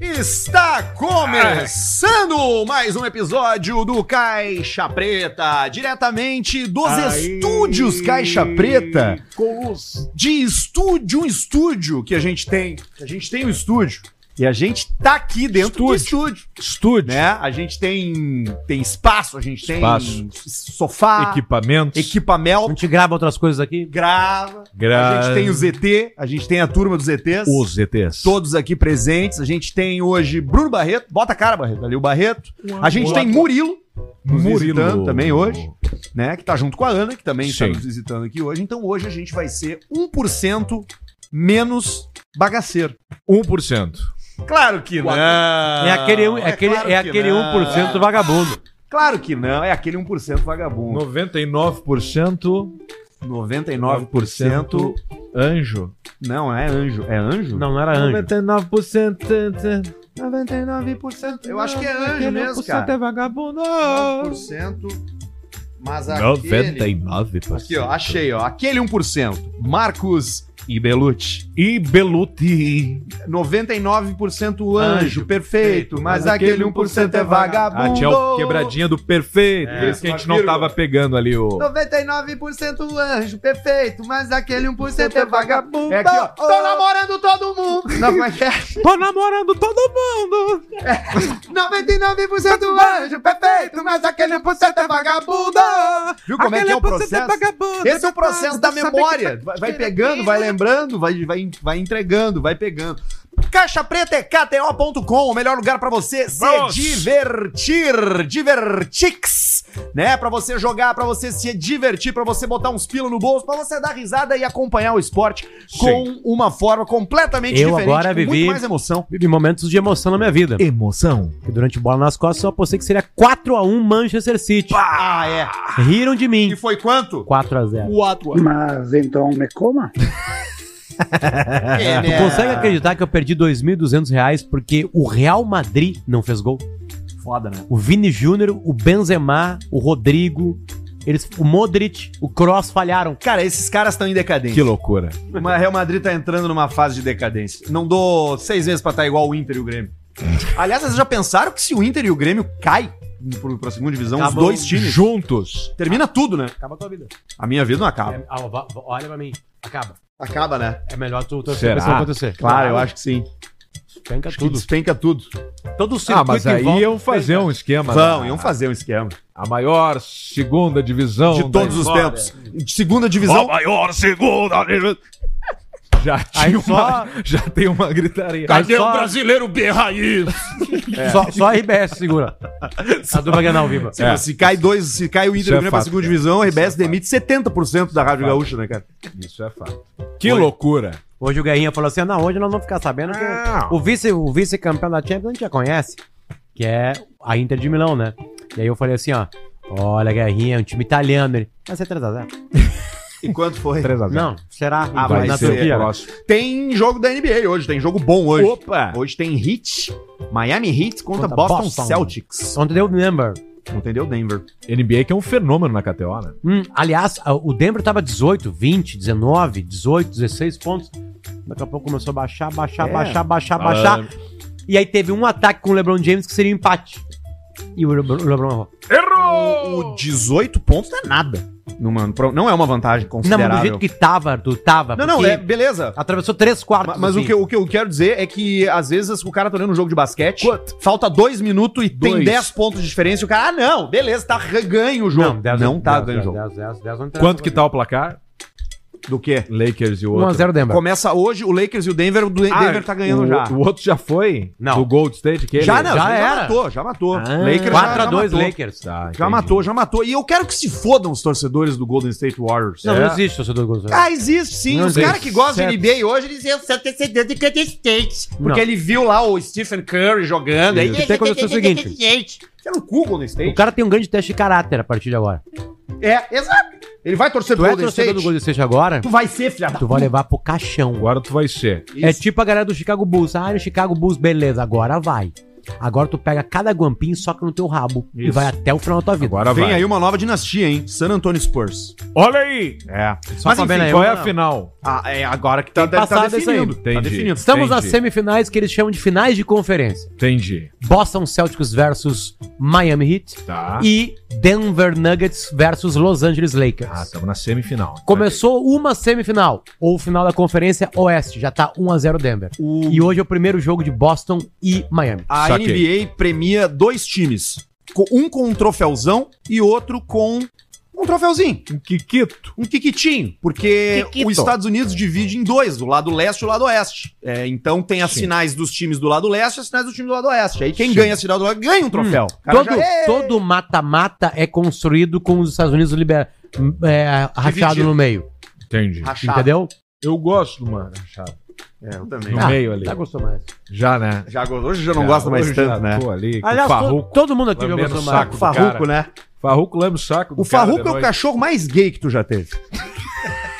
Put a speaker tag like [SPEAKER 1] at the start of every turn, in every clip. [SPEAKER 1] Está começando mais um episódio do Caixa Preta, diretamente dos
[SPEAKER 2] Aí.
[SPEAKER 1] estúdios Caixa Preta,
[SPEAKER 2] Com luz.
[SPEAKER 1] de estúdio, um estúdio que a gente tem. A gente tem um estúdio e a gente tá aqui dentro do estúdio,
[SPEAKER 2] Estúdio.
[SPEAKER 1] né? A gente tem tem espaço, a gente tem
[SPEAKER 2] Espaço.
[SPEAKER 1] sofá,
[SPEAKER 2] Equipamentos.
[SPEAKER 3] Ah. A
[SPEAKER 1] equipamento,
[SPEAKER 3] gente grava outras coisas aqui?
[SPEAKER 1] grava,
[SPEAKER 2] Gra-
[SPEAKER 1] a gente tem o ZT, a gente tem a turma dos ZTs.
[SPEAKER 2] Os ETs.
[SPEAKER 1] todos aqui presentes. A gente tem hoje Bruno Barreto, bota a cara, Barreto, ali o Barreto. A gente
[SPEAKER 2] Boa.
[SPEAKER 1] tem Murilo, nos
[SPEAKER 2] Murilo.
[SPEAKER 1] visitando também hoje, né? Que tá junto com a Ana, que também está
[SPEAKER 2] Sim.
[SPEAKER 1] nos visitando aqui hoje. Então hoje a gente vai ser 1% menos bagaceiro.
[SPEAKER 2] 1%.
[SPEAKER 1] Claro que não.
[SPEAKER 3] é aquele, é aquele,
[SPEAKER 1] Ah, claro
[SPEAKER 3] é
[SPEAKER 1] que
[SPEAKER 3] aquele
[SPEAKER 1] não.
[SPEAKER 3] 1% vagabundo.
[SPEAKER 1] Claro que não, é aquele 1% vagabundo.
[SPEAKER 2] 99%
[SPEAKER 1] 99%
[SPEAKER 2] anjo.
[SPEAKER 1] não é anjo. É anjo?
[SPEAKER 3] Não, não era anjo.
[SPEAKER 2] 99%.
[SPEAKER 3] 99%.
[SPEAKER 1] Eu acho que é anjo mesmo, cara.
[SPEAKER 3] é vagabundo.
[SPEAKER 1] 99%. Um Mas aquele...
[SPEAKER 2] 99%.
[SPEAKER 1] Aqui, ó, achei, ó. Aquele 1%. Marcos e Belucci.
[SPEAKER 2] E Beluti.
[SPEAKER 1] 99% anjo,
[SPEAKER 3] Anjo,
[SPEAKER 1] perfeito, mas aquele 1% é
[SPEAKER 2] Ah,
[SPEAKER 1] vagabundo.
[SPEAKER 2] tinha o quebradinha do perfeito.
[SPEAKER 3] É,
[SPEAKER 2] Por isso que a gente não
[SPEAKER 1] vírgula.
[SPEAKER 2] tava pegando ali o.
[SPEAKER 1] 99% anjo, perfeito, mas aquele 1% é vagabundo.
[SPEAKER 3] É aqui, ó.
[SPEAKER 1] Tô namorando todo mundo. Não, como é que é?
[SPEAKER 3] Tô namorando todo mundo.
[SPEAKER 1] 99% é anjo, perfeito, mas aquele 1% é vagabundo. Viu como é que é
[SPEAKER 3] um
[SPEAKER 1] o processo? Esse é o processo da memória. Vai, vai pegando, vai lembrando, vai, vai, vai entregando, vai pegando. Caixa Preta é KTO.com, o melhor lugar pra você se
[SPEAKER 2] Vamos.
[SPEAKER 1] divertir, divertix, né? Pra você jogar, pra você se divertir, pra você botar uns pila no bolso, pra você dar risada e acompanhar o esporte
[SPEAKER 2] Sim.
[SPEAKER 1] com uma forma completamente
[SPEAKER 3] Eu
[SPEAKER 1] diferente,
[SPEAKER 3] agora
[SPEAKER 1] com
[SPEAKER 3] vivi-
[SPEAKER 1] muito mais emoção.
[SPEAKER 3] Vive momentos de emoção na minha vida.
[SPEAKER 1] Emoção.
[SPEAKER 3] Porque durante o bola nas costas eu apostei que seria 4x1 Manchester City.
[SPEAKER 1] Ah, é.
[SPEAKER 3] Riram de mim.
[SPEAKER 1] E foi quanto?
[SPEAKER 3] 4x0.
[SPEAKER 1] Quatro.
[SPEAKER 4] Mas então me coma?
[SPEAKER 1] É,
[SPEAKER 3] Tu
[SPEAKER 1] né?
[SPEAKER 3] consegue acreditar que eu perdi 2.200 reais porque o Real Madrid não fez gol?
[SPEAKER 1] Foda, né?
[SPEAKER 3] O Vini Júnior, o Benzema, o Rodrigo, eles, o Modric, o Cross falharam.
[SPEAKER 1] Cara, esses caras estão em decadência.
[SPEAKER 2] Que loucura.
[SPEAKER 1] Mas Real Madrid tá entrando numa fase de decadência. Não dou seis meses pra estar igual o Inter e o Grêmio. Aliás, vocês já pensaram que se o Inter e o Grêmio caem pro- pra segunda divisão, os
[SPEAKER 3] Acabam
[SPEAKER 1] dois times,
[SPEAKER 2] Juntos.
[SPEAKER 1] termina tudo, né?
[SPEAKER 3] Acaba a tua vida.
[SPEAKER 1] A minha vida não acaba.
[SPEAKER 3] É, ah, olha pra mim. Acaba.
[SPEAKER 1] Acaba, né?
[SPEAKER 3] É melhor tu
[SPEAKER 2] Será?
[SPEAKER 3] pra isso não acontecer.
[SPEAKER 1] Claro, eu acho que sim.
[SPEAKER 3] Penca
[SPEAKER 1] Acho que despenca tudo.
[SPEAKER 3] Todo o
[SPEAKER 2] Ah, mas aí
[SPEAKER 3] volta-
[SPEAKER 2] iam fazer um esquema.
[SPEAKER 1] Vão,
[SPEAKER 2] né?
[SPEAKER 1] iam fazer um esquema.
[SPEAKER 2] A maior segunda divisão
[SPEAKER 1] De todos os tempos. De segunda divisão.
[SPEAKER 2] maior segunda já,
[SPEAKER 3] Aí
[SPEAKER 2] tinha uma, já tem uma gritaria.
[SPEAKER 3] Cadê o
[SPEAKER 2] brasileiro berraí?
[SPEAKER 3] Só, só a RBS segura. A é dupla Grenal viva.
[SPEAKER 1] Se, se cai dois, se cai o Inter
[SPEAKER 2] É. Isso é
[SPEAKER 1] e o Grêmio pra
[SPEAKER 2] fato,
[SPEAKER 1] segunda
[SPEAKER 2] cara.
[SPEAKER 1] divisão, a
[SPEAKER 2] Isso é
[SPEAKER 1] RBS
[SPEAKER 2] fato.
[SPEAKER 1] demite 70% da Rádio
[SPEAKER 2] Fato.
[SPEAKER 1] Gaúcha, né, cara?
[SPEAKER 2] Isso é fato. Que
[SPEAKER 1] Foi.
[SPEAKER 2] loucura.
[SPEAKER 3] Hoje o Guerrinha falou assim: ah, não, hoje nós vamos ficar sabendo que
[SPEAKER 2] Não.
[SPEAKER 3] o vice- o vice-campeão da Champions a gente já conhece, que é a Inter de Milão, né? E aí eu falei assim: ó, olha, Guerrinha, é um time italiano. Ele vai ser 3x0.
[SPEAKER 1] E quanto foi?
[SPEAKER 2] 3x0.
[SPEAKER 3] Não, será?
[SPEAKER 1] Ah,
[SPEAKER 2] vai
[SPEAKER 1] mas na
[SPEAKER 2] ser
[SPEAKER 1] Turquia,
[SPEAKER 2] o
[SPEAKER 1] né?
[SPEAKER 2] próximo.
[SPEAKER 1] Tem jogo da NBA hoje, tem jogo bom hoje.
[SPEAKER 2] Opa!
[SPEAKER 1] É. Hoje tem Heat, Miami Heat contra,
[SPEAKER 3] Contra
[SPEAKER 1] Boston,
[SPEAKER 3] Boston.
[SPEAKER 1] Celtics.
[SPEAKER 3] Ontem deu o Denver.
[SPEAKER 1] Não Entendeu, Denver?
[SPEAKER 2] NBA que é um fenômeno na KTO, né?
[SPEAKER 3] Hum, aliás, a- o Denver tava 18, 20, 19, 18, 16 pontos. Daqui a pouco começou a baixar, baixar,
[SPEAKER 1] É. Ah.
[SPEAKER 3] baixar, baixar, baixar. E aí teve um ataque com o LeBron James que seria um empate. E o Lebron, o LeBron errou.
[SPEAKER 1] Ah,
[SPEAKER 2] Oh!
[SPEAKER 1] O 18 pontos não é nada. Numa- pro- não é uma vantagem
[SPEAKER 3] Não, mas
[SPEAKER 1] considerável.
[SPEAKER 3] do jeito que tava, Arthur, tava.
[SPEAKER 1] Não, não,
[SPEAKER 3] porque Ah,
[SPEAKER 1] é, beleza.
[SPEAKER 3] Atravessou três quartos.
[SPEAKER 1] Ma- Mas o que, eu- o que eu quero dizer é que, às vezes, o cara tá olhando um jogo de basquete,
[SPEAKER 2] Quanto?
[SPEAKER 1] falta dois minutos e tem
[SPEAKER 2] Dois.
[SPEAKER 1] 10 pontos de diferença e o cara, ah, não, beleza, tá re- ganho o jogo.
[SPEAKER 3] é
[SPEAKER 1] Não, tá ganho o jogo.
[SPEAKER 3] 10, 10, 10, não
[SPEAKER 2] Quanto que tá o placar?
[SPEAKER 1] Do quê?
[SPEAKER 2] Lakers e o outro.
[SPEAKER 3] 1x0 Denver.
[SPEAKER 1] Começa hoje o Lakers e o Denver, o Den-
[SPEAKER 2] Ah,
[SPEAKER 1] Denver tá ganhando
[SPEAKER 2] o,
[SPEAKER 1] já.
[SPEAKER 2] O outro já foi?
[SPEAKER 3] Não.
[SPEAKER 2] Do Gold State? Que
[SPEAKER 1] Já
[SPEAKER 2] ele-
[SPEAKER 1] não,
[SPEAKER 3] já
[SPEAKER 1] já,
[SPEAKER 3] era.
[SPEAKER 1] matou, já matou.
[SPEAKER 2] Ah,
[SPEAKER 1] Lakers já- já
[SPEAKER 3] 4x2
[SPEAKER 1] matou.
[SPEAKER 3] Lakers.
[SPEAKER 2] Tá,
[SPEAKER 1] Já
[SPEAKER 2] entendi.
[SPEAKER 1] matou, já matou. E eu quero que se fodam os torcedores do Golden State Warriors.
[SPEAKER 3] Não,
[SPEAKER 2] É.
[SPEAKER 3] não existe torcedor do Gonçalves.
[SPEAKER 1] Ah, existe sim.
[SPEAKER 3] Não
[SPEAKER 1] os
[SPEAKER 3] existe.
[SPEAKER 1] caras que gostam de
[SPEAKER 3] Certo.
[SPEAKER 1] NBA hoje, eles iam ser antecedentes de Golden State. Porque
[SPEAKER 3] Não.
[SPEAKER 1] ele viu lá o Stephen Curry jogando. Aí,
[SPEAKER 3] Isso. Tem que acontecer o seguinte.
[SPEAKER 1] Você não cu Golden State?
[SPEAKER 3] O cara tem um grande teste de caráter a partir de agora.
[SPEAKER 1] É, exato. Ele vai torcer
[SPEAKER 3] Tu
[SPEAKER 1] pro
[SPEAKER 3] é
[SPEAKER 1] Golden
[SPEAKER 3] torcedor
[SPEAKER 1] State.
[SPEAKER 3] do Golden State agora,
[SPEAKER 1] Tu vai ser, filha da
[SPEAKER 3] tu vai levar pro caixão.
[SPEAKER 2] Agora tu vai ser.
[SPEAKER 3] É tipo a galera do Chicago Bulls. Ah, o Chicago Bulls, beleza, agora vai. Agora tu pega cada guampinho, soca no teu rabo e
[SPEAKER 2] Isso.
[SPEAKER 3] vai até o final da tua vida.
[SPEAKER 2] Agora
[SPEAKER 1] Vem
[SPEAKER 2] vai.
[SPEAKER 1] aí uma nova dinastia, hein? San Antonio Spurs.
[SPEAKER 2] Olha aí!
[SPEAKER 1] É.
[SPEAKER 3] Só
[SPEAKER 1] Mas
[SPEAKER 3] pra
[SPEAKER 1] enfim,
[SPEAKER 3] ver, né?
[SPEAKER 2] Qual é
[SPEAKER 3] não.
[SPEAKER 2] a final?
[SPEAKER 1] ah, é agora que tá,
[SPEAKER 3] Tem
[SPEAKER 1] tá
[SPEAKER 3] passado isso aí.
[SPEAKER 1] definindo. Tá
[SPEAKER 2] Entendi.
[SPEAKER 1] definido.
[SPEAKER 3] Estamos nas
[SPEAKER 2] Entendi.
[SPEAKER 3] semifinais que eles chamam de finais de conferência.
[SPEAKER 2] Entendi.
[SPEAKER 3] Boston Celtics versus Miami Heat
[SPEAKER 2] Tá.
[SPEAKER 3] e Denver Nuggets versus Los Angeles Lakers.
[SPEAKER 2] Ah, estamos na semifinal.
[SPEAKER 3] Começou uma semifinal, ou final da conferência oeste, já tá 1x0 Denver.
[SPEAKER 1] O-
[SPEAKER 3] E hoje é o primeiro jogo de Boston e Miami.
[SPEAKER 1] A
[SPEAKER 2] Saquei.
[SPEAKER 1] NBA premia dois times. Co- Um com um troféuzão e outro com um troféuzinho.
[SPEAKER 2] Um Kikito.
[SPEAKER 1] Um quiquitinho. Porque
[SPEAKER 3] Quiquito.
[SPEAKER 1] os Estados Unidos divide em dois, do lado leste e do lado oeste. É, então tem as finais dos times do lado leste e as finais dos times do lado oeste. Aí quem
[SPEAKER 2] Sim.
[SPEAKER 1] ganha a final do lado ganha um troféu. O cara
[SPEAKER 3] Todo,
[SPEAKER 1] já-
[SPEAKER 3] todo mata-mata é construído com os Estados Unidos liber... é, rachado
[SPEAKER 1] Dividido.
[SPEAKER 3] no meio.
[SPEAKER 2] Entendi.
[SPEAKER 1] Rachado.
[SPEAKER 3] Entendeu? Ah,
[SPEAKER 2] Eu gosto do mano. Rachado.
[SPEAKER 1] É, eu também.
[SPEAKER 2] No meio ali.
[SPEAKER 3] Já gostou mais.
[SPEAKER 2] Já, né?
[SPEAKER 1] Já gostou? Hoje já não gosta mais
[SPEAKER 2] Hoje
[SPEAKER 1] tanto,
[SPEAKER 2] já
[SPEAKER 1] né?
[SPEAKER 2] Tô ali, com
[SPEAKER 3] Aliás,
[SPEAKER 2] o Farruco.
[SPEAKER 3] to- todo mundo aqui já
[SPEAKER 2] lambendo
[SPEAKER 3] gostou
[SPEAKER 2] o
[SPEAKER 3] mais.
[SPEAKER 2] saco. do
[SPEAKER 1] Farruco,
[SPEAKER 2] cara.
[SPEAKER 1] né?
[SPEAKER 2] Farruco lambe o saco do
[SPEAKER 1] O
[SPEAKER 2] cara
[SPEAKER 1] Farruco
[SPEAKER 2] de
[SPEAKER 1] é o
[SPEAKER 2] noite.
[SPEAKER 1] cachorro mais gay que tu já teve.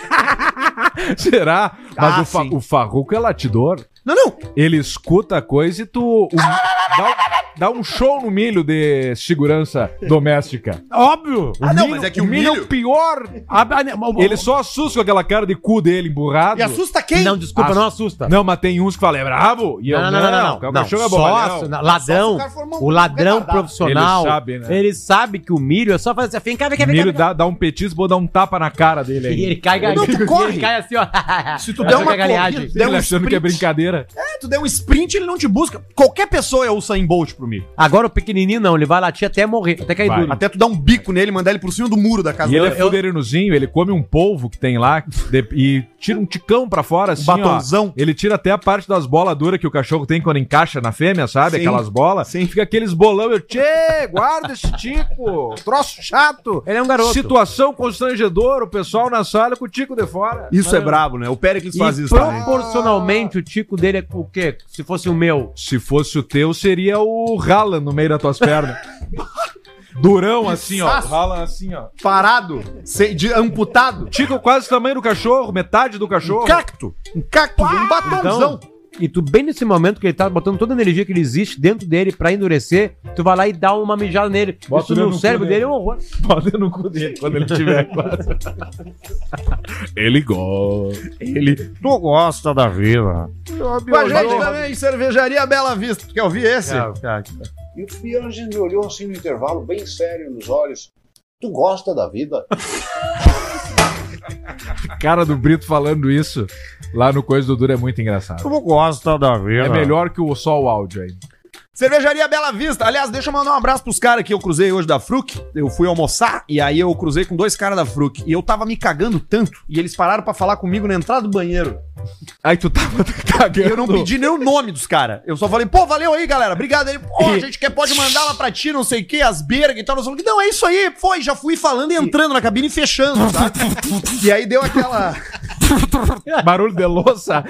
[SPEAKER 2] Será? Mas
[SPEAKER 1] Ah,
[SPEAKER 2] o, fa
[SPEAKER 1] sim.
[SPEAKER 2] o Farruco é latidor.
[SPEAKER 1] Não, não.
[SPEAKER 2] Ele escuta a coisa e tu o- dá, um, dá um show no milho de segurança doméstica. Óbvio!
[SPEAKER 1] Ah, não, mas é que o
[SPEAKER 2] é
[SPEAKER 1] milho-
[SPEAKER 2] o pior. Ele só assusta com aquela cara de cu dele emburrado.
[SPEAKER 1] Ah, E assusta quem?
[SPEAKER 3] Não, desculpa, Ah, não assusta.
[SPEAKER 2] Não, mas tem uns que falam, é bravo? E eu,
[SPEAKER 3] Tá. Não, não, não, não, não.
[SPEAKER 2] O
[SPEAKER 3] não.
[SPEAKER 2] cachorro é
[SPEAKER 3] Só
[SPEAKER 2] bobalhão.
[SPEAKER 3] ass- na-
[SPEAKER 1] Só
[SPEAKER 3] ladrão,
[SPEAKER 1] se o cara for mão-
[SPEAKER 3] o ladrão
[SPEAKER 1] retardado.
[SPEAKER 3] profissional,
[SPEAKER 2] Ele sabe, né?
[SPEAKER 3] ele sabe que o milho é só fazer assim, vem cá, vem cá, vem cá.
[SPEAKER 2] Milho
[SPEAKER 3] Vem cá.
[SPEAKER 2] dá, dá um petisco ou dá um tapa na cara dele aí.
[SPEAKER 3] E ele cai,
[SPEAKER 1] Não, tu
[SPEAKER 3] e
[SPEAKER 1] corre.
[SPEAKER 3] ele cai assim, ó.
[SPEAKER 1] Se tu
[SPEAKER 3] Essa
[SPEAKER 1] der uma
[SPEAKER 3] gargalhagem.
[SPEAKER 1] corrida,
[SPEAKER 2] Ele
[SPEAKER 1] der um
[SPEAKER 2] achando
[SPEAKER 1] sprint,
[SPEAKER 2] que é brincadeira.
[SPEAKER 1] tu der um sprint, ele não te busca. Qualquer pessoa é o Usain Bolt pro mim.
[SPEAKER 3] Agora o pequenininho não, ele vai latir até morrer, até cair
[SPEAKER 2] Vai.
[SPEAKER 3] duro.
[SPEAKER 1] Até tu dar um bico nele, mandar ele por cima do muro da casa
[SPEAKER 2] E ele é
[SPEAKER 1] dele.
[SPEAKER 2] fuderinozinho, ele come um polvo que tem lá de- e tira um ticão pra fora, assim, ó.
[SPEAKER 1] batonzão.
[SPEAKER 2] Ele tira até a parte das bolas duras que o cachorro tem quando encaixa na fêmea, sabe?
[SPEAKER 1] Sim,
[SPEAKER 2] Aquelas bolas.
[SPEAKER 1] sim.
[SPEAKER 2] Fica aqueles bolão, eu, tchê, guarda esse tico, troço chato.
[SPEAKER 3] Ele é um garoto.
[SPEAKER 2] Situação constrangedora, o pessoal na sala com o tico de fora.
[SPEAKER 1] Isso é brabo, né? O Pericles
[SPEAKER 3] E
[SPEAKER 1] faz isso também.
[SPEAKER 3] proporcionalmente o tico dele é o quê? Se fosse o meu.
[SPEAKER 2] Se fosse o teu, seria o rala no meio das tuas pernas. Durão, assim, ó.
[SPEAKER 1] saço.
[SPEAKER 2] Rala assim, ó.
[SPEAKER 1] Parado, sem- de- amputado.
[SPEAKER 2] Tico quase o tamanho do cachorro, metade do cachorro.
[SPEAKER 1] Um cacto. Um cacto, um batonzão.
[SPEAKER 3] Então, E tu, bem nesse momento que ele tá botando toda a energia que ele existe dentro dele pra endurecer, tu vai lá e dá uma mijada nele.
[SPEAKER 2] Bota o
[SPEAKER 3] Isso
[SPEAKER 2] dedo
[SPEAKER 3] no
[SPEAKER 2] no cu
[SPEAKER 3] cérebro
[SPEAKER 2] dele.
[SPEAKER 3] dele é um horror.
[SPEAKER 2] Bota no cu dele quando ele tiver quase. ele gosta.
[SPEAKER 1] Ele.
[SPEAKER 3] Tu gosta da vida.
[SPEAKER 1] Com a gente também, cervejaria Bela Vista. Tu quer ouvir esse?
[SPEAKER 5] E o Fianges me olhou assim no intervalo, bem sério nos olhos. Tu gosta da vida?
[SPEAKER 2] Cara do Brito falando isso lá no Coisa do Duro é muito engraçado.
[SPEAKER 3] Tu gosta da vida.
[SPEAKER 2] É melhor que o só o áudio aí.
[SPEAKER 1] Cervejaria Bela Vista. Aliás, deixa eu mandar um abraço pros caras que eu cruzei hoje da Fruc. Eu fui almoçar e aí eu cruzei com dois caras da Fruc. E eu tava me cagando tanto. E eles pararam pra falar comigo na entrada do banheiro.
[SPEAKER 2] Aí tu tava
[SPEAKER 1] E
[SPEAKER 2] cagando.
[SPEAKER 1] eu não pedi nem o nome dos caras. Eu só falei, pô, valeu aí, galera. Obrigado. Ele, ó, a gente quer, pode mandar lá pra ti, não sei o que, as bergas e tal. Nós falamos, não, é isso aí. Foi, já fui falando e entrando na cabine e fechando, sabe? e aí deu aquela...
[SPEAKER 2] Barulho de louça.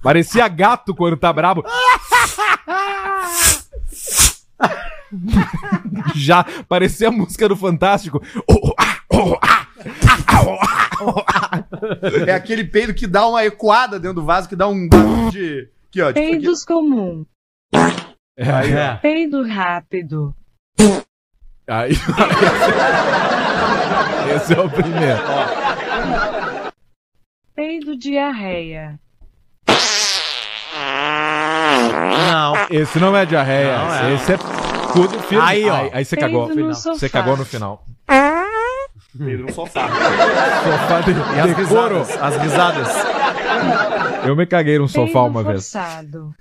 [SPEAKER 2] Parecia gato quando tá brabo. Já parecia a música do Fantástico. Oh, oh, ah, oh, ah, ah, oh, ah.
[SPEAKER 1] É aquele peido que dá uma ecoada dentro do vaso, que dá um barulho de... Aqui, ó. Tipo, aqui.
[SPEAKER 6] Peidos comum.
[SPEAKER 2] Aí, ó.
[SPEAKER 6] Peido rápido.
[SPEAKER 2] Aí. Esse é o primeiro.
[SPEAKER 6] Peido diarreia.
[SPEAKER 3] Não.
[SPEAKER 2] Esse não é diarreia.
[SPEAKER 3] Não, é.
[SPEAKER 2] Esse é tudo filho.
[SPEAKER 3] Aí, ó.
[SPEAKER 2] Aí, aí você
[SPEAKER 6] Peido
[SPEAKER 2] cagou.
[SPEAKER 6] no
[SPEAKER 2] Final.
[SPEAKER 6] sofá.
[SPEAKER 2] Você cagou no final.
[SPEAKER 1] Peido no sofá.
[SPEAKER 2] Sofá de,
[SPEAKER 1] E as
[SPEAKER 2] de couro.
[SPEAKER 1] risadas, as risadas.
[SPEAKER 2] Eu me caguei num sofá
[SPEAKER 6] Peido
[SPEAKER 2] uma vez.
[SPEAKER 6] forçado.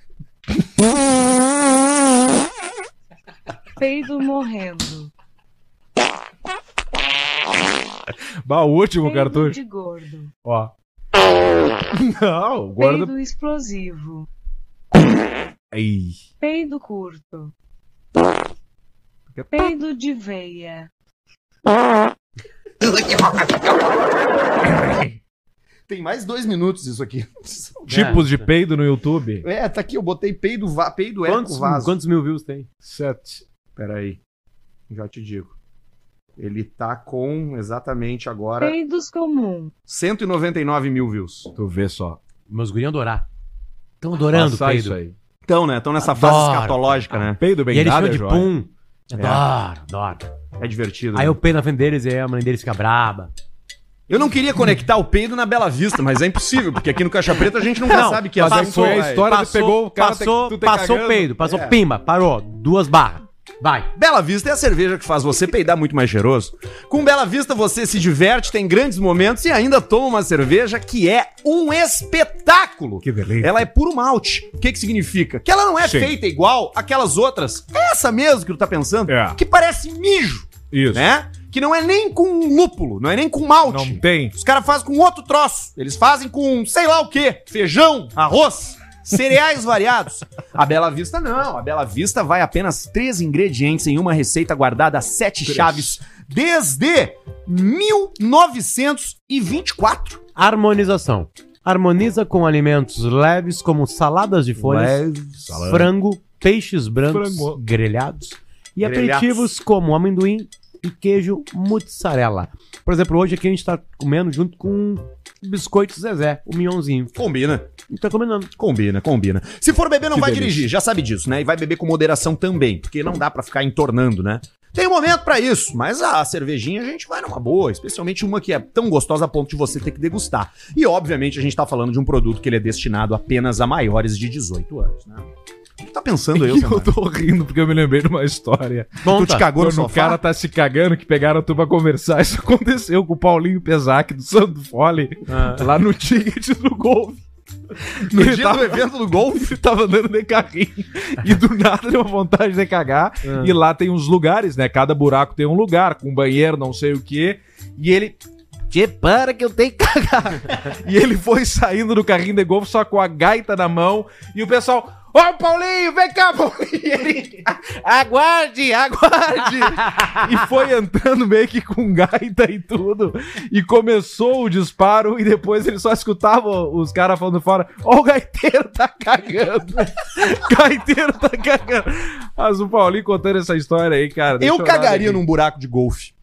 [SPEAKER 6] Peido morrendo.
[SPEAKER 2] Bah, o último
[SPEAKER 6] Peido
[SPEAKER 2] cartucho.
[SPEAKER 6] de gordo.
[SPEAKER 2] Ó. Não, guarda.
[SPEAKER 6] Peido explosivo.
[SPEAKER 2] Ai.
[SPEAKER 6] Peido curto. Peido de veia.
[SPEAKER 1] Tem mais dois minutos isso aqui.
[SPEAKER 2] É. Tipos de peido no YouTube.
[SPEAKER 1] É, tá aqui, eu botei peido, va peido
[SPEAKER 3] Quantos,
[SPEAKER 1] eco vaso.
[SPEAKER 3] quantos mil views tem?
[SPEAKER 2] Sete.
[SPEAKER 1] Peraí, já te digo. Ele tá com exatamente agora
[SPEAKER 6] Peidos comum.
[SPEAKER 1] 199 mil views.
[SPEAKER 2] Tu vê só.
[SPEAKER 3] Meus guriam adorar. Estão adorando,
[SPEAKER 2] Passar
[SPEAKER 3] Pedro.
[SPEAKER 2] isso aí.
[SPEAKER 1] Então, né? Estão nessa fase
[SPEAKER 3] Adoro.
[SPEAKER 1] escatológica, né?
[SPEAKER 2] Peido bem
[SPEAKER 3] e eles
[SPEAKER 2] dado
[SPEAKER 3] chamam
[SPEAKER 2] é
[SPEAKER 3] de
[SPEAKER 2] joia.
[SPEAKER 3] pum. Adoro, adoro.
[SPEAKER 1] É divertido.
[SPEAKER 3] Aí
[SPEAKER 1] né?
[SPEAKER 3] eu peido na frente deles e a mãe deles fica braba.
[SPEAKER 1] Eu não queria conectar o peido na Bela Vista, mas é impossível, porque aqui no Caixa Preta a gente nunca
[SPEAKER 3] Não,
[SPEAKER 1] sabe que é
[SPEAKER 2] mas aí foi a história- Agora tu pegou, o cara tá-
[SPEAKER 3] assim, passou,
[SPEAKER 2] tu tá
[SPEAKER 3] passou
[SPEAKER 2] cagando.
[SPEAKER 3] peido, passou
[SPEAKER 1] É.
[SPEAKER 3] pimba, parou. Duas barras. Vai.
[SPEAKER 1] Bela Vista é a cerveja que faz você peidar muito mais cheiroso. Com Bela Vista você se diverte, tem grandes momentos e ainda toma uma cerveja que é um espetáculo.
[SPEAKER 2] Que delícia.
[SPEAKER 1] Ela é puro malte. O que que significa? Que ela não é
[SPEAKER 2] Sim.
[SPEAKER 1] feita igual aquelas outras. É Essa mesmo que tu tá pensando,
[SPEAKER 2] É.
[SPEAKER 1] que parece mijo,
[SPEAKER 2] Isso.
[SPEAKER 1] né? Que não é nem com lúpulo, não é nem com malte.
[SPEAKER 2] Não tem.
[SPEAKER 1] Os caras fazem com outro troço. Eles fazem com sei lá o quê. Feijão, arroz, cereais variados. A Bela Vista não. A Bela Vista vai apenas três ingredientes em uma receita guardada a sete chaves desde 1924.
[SPEAKER 3] Harmonização. Harmoniza com alimentos leves como saladas de folhas,
[SPEAKER 2] salame.
[SPEAKER 3] frango, peixes brancos
[SPEAKER 2] Frango.
[SPEAKER 3] grelhados e
[SPEAKER 1] Grelhados.
[SPEAKER 3] aperitivos como amendoim e queijo mozzarella. Por exemplo, hoje aqui a gente tá comendo junto com biscoito Zezé, o minhãozinho.
[SPEAKER 1] Combina,
[SPEAKER 3] E tá combinando.
[SPEAKER 1] combina, combina. Se for beber, não
[SPEAKER 2] Que
[SPEAKER 1] vai
[SPEAKER 2] delícia.
[SPEAKER 1] dirigir, já sabe disso, né? E vai beber com moderação também, porque não dá pra ficar entornando, né? Tem momento pra isso, mas a cervejinha a gente vai numa boa, especialmente uma que é tão gostosa a ponto de você ter que degustar. E obviamente a gente tá falando de um produto que ele é destinado apenas a maiores de 18 anos, né? O que tá pensando eu,
[SPEAKER 2] Eu
[SPEAKER 1] Samara?
[SPEAKER 2] tô rindo porque eu me lembrei de uma história.
[SPEAKER 1] Tu te cagou no
[SPEAKER 2] Quando o
[SPEAKER 1] sofá?
[SPEAKER 2] cara tá se cagando, que pegaram tu pra conversar. Isso aconteceu com o Paulinho Pesac do Santo Fole,
[SPEAKER 3] Ah.
[SPEAKER 2] lá no ticket do Golfe.
[SPEAKER 1] No
[SPEAKER 2] Ele
[SPEAKER 1] dia
[SPEAKER 2] tava-
[SPEAKER 1] do evento do golfe?
[SPEAKER 2] Ele tava andando de carrinho e do nada deu uma vontade de cagar.
[SPEAKER 3] Ah.
[SPEAKER 2] E lá tem uns lugares, né? Cada buraco tem um lugar, com banheiro, não sei o quê. E ele. Te para que eu tenho que cagar. e ele foi saindo do carrinho de golfe só com a gaita na mão. E o pessoal. Ô, Paulinho, vem cá, Paulinho! E ele, aguarde, aguarde! e foi entrando meio que com gaita e tudo. E começou o disparo, e depois ele só escutava os caras falando fora: Ó, o gaiteiro tá cagando! gaiteiro tá cagando! Mas o Paulinho contando essa história aí, cara. deixa
[SPEAKER 1] Eu
[SPEAKER 2] olhar
[SPEAKER 1] cagaria
[SPEAKER 2] aqui.
[SPEAKER 1] num buraco de golfe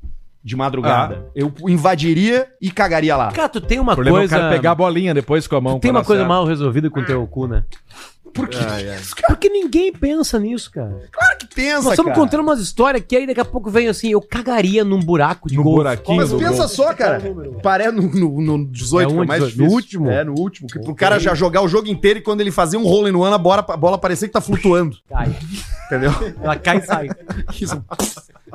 [SPEAKER 1] de madrugada. Eu invadiria e cagaria lá.
[SPEAKER 3] Cara, tu tem uma
[SPEAKER 2] O problema
[SPEAKER 3] coisa.
[SPEAKER 2] é o cara pegar a bolinha depois com a mão.
[SPEAKER 3] tu tem
[SPEAKER 2] quando
[SPEAKER 3] uma coisa
[SPEAKER 2] acerta.
[SPEAKER 3] mal resolvida com teu cu, né?
[SPEAKER 1] Por que
[SPEAKER 3] Porque ninguém pensa nisso, cara.
[SPEAKER 1] Claro que pensa,
[SPEAKER 3] Nós estamos
[SPEAKER 1] cara.
[SPEAKER 3] contando umas histórias que aí daqui a pouco vem assim, eu cagaria num buraco de
[SPEAKER 2] No
[SPEAKER 3] golfe.
[SPEAKER 2] buraquinho
[SPEAKER 1] Mas
[SPEAKER 2] do
[SPEAKER 1] pensa
[SPEAKER 2] golfe.
[SPEAKER 1] só, cara. Paré no, no, no 18,
[SPEAKER 3] É
[SPEAKER 1] que é
[SPEAKER 3] um
[SPEAKER 1] o mais
[SPEAKER 3] 18,
[SPEAKER 1] difícil.
[SPEAKER 3] no último?
[SPEAKER 1] É, no último. Que pro cara já jogar o jogo inteiro e quando ele fazer um rolo no ano, a bola, a bola parecia que tá flutuando.
[SPEAKER 3] Cai.
[SPEAKER 1] Entendeu?
[SPEAKER 3] Ela cai e sai.
[SPEAKER 1] Isso,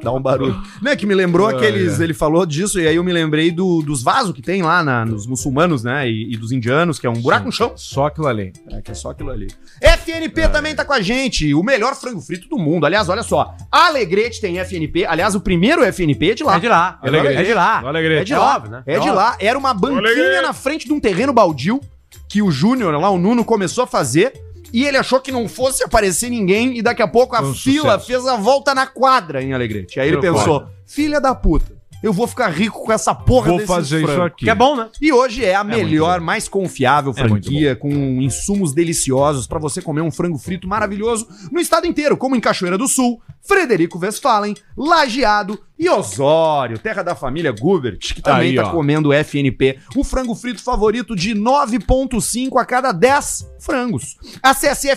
[SPEAKER 1] Dá um barulho. Não é que me lembrou
[SPEAKER 2] Ai,
[SPEAKER 1] aqueles. Ele falou disso, e aí eu me lembrei do- dos vasos que tem lá na- nos muçulmanos, né? E, e dos indianos, que é um buraco no chão.
[SPEAKER 2] Só aquilo ali.
[SPEAKER 1] É, que é só aquilo ali. FNP também tá com a gente. O melhor frango frito do mundo. Aliás, olha só. Alegrete tem FNP. Aliás, o primeiro FNP é de lá.
[SPEAKER 3] É de lá.
[SPEAKER 2] Olha a igreja.
[SPEAKER 3] É de lá.
[SPEAKER 2] Olha a igreja.
[SPEAKER 1] É de lá,
[SPEAKER 3] óbvio, né?
[SPEAKER 1] É de lá. Era uma banquinha na frente de um terreno baldio que o Júnior, lá o Nuno, começou a fazer. E ele achou que não fosse aparecer ninguém. E daqui a pouco a
[SPEAKER 2] Foi um
[SPEAKER 1] fila
[SPEAKER 2] sucesso.
[SPEAKER 1] fez a volta na quadra em Alegrete. Aí ele
[SPEAKER 2] Meu
[SPEAKER 1] pensou: filha da puta, eu vou ficar rico com essa porra
[SPEAKER 2] Vou
[SPEAKER 1] desses
[SPEAKER 2] fazer isso
[SPEAKER 1] frangos."
[SPEAKER 2] aqui.
[SPEAKER 3] Que é bom, né?
[SPEAKER 1] E hoje é a melhor, mais confiável
[SPEAKER 2] É muito
[SPEAKER 1] franquia, com insumos deliciosos pra você comer um frango frito maravilhoso no estado inteiro, como em Cachoeira do Sul, Frederico Westphalen, Lajeado e Osório, terra da família Gubert, que também
[SPEAKER 2] Aí,
[SPEAKER 1] tá
[SPEAKER 2] ó.
[SPEAKER 1] comendo FNP, o frango frito favorito de 9,5 a cada 10 frangos. Acesse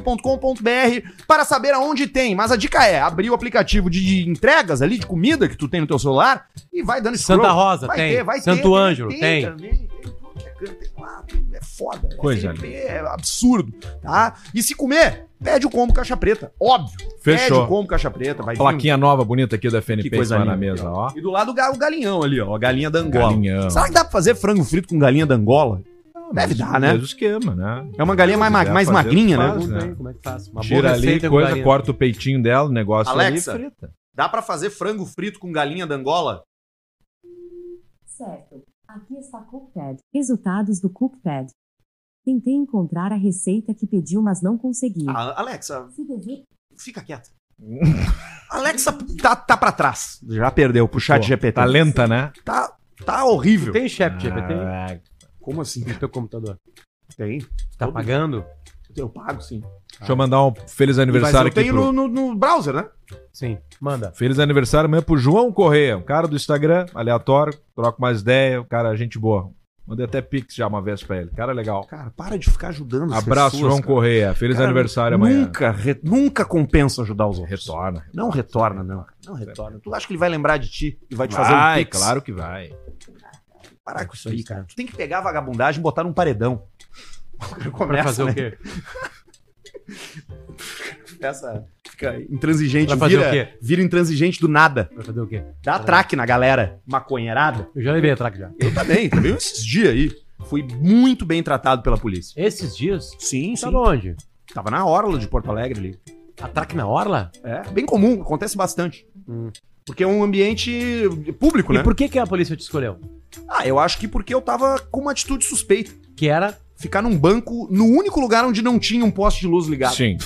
[SPEAKER 1] fnpbrasil.com.br para saber aonde tem, mas a dica é abrir o aplicativo de- de entregas ali, de comida que tu tem no teu celular e vai dando
[SPEAKER 3] Santa
[SPEAKER 1] scroll.
[SPEAKER 3] Rosa,
[SPEAKER 1] Vai
[SPEAKER 3] tem.
[SPEAKER 1] ter, vai
[SPEAKER 3] Santo
[SPEAKER 1] ter,
[SPEAKER 3] Ângelo, tem.
[SPEAKER 1] também, tem tudo que é canto, tem lá, tudo, é foda. é
[SPEAKER 2] Coisa
[SPEAKER 1] FNP, é absurdo, tá? E se comer, pede o combo caixa preta, óbvio. Pede o
[SPEAKER 2] Fechou.
[SPEAKER 1] combo caixa preta, vai vir.
[SPEAKER 2] Plaquinha nova, bonita aqui da FNP
[SPEAKER 1] É Que coisa
[SPEAKER 2] em cima
[SPEAKER 1] linda.
[SPEAKER 2] na mesa, ó.
[SPEAKER 1] E do lado o ga- o galinhão ali, ó, a galinha da Angola.
[SPEAKER 2] Galinhão.
[SPEAKER 1] Será que dá pra fazer frango frito com galinha da Angola? Deve dar, né?
[SPEAKER 2] Mesmo esquema, né?
[SPEAKER 1] É uma galinha mais, ma-
[SPEAKER 2] Dá
[SPEAKER 1] mais
[SPEAKER 2] pra fazer,
[SPEAKER 1] magrinha, né?
[SPEAKER 2] faz,
[SPEAKER 3] Pergunta aí como é que faz. Uma
[SPEAKER 2] Tira ali,
[SPEAKER 3] receita com
[SPEAKER 2] coisa,
[SPEAKER 3] galinha.
[SPEAKER 2] corta o peitinho dela, o negócio
[SPEAKER 1] Alexa.
[SPEAKER 2] ali e frita.
[SPEAKER 1] Dá pra fazer frango frito com galinha da Angola?
[SPEAKER 7] Certo. Aqui está Cookpad. Resultados do Cookpad. Tentei encontrar a receita que pediu, mas não consegui.
[SPEAKER 1] Ah, Alexa,
[SPEAKER 7] Se deseja-
[SPEAKER 1] fica quieta. Alexa tá, tá pra trás. Já perdeu pro chat
[SPEAKER 2] Pô,
[SPEAKER 1] GPT.
[SPEAKER 2] Tá lenta, né?
[SPEAKER 1] Tá, tá horrível.
[SPEAKER 3] Tem chat GPT aí
[SPEAKER 2] Caraca.
[SPEAKER 1] Como assim?
[SPEAKER 3] no teu computador?
[SPEAKER 1] Tem.
[SPEAKER 3] Tá pagando?
[SPEAKER 1] Eu pago, sim.
[SPEAKER 2] Deixa eu mandar um feliz
[SPEAKER 1] Mas
[SPEAKER 2] aniversário
[SPEAKER 1] eu
[SPEAKER 2] aqui
[SPEAKER 1] tenho
[SPEAKER 2] pro...
[SPEAKER 1] no, no- no browser, né?
[SPEAKER 3] Sim. Manda.
[SPEAKER 2] Feliz aniversário amanhã pro João Correia, um cara do Instagram, aleatório, troca mais ideia, um cara, gente boa. Mandei até pix já uma vez pra ele. Cara legal.
[SPEAKER 1] Cara, para de ficar ajudando as
[SPEAKER 2] Abraço,
[SPEAKER 1] pessoas,
[SPEAKER 2] João
[SPEAKER 1] cara.
[SPEAKER 2] Correia. Feliz
[SPEAKER 1] Cara,
[SPEAKER 2] aniversário amanhã.
[SPEAKER 1] Nunca, re- nunca compensa ajudar os outros.
[SPEAKER 2] Retorna.
[SPEAKER 1] Não retorna, não. Não retorna. Tu acha que ele vai lembrar de ti e vai te fazer
[SPEAKER 2] Vai,
[SPEAKER 1] um pix?
[SPEAKER 2] claro que vai.
[SPEAKER 1] Parar com isso aí, cara. Tu tem que pegar a vagabundagem e botar num paredão.
[SPEAKER 3] Pra
[SPEAKER 1] Começa,
[SPEAKER 3] fazer
[SPEAKER 1] né?
[SPEAKER 3] o quê?
[SPEAKER 1] Começa, né? fica intransigente.
[SPEAKER 3] Pra fazer
[SPEAKER 1] vira,
[SPEAKER 3] o quê?
[SPEAKER 1] vira intransigente do nada.
[SPEAKER 3] Pra fazer o quê?
[SPEAKER 1] Dá traque na galera maconheirada.
[SPEAKER 3] Eu já levei a traque já.
[SPEAKER 1] Eu também, tu viu tá esses dias aí. Fui muito bem tratado pela polícia.
[SPEAKER 3] Esses dias?
[SPEAKER 1] Sim,
[SPEAKER 3] Sabe onde?
[SPEAKER 1] Tava na orla de Porto Alegre ali.
[SPEAKER 3] A traque na orla?
[SPEAKER 1] É, bem comum, acontece bastante.
[SPEAKER 3] Hum.
[SPEAKER 1] Porque é um ambiente público, né?
[SPEAKER 3] E por que, que a polícia te escolheu?
[SPEAKER 1] Ah, eu acho que porque eu tava com uma atitude suspeita.
[SPEAKER 3] Que era
[SPEAKER 1] Ficar num banco, no único lugar onde não tinha um poste de luz ligado.
[SPEAKER 2] Sim.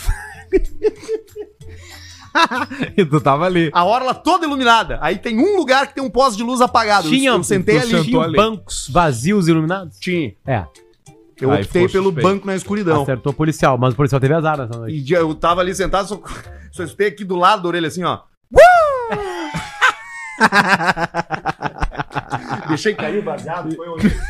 [SPEAKER 2] e tu tava ali.
[SPEAKER 1] A orla toda iluminada. Aí tem um lugar que tem um poste de luz apagado.
[SPEAKER 3] Tinha,
[SPEAKER 1] eu sentei
[SPEAKER 2] tu
[SPEAKER 1] ali.
[SPEAKER 2] sentou
[SPEAKER 1] Tinha um
[SPEAKER 2] ali.
[SPEAKER 1] banco.
[SPEAKER 3] bancos vazios iluminados?
[SPEAKER 1] Tinha.
[SPEAKER 3] É.
[SPEAKER 1] Eu
[SPEAKER 2] Aí
[SPEAKER 1] optei
[SPEAKER 2] ficou
[SPEAKER 1] pelo
[SPEAKER 2] suspeito. Ah,
[SPEAKER 1] banco na escuridão.
[SPEAKER 3] Acertou o policial, mas o policial teve azar nessa noite.
[SPEAKER 1] E de- eu tava ali sentado, só, só escutei aqui do lado da orelha assim, ó. Deixei cair o baseado, foi horrível.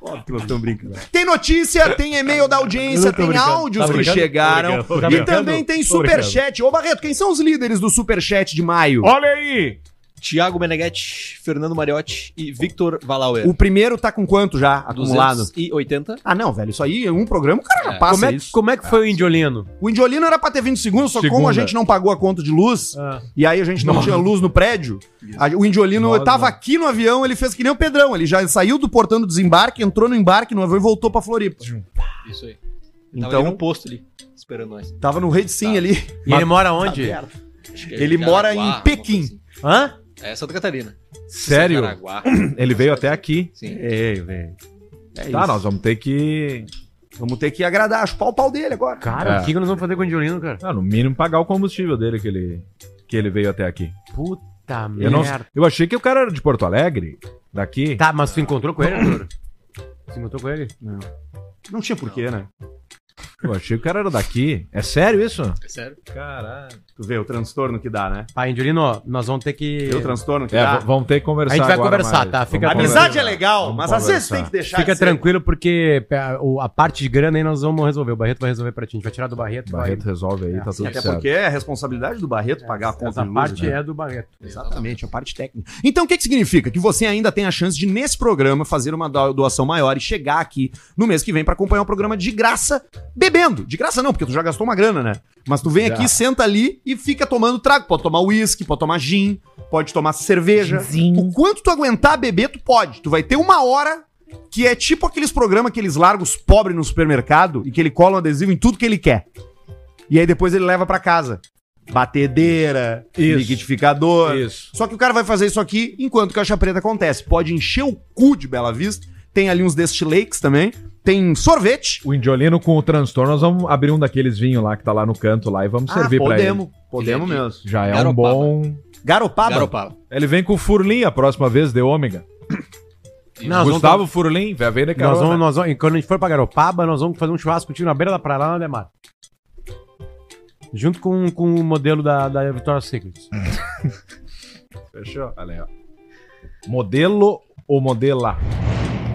[SPEAKER 1] Óbvio que nós estamos brincando. Tem notícia, tem e-mail da
[SPEAKER 3] Eu
[SPEAKER 1] audiência,
[SPEAKER 3] não tô
[SPEAKER 1] tem
[SPEAKER 3] brincando.
[SPEAKER 1] áudios
[SPEAKER 3] Tá
[SPEAKER 1] que
[SPEAKER 3] brincando?
[SPEAKER 1] chegaram.
[SPEAKER 3] Tô brincando. Tá
[SPEAKER 1] E
[SPEAKER 3] brincando?
[SPEAKER 1] também tem
[SPEAKER 3] Tô brincando.
[SPEAKER 1] superchat. Ô Barreto, quem são os líderes do superchat de maio?
[SPEAKER 2] Olha aí!
[SPEAKER 8] Tiago Meneghetti, Fernando Mariotti e Victor Valauer.
[SPEAKER 1] O primeiro tá com quanto já acumulado?
[SPEAKER 8] 280.
[SPEAKER 1] Ah, não, velho, isso aí é um programa, o cara já passa
[SPEAKER 3] como, é,
[SPEAKER 1] isso.
[SPEAKER 3] como é que foi o indiolino?
[SPEAKER 1] O Indiolino era pra ter 20 segundos, só que como
[SPEAKER 2] Segunda.
[SPEAKER 1] a gente não pagou a conta de luz,
[SPEAKER 3] Ah.
[SPEAKER 1] e aí a gente não tinha luz no prédio, a- o Indiolino
[SPEAKER 2] Nós
[SPEAKER 1] tava
[SPEAKER 2] não.
[SPEAKER 1] aqui no avião, ele fez que nem o Pedrão, ele já saiu do portão do desembarque, entrou no embarque no avião e voltou pra Floripa.
[SPEAKER 8] Isso aí. Tava ali
[SPEAKER 1] Então,
[SPEAKER 8] no posto ali, esperando nós.
[SPEAKER 1] tava no Rede Sim
[SPEAKER 8] Tá.
[SPEAKER 1] ali.
[SPEAKER 3] E ele mora onde?
[SPEAKER 8] Acho que é
[SPEAKER 1] Ele
[SPEAKER 8] Jaraguá,
[SPEAKER 1] mora em
[SPEAKER 8] alguma
[SPEAKER 1] Pequim.
[SPEAKER 8] coisa assim.
[SPEAKER 3] Hã?
[SPEAKER 8] É Santa Catarina.
[SPEAKER 2] Sério?
[SPEAKER 8] Jaraguá.
[SPEAKER 2] Ele veio até aqui.
[SPEAKER 8] Sim.
[SPEAKER 1] É, velho. É
[SPEAKER 2] tá,
[SPEAKER 1] isso.
[SPEAKER 2] nós vamos ter que.
[SPEAKER 1] Vamos ter que agradar, chupar o pau dele agora.
[SPEAKER 3] Cara,
[SPEAKER 2] É.
[SPEAKER 3] o que que nós vamos fazer com o indiolino, cara?
[SPEAKER 2] Ah, no mínimo pagar o combustível dele que ele, que ele veio até aqui.
[SPEAKER 3] Puta
[SPEAKER 2] Eu,
[SPEAKER 3] merda.
[SPEAKER 2] não, eu achei que o cara era de Porto Alegre, daqui.
[SPEAKER 3] Tá, mas tu encontrou com ele, Arthur? Tu encontrou com ele?
[SPEAKER 1] Não tinha porquê, né?
[SPEAKER 2] Eu achei que o cara era daqui. É sério isso?
[SPEAKER 8] É sério?
[SPEAKER 2] Caralho.
[SPEAKER 1] Tu vê o transtorno que dá, né?
[SPEAKER 3] Pai, Indiolino, nós vamos ter que.
[SPEAKER 1] Vê o transtorno que
[SPEAKER 2] É,
[SPEAKER 1] dá.
[SPEAKER 2] v- vamos ter que conversar.
[SPEAKER 3] A gente vai
[SPEAKER 2] agora
[SPEAKER 3] conversar, tá? Fica
[SPEAKER 2] Vamos
[SPEAKER 3] tranquilo.
[SPEAKER 1] Amizade
[SPEAKER 2] conversar.
[SPEAKER 1] é legal,
[SPEAKER 2] Vamos
[SPEAKER 1] mas às vezes
[SPEAKER 2] conversar.
[SPEAKER 1] tem que deixar
[SPEAKER 3] Fica
[SPEAKER 1] de ser.
[SPEAKER 3] tranquilo, porque pe- a, o- a parte de grana aí nós vamos resolver. O Barreto vai resolver pra ti. A gente vai tirar do Barreto. vai-
[SPEAKER 2] Barreto resolve aí,
[SPEAKER 3] É,
[SPEAKER 2] tá tudo
[SPEAKER 1] Até
[SPEAKER 2] certo.
[SPEAKER 1] porque é a responsabilidade do Barreto pagar a conta
[SPEAKER 3] Essa
[SPEAKER 1] de luz,
[SPEAKER 3] parte
[SPEAKER 1] né?
[SPEAKER 3] é do Barreto.
[SPEAKER 1] Exatamente, a parte técnica. Então, o que, que significa? Que você ainda tem a chance de, nesse programa, fazer uma do- doação maior e chegar aqui no mês que vem pra acompanhar o programa de graça, bebendo. De graça não, porque tu já gastou uma grana, né? Mas tu vem
[SPEAKER 2] Já.
[SPEAKER 1] aqui, senta ali e fica tomando trago. Pode tomar uísque, pode tomar gin, pode tomar cerveja. O quanto tu aguentar beber, tu pode. Tu vai ter uma hora que é tipo aqueles programas que eles largam os pobres no supermercado e que ele cola um adesivo em tudo que ele quer. E aí depois ele leva pra casa. Batedeira,
[SPEAKER 2] Isso.
[SPEAKER 1] liquidificador.
[SPEAKER 2] Isso.
[SPEAKER 1] Só que o cara vai fazer isso aqui enquanto Caixa Preta acontece. Pode encher o cu de Bela Vista. Tem ali uns destilakes também. Tem sorvete.
[SPEAKER 2] O indiolino com o transtorno, nós vamos abrir um daqueles vinhos lá que tá lá no canto lá e vamos servir pra ele.
[SPEAKER 1] Ah, podemos. Podemos
[SPEAKER 8] Ele
[SPEAKER 1] mesmo.
[SPEAKER 2] Já é um
[SPEAKER 8] Garopaba.
[SPEAKER 2] bom.
[SPEAKER 1] Garopaba.
[SPEAKER 8] Garopaba.
[SPEAKER 2] Ele vem com o Furlim a próxima vez, de ômega.
[SPEAKER 8] Isso.
[SPEAKER 3] Não, nós vamos-
[SPEAKER 2] Gustavo Furlim, vai ver, né, cara?
[SPEAKER 3] Nós vamos, nós vamos, e quando a gente for pra Garopaba, nós vamos fazer um churrasco contigo na beira da praia, lá na Demar. Junto com, com o modelo da, da Victoria's Secret.
[SPEAKER 1] Hum.
[SPEAKER 2] Fechou? Olha aí, ó. Modelo ou modela?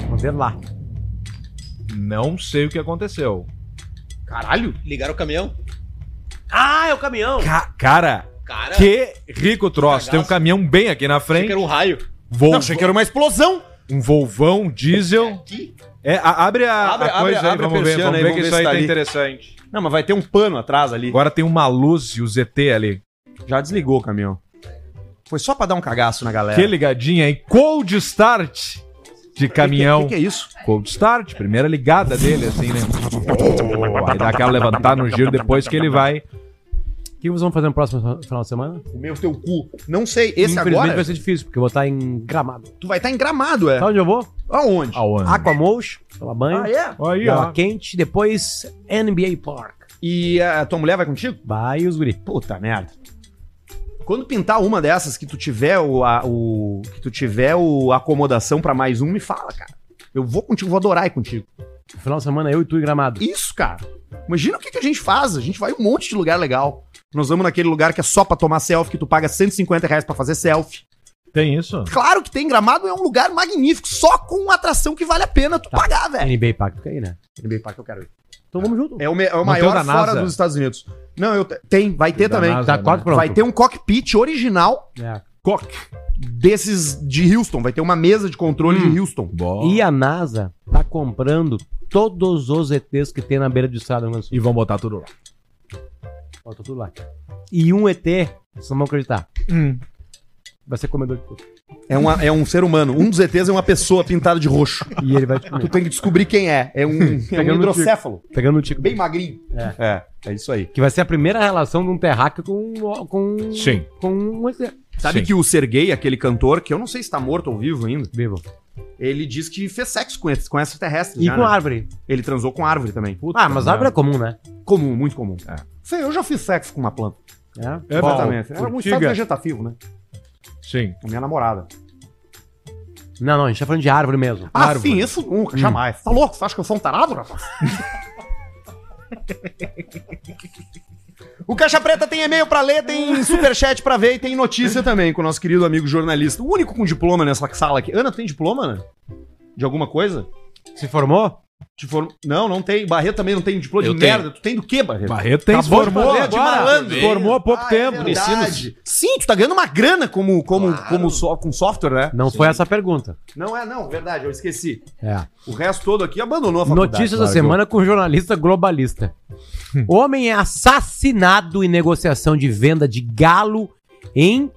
[SPEAKER 3] Modelo lá.
[SPEAKER 2] Não sei o que aconteceu.
[SPEAKER 1] Caralho.
[SPEAKER 8] Ligaram o caminhão.
[SPEAKER 3] Ah, é o caminhão!
[SPEAKER 2] Ca- cara,
[SPEAKER 8] Cara,
[SPEAKER 2] que rico troço.
[SPEAKER 8] Cagaço.
[SPEAKER 2] Tem um caminhão bem aqui na
[SPEAKER 8] achei que
[SPEAKER 2] frente.
[SPEAKER 8] era um raio.
[SPEAKER 2] Vol-
[SPEAKER 1] Não, achei que era uma explosão.
[SPEAKER 2] Um Volvão, diesel.
[SPEAKER 8] Aqui.
[SPEAKER 2] É, a- abre a,
[SPEAKER 1] Abre-
[SPEAKER 2] a coisa
[SPEAKER 1] abre- abre a
[SPEAKER 2] aí, vamos ver.
[SPEAKER 1] persiana
[SPEAKER 2] Vamos
[SPEAKER 1] aí,
[SPEAKER 2] ver
[SPEAKER 1] vamos
[SPEAKER 2] que
[SPEAKER 1] ver
[SPEAKER 2] isso
[SPEAKER 1] se
[SPEAKER 2] aí
[SPEAKER 1] tá
[SPEAKER 2] tá
[SPEAKER 1] ali.
[SPEAKER 2] interessante.
[SPEAKER 1] Não, mas vai ter um pano atrás ali.
[SPEAKER 2] Agora tem uma luz e o ZT ali.
[SPEAKER 1] Já desligou o caminhão. Foi só pra dar um cagaço na galera.
[SPEAKER 2] Que ligadinha aí. Cold start de
[SPEAKER 1] O
[SPEAKER 2] caminhão.
[SPEAKER 1] que é isso?
[SPEAKER 2] Cold start, primeira ligada dele, assim, né? Oh, aí dá aquela levantada no giro depois que ele vai.
[SPEAKER 3] O que vocês vão fazer no próximo final de semana?
[SPEAKER 1] Comer o teu cu. Não sei. Esse
[SPEAKER 3] Infelizmente
[SPEAKER 1] agora,
[SPEAKER 3] vai ser difícil, porque eu vou estar em Gramado.
[SPEAKER 1] tu vai estar tá em Gramado, é. Ah.
[SPEAKER 3] Sabe onde eu vou?
[SPEAKER 1] Aonde?
[SPEAKER 2] Aonde?
[SPEAKER 3] Aquamosh, tomar banho,
[SPEAKER 1] é?
[SPEAKER 2] Aí,
[SPEAKER 3] água
[SPEAKER 2] ó.
[SPEAKER 3] quente, depois NBA Park.
[SPEAKER 1] E a tua mulher vai contigo?
[SPEAKER 3] Vai os guri.
[SPEAKER 1] Puta merda. Quando pintar uma dessas que tu tiver o, a, o- que tu tiver o a acomodação pra mais um, me fala, cara. Eu vou contigo, vou adorar ir contigo.
[SPEAKER 3] Final de semana eu e tu em Gramado.
[SPEAKER 1] Isso, cara. Imagina o que, que a gente faz. A gente vai em um monte de lugar legal. Nós vamos naquele lugar que é só pra tomar selfie, que tu paga 150 reais pra fazer selfie.
[SPEAKER 2] Tem isso?
[SPEAKER 1] Claro que tem, Gramado é um lugar magnífico, só com uma atração que vale a pena tu
[SPEAKER 3] Tá.
[SPEAKER 1] pagar, velho.
[SPEAKER 3] NBA Impact fica aí, né?
[SPEAKER 1] NBA Park eu quero ir.
[SPEAKER 3] Então vamos junto.
[SPEAKER 1] É o, me- é
[SPEAKER 2] Não tem
[SPEAKER 1] o
[SPEAKER 2] o
[SPEAKER 1] maior
[SPEAKER 2] da
[SPEAKER 1] fora
[SPEAKER 2] NASA?
[SPEAKER 1] dos Estados Unidos. Não, eu te- tem, vai ter
[SPEAKER 2] Da
[SPEAKER 1] também.
[SPEAKER 2] NASA,
[SPEAKER 3] Tá quase pronto.
[SPEAKER 1] Vai ter um cockpit original
[SPEAKER 3] É.
[SPEAKER 2] Coque.
[SPEAKER 1] desses de Houston, vai ter uma mesa de controle
[SPEAKER 2] Hum.
[SPEAKER 1] de Houston.
[SPEAKER 3] E a NASA tá comprando todos os ETs que tem na beira de estrada no Rio Grande do Sul.
[SPEAKER 2] E vão botar tudo lá.
[SPEAKER 3] Ó, tá tudo lá. E um ET, vocês não vão acreditar,
[SPEAKER 1] Hum.
[SPEAKER 3] vai ser comedor de tudo.
[SPEAKER 1] É, uma- é um ser humano. Um dos ETs é uma pessoa pintada de roxo.
[SPEAKER 3] E ele vai te
[SPEAKER 1] Tu
[SPEAKER 3] comer.
[SPEAKER 1] tem que descobrir quem é. É um, é um
[SPEAKER 3] Pegando
[SPEAKER 1] hidrocéfalo.
[SPEAKER 3] Pegando o tico.
[SPEAKER 1] Bem magrinho.
[SPEAKER 3] É.
[SPEAKER 1] é, é isso aí.
[SPEAKER 3] Que vai ser a primeira relação de um terráqueo com, com,
[SPEAKER 2] Sim.
[SPEAKER 3] com um ET.
[SPEAKER 1] Sabe
[SPEAKER 2] Sim.
[SPEAKER 1] que o Sergei, aquele cantor, que eu não sei se tá morto ou vivo ainda,
[SPEAKER 3] Vivo.
[SPEAKER 1] ele diz que fez sexo com esse, com essa terrestre.
[SPEAKER 3] E
[SPEAKER 1] já,
[SPEAKER 3] com
[SPEAKER 1] né?
[SPEAKER 3] árvore.
[SPEAKER 1] Ele transou com árvore também.
[SPEAKER 3] ah, mas árvore é comum, né?
[SPEAKER 1] Comum, muito comum.
[SPEAKER 2] É.
[SPEAKER 1] Sei, eu já fiz sexo com uma planta.
[SPEAKER 3] É.
[SPEAKER 2] É
[SPEAKER 1] Bom,
[SPEAKER 2] verdade.
[SPEAKER 1] Exatamente. Era um
[SPEAKER 2] Urtiga.
[SPEAKER 1] estado vegetativo, né?
[SPEAKER 2] Sim.
[SPEAKER 1] Com minha namorada.
[SPEAKER 3] Não, não, a gente tá falando de árvore mesmo.
[SPEAKER 1] Ah,
[SPEAKER 2] Árvore.
[SPEAKER 1] sim, isso nunca, jamais. Tá louco? Você acha que eu sou um tarado, rapaz? O Caixa Preta tem e-mail pra ler, tem superchat pra ver e tem notícia também com o nosso querido amigo jornalista. O único com diploma nessa sala aqui. Ana, tu tem diploma, né? De alguma coisa?
[SPEAKER 3] Se formou?
[SPEAKER 1] Te form... Não, não tem. Barreto também não tem diploma
[SPEAKER 8] Eu
[SPEAKER 1] de
[SPEAKER 8] tenho.
[SPEAKER 1] merda. Tu tem do quê, Barreto?
[SPEAKER 2] Barreto tem
[SPEAKER 1] Acabou de
[SPEAKER 2] formou
[SPEAKER 1] fazer de
[SPEAKER 2] agora.
[SPEAKER 1] malandro.
[SPEAKER 2] Formou há pouco
[SPEAKER 1] Ah, é
[SPEAKER 2] tempo.
[SPEAKER 1] verdade. Sim, tu tá ganhando uma grana como, como, como so- com software, né?
[SPEAKER 3] Não foi essa a pergunta.
[SPEAKER 1] Não é, não, verdade, eu esqueci.
[SPEAKER 3] É.
[SPEAKER 1] O resto todo aqui abandonou a faculdade. Hum.
[SPEAKER 3] Notícias da
[SPEAKER 1] largou.
[SPEAKER 3] semana com jornalista globalista. Homem é assassinado em negociação de venda de galo em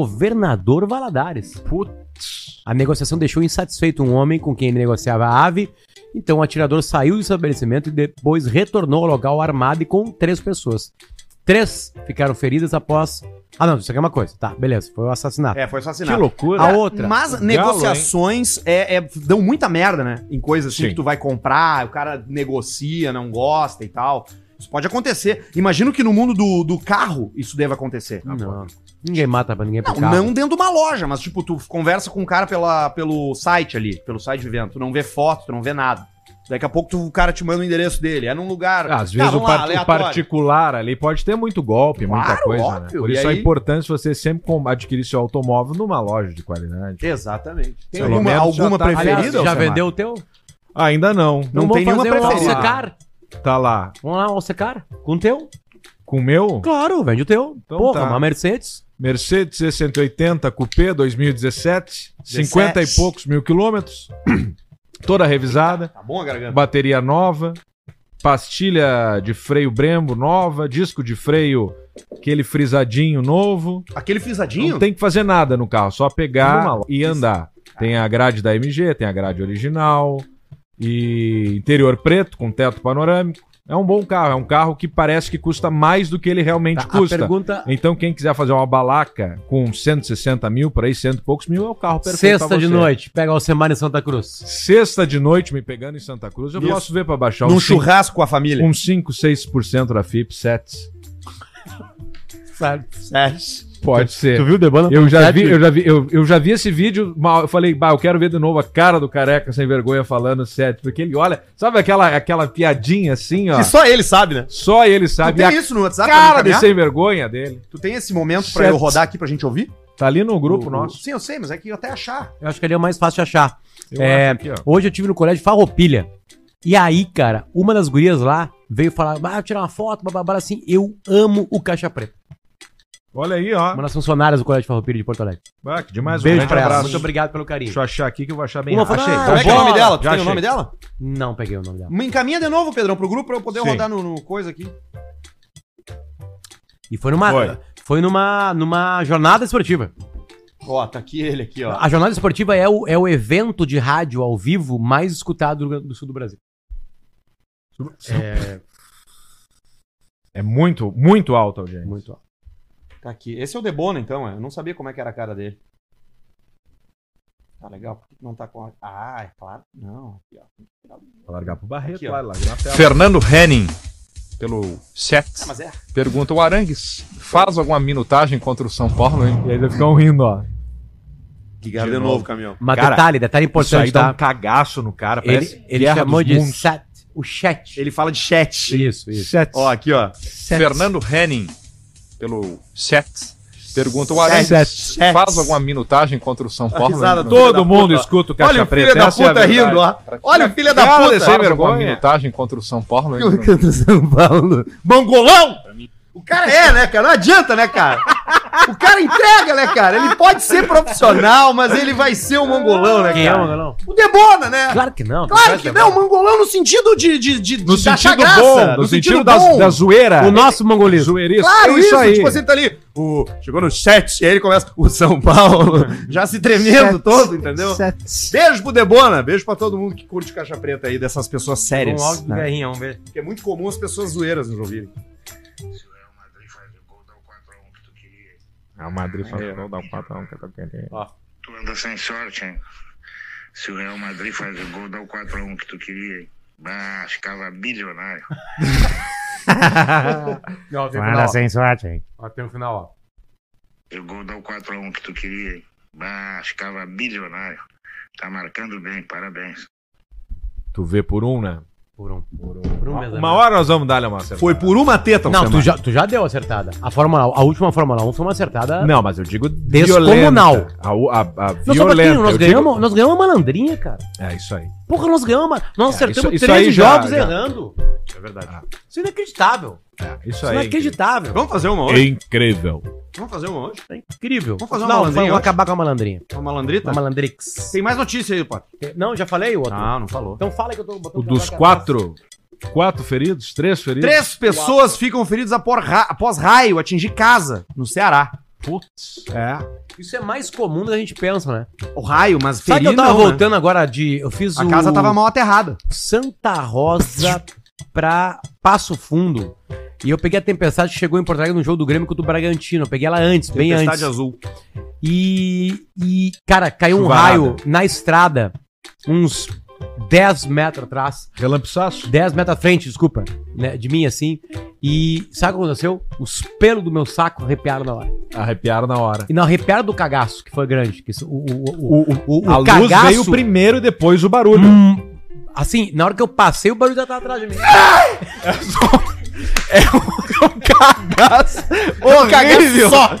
[SPEAKER 3] Governador Valadares. Putz. A negociação deixou insatisfeito um homem com quem ele negociava a ave. Então o atirador saiu do estabelecimento e depois retornou ao local armado e com três pessoas. Três ficaram feridas após. Ah, não, isso aqui é uma coisa. Tá, beleza. Foi o assassinato.
[SPEAKER 1] É, foi assassinado.
[SPEAKER 2] Que loucura.
[SPEAKER 3] A outra.
[SPEAKER 1] Mas
[SPEAKER 2] Galo,
[SPEAKER 1] negociações é, é- dão muita merda, né? Em coisas assim
[SPEAKER 2] Sim.
[SPEAKER 1] que tu vai comprar, o cara negocia, não gosta e tal. Isso pode acontecer. Imagino que no mundo do, do carro isso deva acontecer.
[SPEAKER 3] Não. Ninguém mata pra ninguém
[SPEAKER 1] Não,
[SPEAKER 3] carro.
[SPEAKER 1] não dentro de uma loja, mas tipo, tu conversa com um cara pela, pelo site ali, pelo site de vento, tu não vê foto, tu não vê nada. Daqui a pouco tu, o cara te manda o endereço dele, é num lugar.
[SPEAKER 2] Ah, Às
[SPEAKER 1] Tá,
[SPEAKER 2] vezes o,
[SPEAKER 1] vamos lá,
[SPEAKER 2] par- o
[SPEAKER 1] aleatório.
[SPEAKER 2] particular ali pode ter muito golpe, muita
[SPEAKER 1] Claro,
[SPEAKER 2] coisa. Né?
[SPEAKER 1] óbvio.
[SPEAKER 2] Por
[SPEAKER 1] E
[SPEAKER 2] isso a
[SPEAKER 1] aí-
[SPEAKER 2] importância de você sempre com- adquirir seu automóvel numa loja de qualidade.
[SPEAKER 1] Exatamente. Tem
[SPEAKER 2] Pelo
[SPEAKER 1] alguma,
[SPEAKER 2] menos
[SPEAKER 1] alguma
[SPEAKER 2] já tá-
[SPEAKER 1] preferida?
[SPEAKER 3] Aliás, já
[SPEAKER 1] é Alcemar?
[SPEAKER 3] vendeu o teu?
[SPEAKER 2] Ainda não.
[SPEAKER 1] Não
[SPEAKER 3] vamos
[SPEAKER 1] tem nenhuma
[SPEAKER 3] fazer o
[SPEAKER 1] preferida.
[SPEAKER 3] Alcecar?
[SPEAKER 2] Tá lá.
[SPEAKER 3] Vamos lá, Alcecar? Com o teu?
[SPEAKER 2] Com o meu,
[SPEAKER 3] Claro, vende o teu.
[SPEAKER 2] Então
[SPEAKER 3] Porra,
[SPEAKER 2] tá.
[SPEAKER 3] uma Mercedes.
[SPEAKER 2] Mercedes C180 Coupé 2017, 50 e
[SPEAKER 1] Dezessete.
[SPEAKER 2] poucos mil quilômetros, toda revisada,
[SPEAKER 1] Tá bom, garganta?
[SPEAKER 2] bateria nova, pastilha de freio Brembo nova, disco de freio, aquele frisadinho novo.
[SPEAKER 1] Aquele
[SPEAKER 2] Não
[SPEAKER 1] frisadinho?
[SPEAKER 2] tem que fazer nada no carro, só pegar e andar. Tem a grade da MG, tem a grade original e interior preto com teto panorâmico. É um bom carro, é um carro que parece que custa mais do que ele realmente
[SPEAKER 3] Tá, a
[SPEAKER 2] custa.
[SPEAKER 3] pergunta
[SPEAKER 2] Então quem quiser fazer uma balaca com 160 mil, por aí, cento e poucos mil, é o carro perfeito pra
[SPEAKER 3] sexta
[SPEAKER 2] você.
[SPEAKER 3] de noite. Pega o Semana em Santa Cruz.
[SPEAKER 2] Sexta de noite, me pegando em Santa Cruz, eu
[SPEAKER 1] Isso.
[SPEAKER 2] posso ver pra baixar
[SPEAKER 1] Num
[SPEAKER 2] uns cinco-
[SPEAKER 1] churrasco com a família.
[SPEAKER 2] uns 5, 6% da FIP, 7.
[SPEAKER 3] Certo.
[SPEAKER 1] É.
[SPEAKER 2] Pode ser.
[SPEAKER 3] viu o Debana?
[SPEAKER 2] Eu já vi, eu já vi, eu, eu já vi esse vídeo, mal, eu falei, bah, eu quero ver de novo a cara do careca sem vergonha falando sete, porque ele olha, sabe aquela aquela piadinha assim, ó.
[SPEAKER 1] Que só ele sabe, né?
[SPEAKER 2] Só ele
[SPEAKER 1] Tu
[SPEAKER 2] sabe e
[SPEAKER 1] tem
[SPEAKER 2] a
[SPEAKER 1] isso né? no WhatsApp? pra me
[SPEAKER 2] cara de
[SPEAKER 1] encaminhar?
[SPEAKER 2] sem vergonha dele.
[SPEAKER 1] Tu tem esse momento pra
[SPEAKER 2] Certo.
[SPEAKER 1] eu rodar aqui pra gente ouvir?
[SPEAKER 2] Tá ali no grupo nosso.
[SPEAKER 1] Sim, eu sei, mas é que eu até achar.
[SPEAKER 3] Eu acho que ali é o mais fácil de achar.
[SPEAKER 2] Eu
[SPEAKER 3] É,
[SPEAKER 2] acho aqui, ó.
[SPEAKER 3] Hoje eu tive no colégio Farroupilha. E aí, cara, uma das gurias lá veio falar, ah, eu tirar uma foto, bababá, assim, eu amo o Caixa Preta.
[SPEAKER 2] Olha aí, ó.
[SPEAKER 3] Uma das funcionárias do colégio Farroupilha de Porto Alegre.
[SPEAKER 2] Bah, que demais, um
[SPEAKER 3] Beijo
[SPEAKER 2] grande
[SPEAKER 3] pra ela.
[SPEAKER 2] abraço.
[SPEAKER 3] Muito obrigado pelo carinho.
[SPEAKER 2] Deixa eu achar aqui que eu vou achar bem
[SPEAKER 3] Uma
[SPEAKER 2] rápido.
[SPEAKER 3] falou, ah,
[SPEAKER 1] Como é que é o nome
[SPEAKER 3] bola,
[SPEAKER 1] dela? Tu
[SPEAKER 2] já
[SPEAKER 1] tem o nome
[SPEAKER 2] achei.
[SPEAKER 1] dela?
[SPEAKER 3] Não peguei o nome dela.
[SPEAKER 1] Me encaminha de novo, Pedrão, pro grupo pra eu poder
[SPEAKER 2] Sim.
[SPEAKER 1] rodar no, no coisa aqui.
[SPEAKER 3] E foi numa
[SPEAKER 2] Foi.
[SPEAKER 3] foi, numa numa jornada esportiva.
[SPEAKER 1] Ó, tá aqui ele aqui, ó.
[SPEAKER 3] A jornada esportiva é o, é o evento de rádio ao vivo mais escutado do, Rio Grande do sul do Brasil. É,
[SPEAKER 2] É muito, muito alto, gente.
[SPEAKER 3] muito alto.
[SPEAKER 1] Tá aqui. Esse é o Debona, então, é. Eu não sabia como é que era a cara dele. Tá legal, por que que não tá com a... Ah, é claro. que Não, aqui, ó.
[SPEAKER 2] Vou largar pro Barreto,
[SPEAKER 1] Aqui, ó.
[SPEAKER 2] vai, larga na tela.
[SPEAKER 9] Fernando Henning, pelo
[SPEAKER 1] Ah,
[SPEAKER 9] set,
[SPEAKER 1] mas é.
[SPEAKER 9] pergunta: o Arangues faz alguma minutagem contra o São Paulo, hein?
[SPEAKER 2] E aí vai ficar um rindo, ó.
[SPEAKER 1] Ligaram de, novo, caminhão.
[SPEAKER 3] Mas
[SPEAKER 2] Cara,
[SPEAKER 3] detalhe, detalhe
[SPEAKER 2] Isso aí
[SPEAKER 3] importante,
[SPEAKER 2] dá um
[SPEAKER 3] tá?
[SPEAKER 2] cagaço no cara, parece
[SPEAKER 3] Ele, ele chamou de chat, o chat.
[SPEAKER 1] Ele fala de chat.
[SPEAKER 3] Isso, isso.
[SPEAKER 2] Sete.
[SPEAKER 1] Ó, aqui, ó.
[SPEAKER 9] Fernando Henning, pelo set, Pergunta o Arantes.
[SPEAKER 2] Sete.
[SPEAKER 9] Faz alguma minutagem contra o São
[SPEAKER 1] A
[SPEAKER 9] Paulo?
[SPEAKER 1] risada do-
[SPEAKER 2] Todo
[SPEAKER 1] Filho da
[SPEAKER 2] mundo
[SPEAKER 1] puta.
[SPEAKER 2] escuta o Caixa
[SPEAKER 1] Olha o filho
[SPEAKER 2] Preta,
[SPEAKER 1] da
[SPEAKER 2] essa é a
[SPEAKER 1] puta
[SPEAKER 2] verdade.
[SPEAKER 1] rindo lá. Olha o filho da
[SPEAKER 2] Cara,
[SPEAKER 1] puta.
[SPEAKER 2] sem
[SPEAKER 9] Faz alguma
[SPEAKER 2] vergonha.
[SPEAKER 9] minutagem contra o São Paulo? hein, Bruno?
[SPEAKER 1] contra o São Paulo. Mongolão! O cara é, né, cara? Não adianta, né, cara? O cara entrega, né, cara? Ele pode ser profissional, mas ele vai ser um mongolão, né,
[SPEAKER 3] Quem é o
[SPEAKER 1] cara?
[SPEAKER 3] Mangolão?
[SPEAKER 1] O Debona, né?
[SPEAKER 3] Claro que não.
[SPEAKER 1] Claro que não, mongolão no sentido de, de, de, de
[SPEAKER 2] No
[SPEAKER 1] de achar
[SPEAKER 2] sentido bom,
[SPEAKER 1] no,
[SPEAKER 2] no sentido da,
[SPEAKER 1] bom.
[SPEAKER 2] da zoeira.
[SPEAKER 3] O nosso mangolista.
[SPEAKER 2] Zoeirista.
[SPEAKER 1] Claro,
[SPEAKER 2] é
[SPEAKER 1] isso, tipo assim, tá ali. O, chegou no sete, e aí ele começa, o São Paulo, já se tremendo todo, entendeu? Beijo pro Debona, beijo pra todo mundo que curte Caixa Preta aí, dessas pessoas sérias.
[SPEAKER 3] Um áudio do
[SPEAKER 1] né?
[SPEAKER 3] Guerrinha, vamos ver.
[SPEAKER 1] Porque é muito comum as pessoas zoeiras nos ouvirem.
[SPEAKER 9] É, o Madrid falou, não dá um patão que eu tô querendo.
[SPEAKER 5] Tu anda sem sorte, hein? Se o Real Madrid faz o gol, dá o 4x1 que tu queria, hein? Ah, ficava bilionário.
[SPEAKER 3] Não, tem o final. sem sorte, hein? Ó, tem o final, ó.
[SPEAKER 5] O gol dá o 4x1 que tu queria, hein? Ah, ficava bilionário. Tá marcando bem, parabéns.
[SPEAKER 2] Tu vê por um, né?
[SPEAKER 3] Por um. Por um. Por um mesmo.
[SPEAKER 2] Uma hora nós vamos dar-lhe uma acertada.
[SPEAKER 1] Foi por uma teta,
[SPEAKER 3] Não,
[SPEAKER 1] Alcemar.
[SPEAKER 3] tu já, tu já deu acertada. A, Fórmula, um, a última Fórmula 1 foi uma acertada.
[SPEAKER 2] Não, mas eu digo
[SPEAKER 3] Descomunal.
[SPEAKER 2] violenta. A, a, a
[SPEAKER 3] Nós, só um pouquinho,
[SPEAKER 2] violenta.
[SPEAKER 3] nós,
[SPEAKER 2] eu
[SPEAKER 3] ganhamos, nós ganhamos uma malandrinha, cara.
[SPEAKER 2] digo- É isso aí.
[SPEAKER 3] Porra, nós ganhamos. uma- Nós
[SPEAKER 2] É,
[SPEAKER 3] acertamos
[SPEAKER 2] isso- isso aí
[SPEAKER 3] 13
[SPEAKER 2] já-
[SPEAKER 3] jogos
[SPEAKER 2] já-
[SPEAKER 3] errando.
[SPEAKER 1] É verdade.
[SPEAKER 3] Isso é inacreditável.
[SPEAKER 2] É, isso
[SPEAKER 3] Isso
[SPEAKER 2] aí.
[SPEAKER 3] é inacreditável.
[SPEAKER 1] Vamos fazer uma hoje?
[SPEAKER 2] Incrível.
[SPEAKER 1] Vamos fazer uma hoje?
[SPEAKER 3] É incrível.
[SPEAKER 1] Vamos fazer uma
[SPEAKER 3] não,
[SPEAKER 1] malandrinha Tá.
[SPEAKER 3] vamos
[SPEAKER 1] hoje?
[SPEAKER 3] acabar com a malandrinha.
[SPEAKER 1] É Uma malandrita?
[SPEAKER 3] Uma malandrix.
[SPEAKER 1] Tem mais notícia aí, Pato.
[SPEAKER 3] Não, já falei o outro.
[SPEAKER 1] não falou.
[SPEAKER 3] Então fala que eu tô botando...
[SPEAKER 2] O dos quatro. Quatro feridos? Três feridos?
[SPEAKER 1] Três pessoas ficam feridas após, ra- após raio atingir casa, no Ceará.
[SPEAKER 2] Putz.
[SPEAKER 1] É.
[SPEAKER 3] Isso é mais comum do que a gente pensa, né?
[SPEAKER 1] O raio, mas
[SPEAKER 3] Sabe
[SPEAKER 1] ferido.
[SPEAKER 3] que eu tava
[SPEAKER 1] não, né?
[SPEAKER 3] voltando agora de... Eu fiz
[SPEAKER 1] A casa tava mal aterrada.
[SPEAKER 3] Santa Rosa pra Passo Fundo. E eu peguei a tempestade que chegou em Porto Alegre no jogo do Grêmio contra o Bragantino. Eu peguei ela antes, bem antes.
[SPEAKER 1] azul.
[SPEAKER 3] E, e, cara, caiu um
[SPEAKER 2] Chuvarada.
[SPEAKER 3] raio na estrada, uns 10 metros atrás.
[SPEAKER 2] Relampiçaço.
[SPEAKER 3] 10 metros à frente, desculpa, né, de mim assim. E sabe o que aconteceu? Os pelos do meu saco arrepiaram na hora.
[SPEAKER 2] Arrepiaram na hora.
[SPEAKER 3] E não arrepiaram do cagaço, que foi grande. Que isso- o, o, o,
[SPEAKER 2] O,
[SPEAKER 3] o- o
[SPEAKER 2] a luz
[SPEAKER 3] cagaço-
[SPEAKER 2] veio primeiro e depois o barulho.
[SPEAKER 3] Hum, assim, na hora que eu passei, o barulho já tava atrás de mim.
[SPEAKER 2] É um,
[SPEAKER 1] Horrível. Só.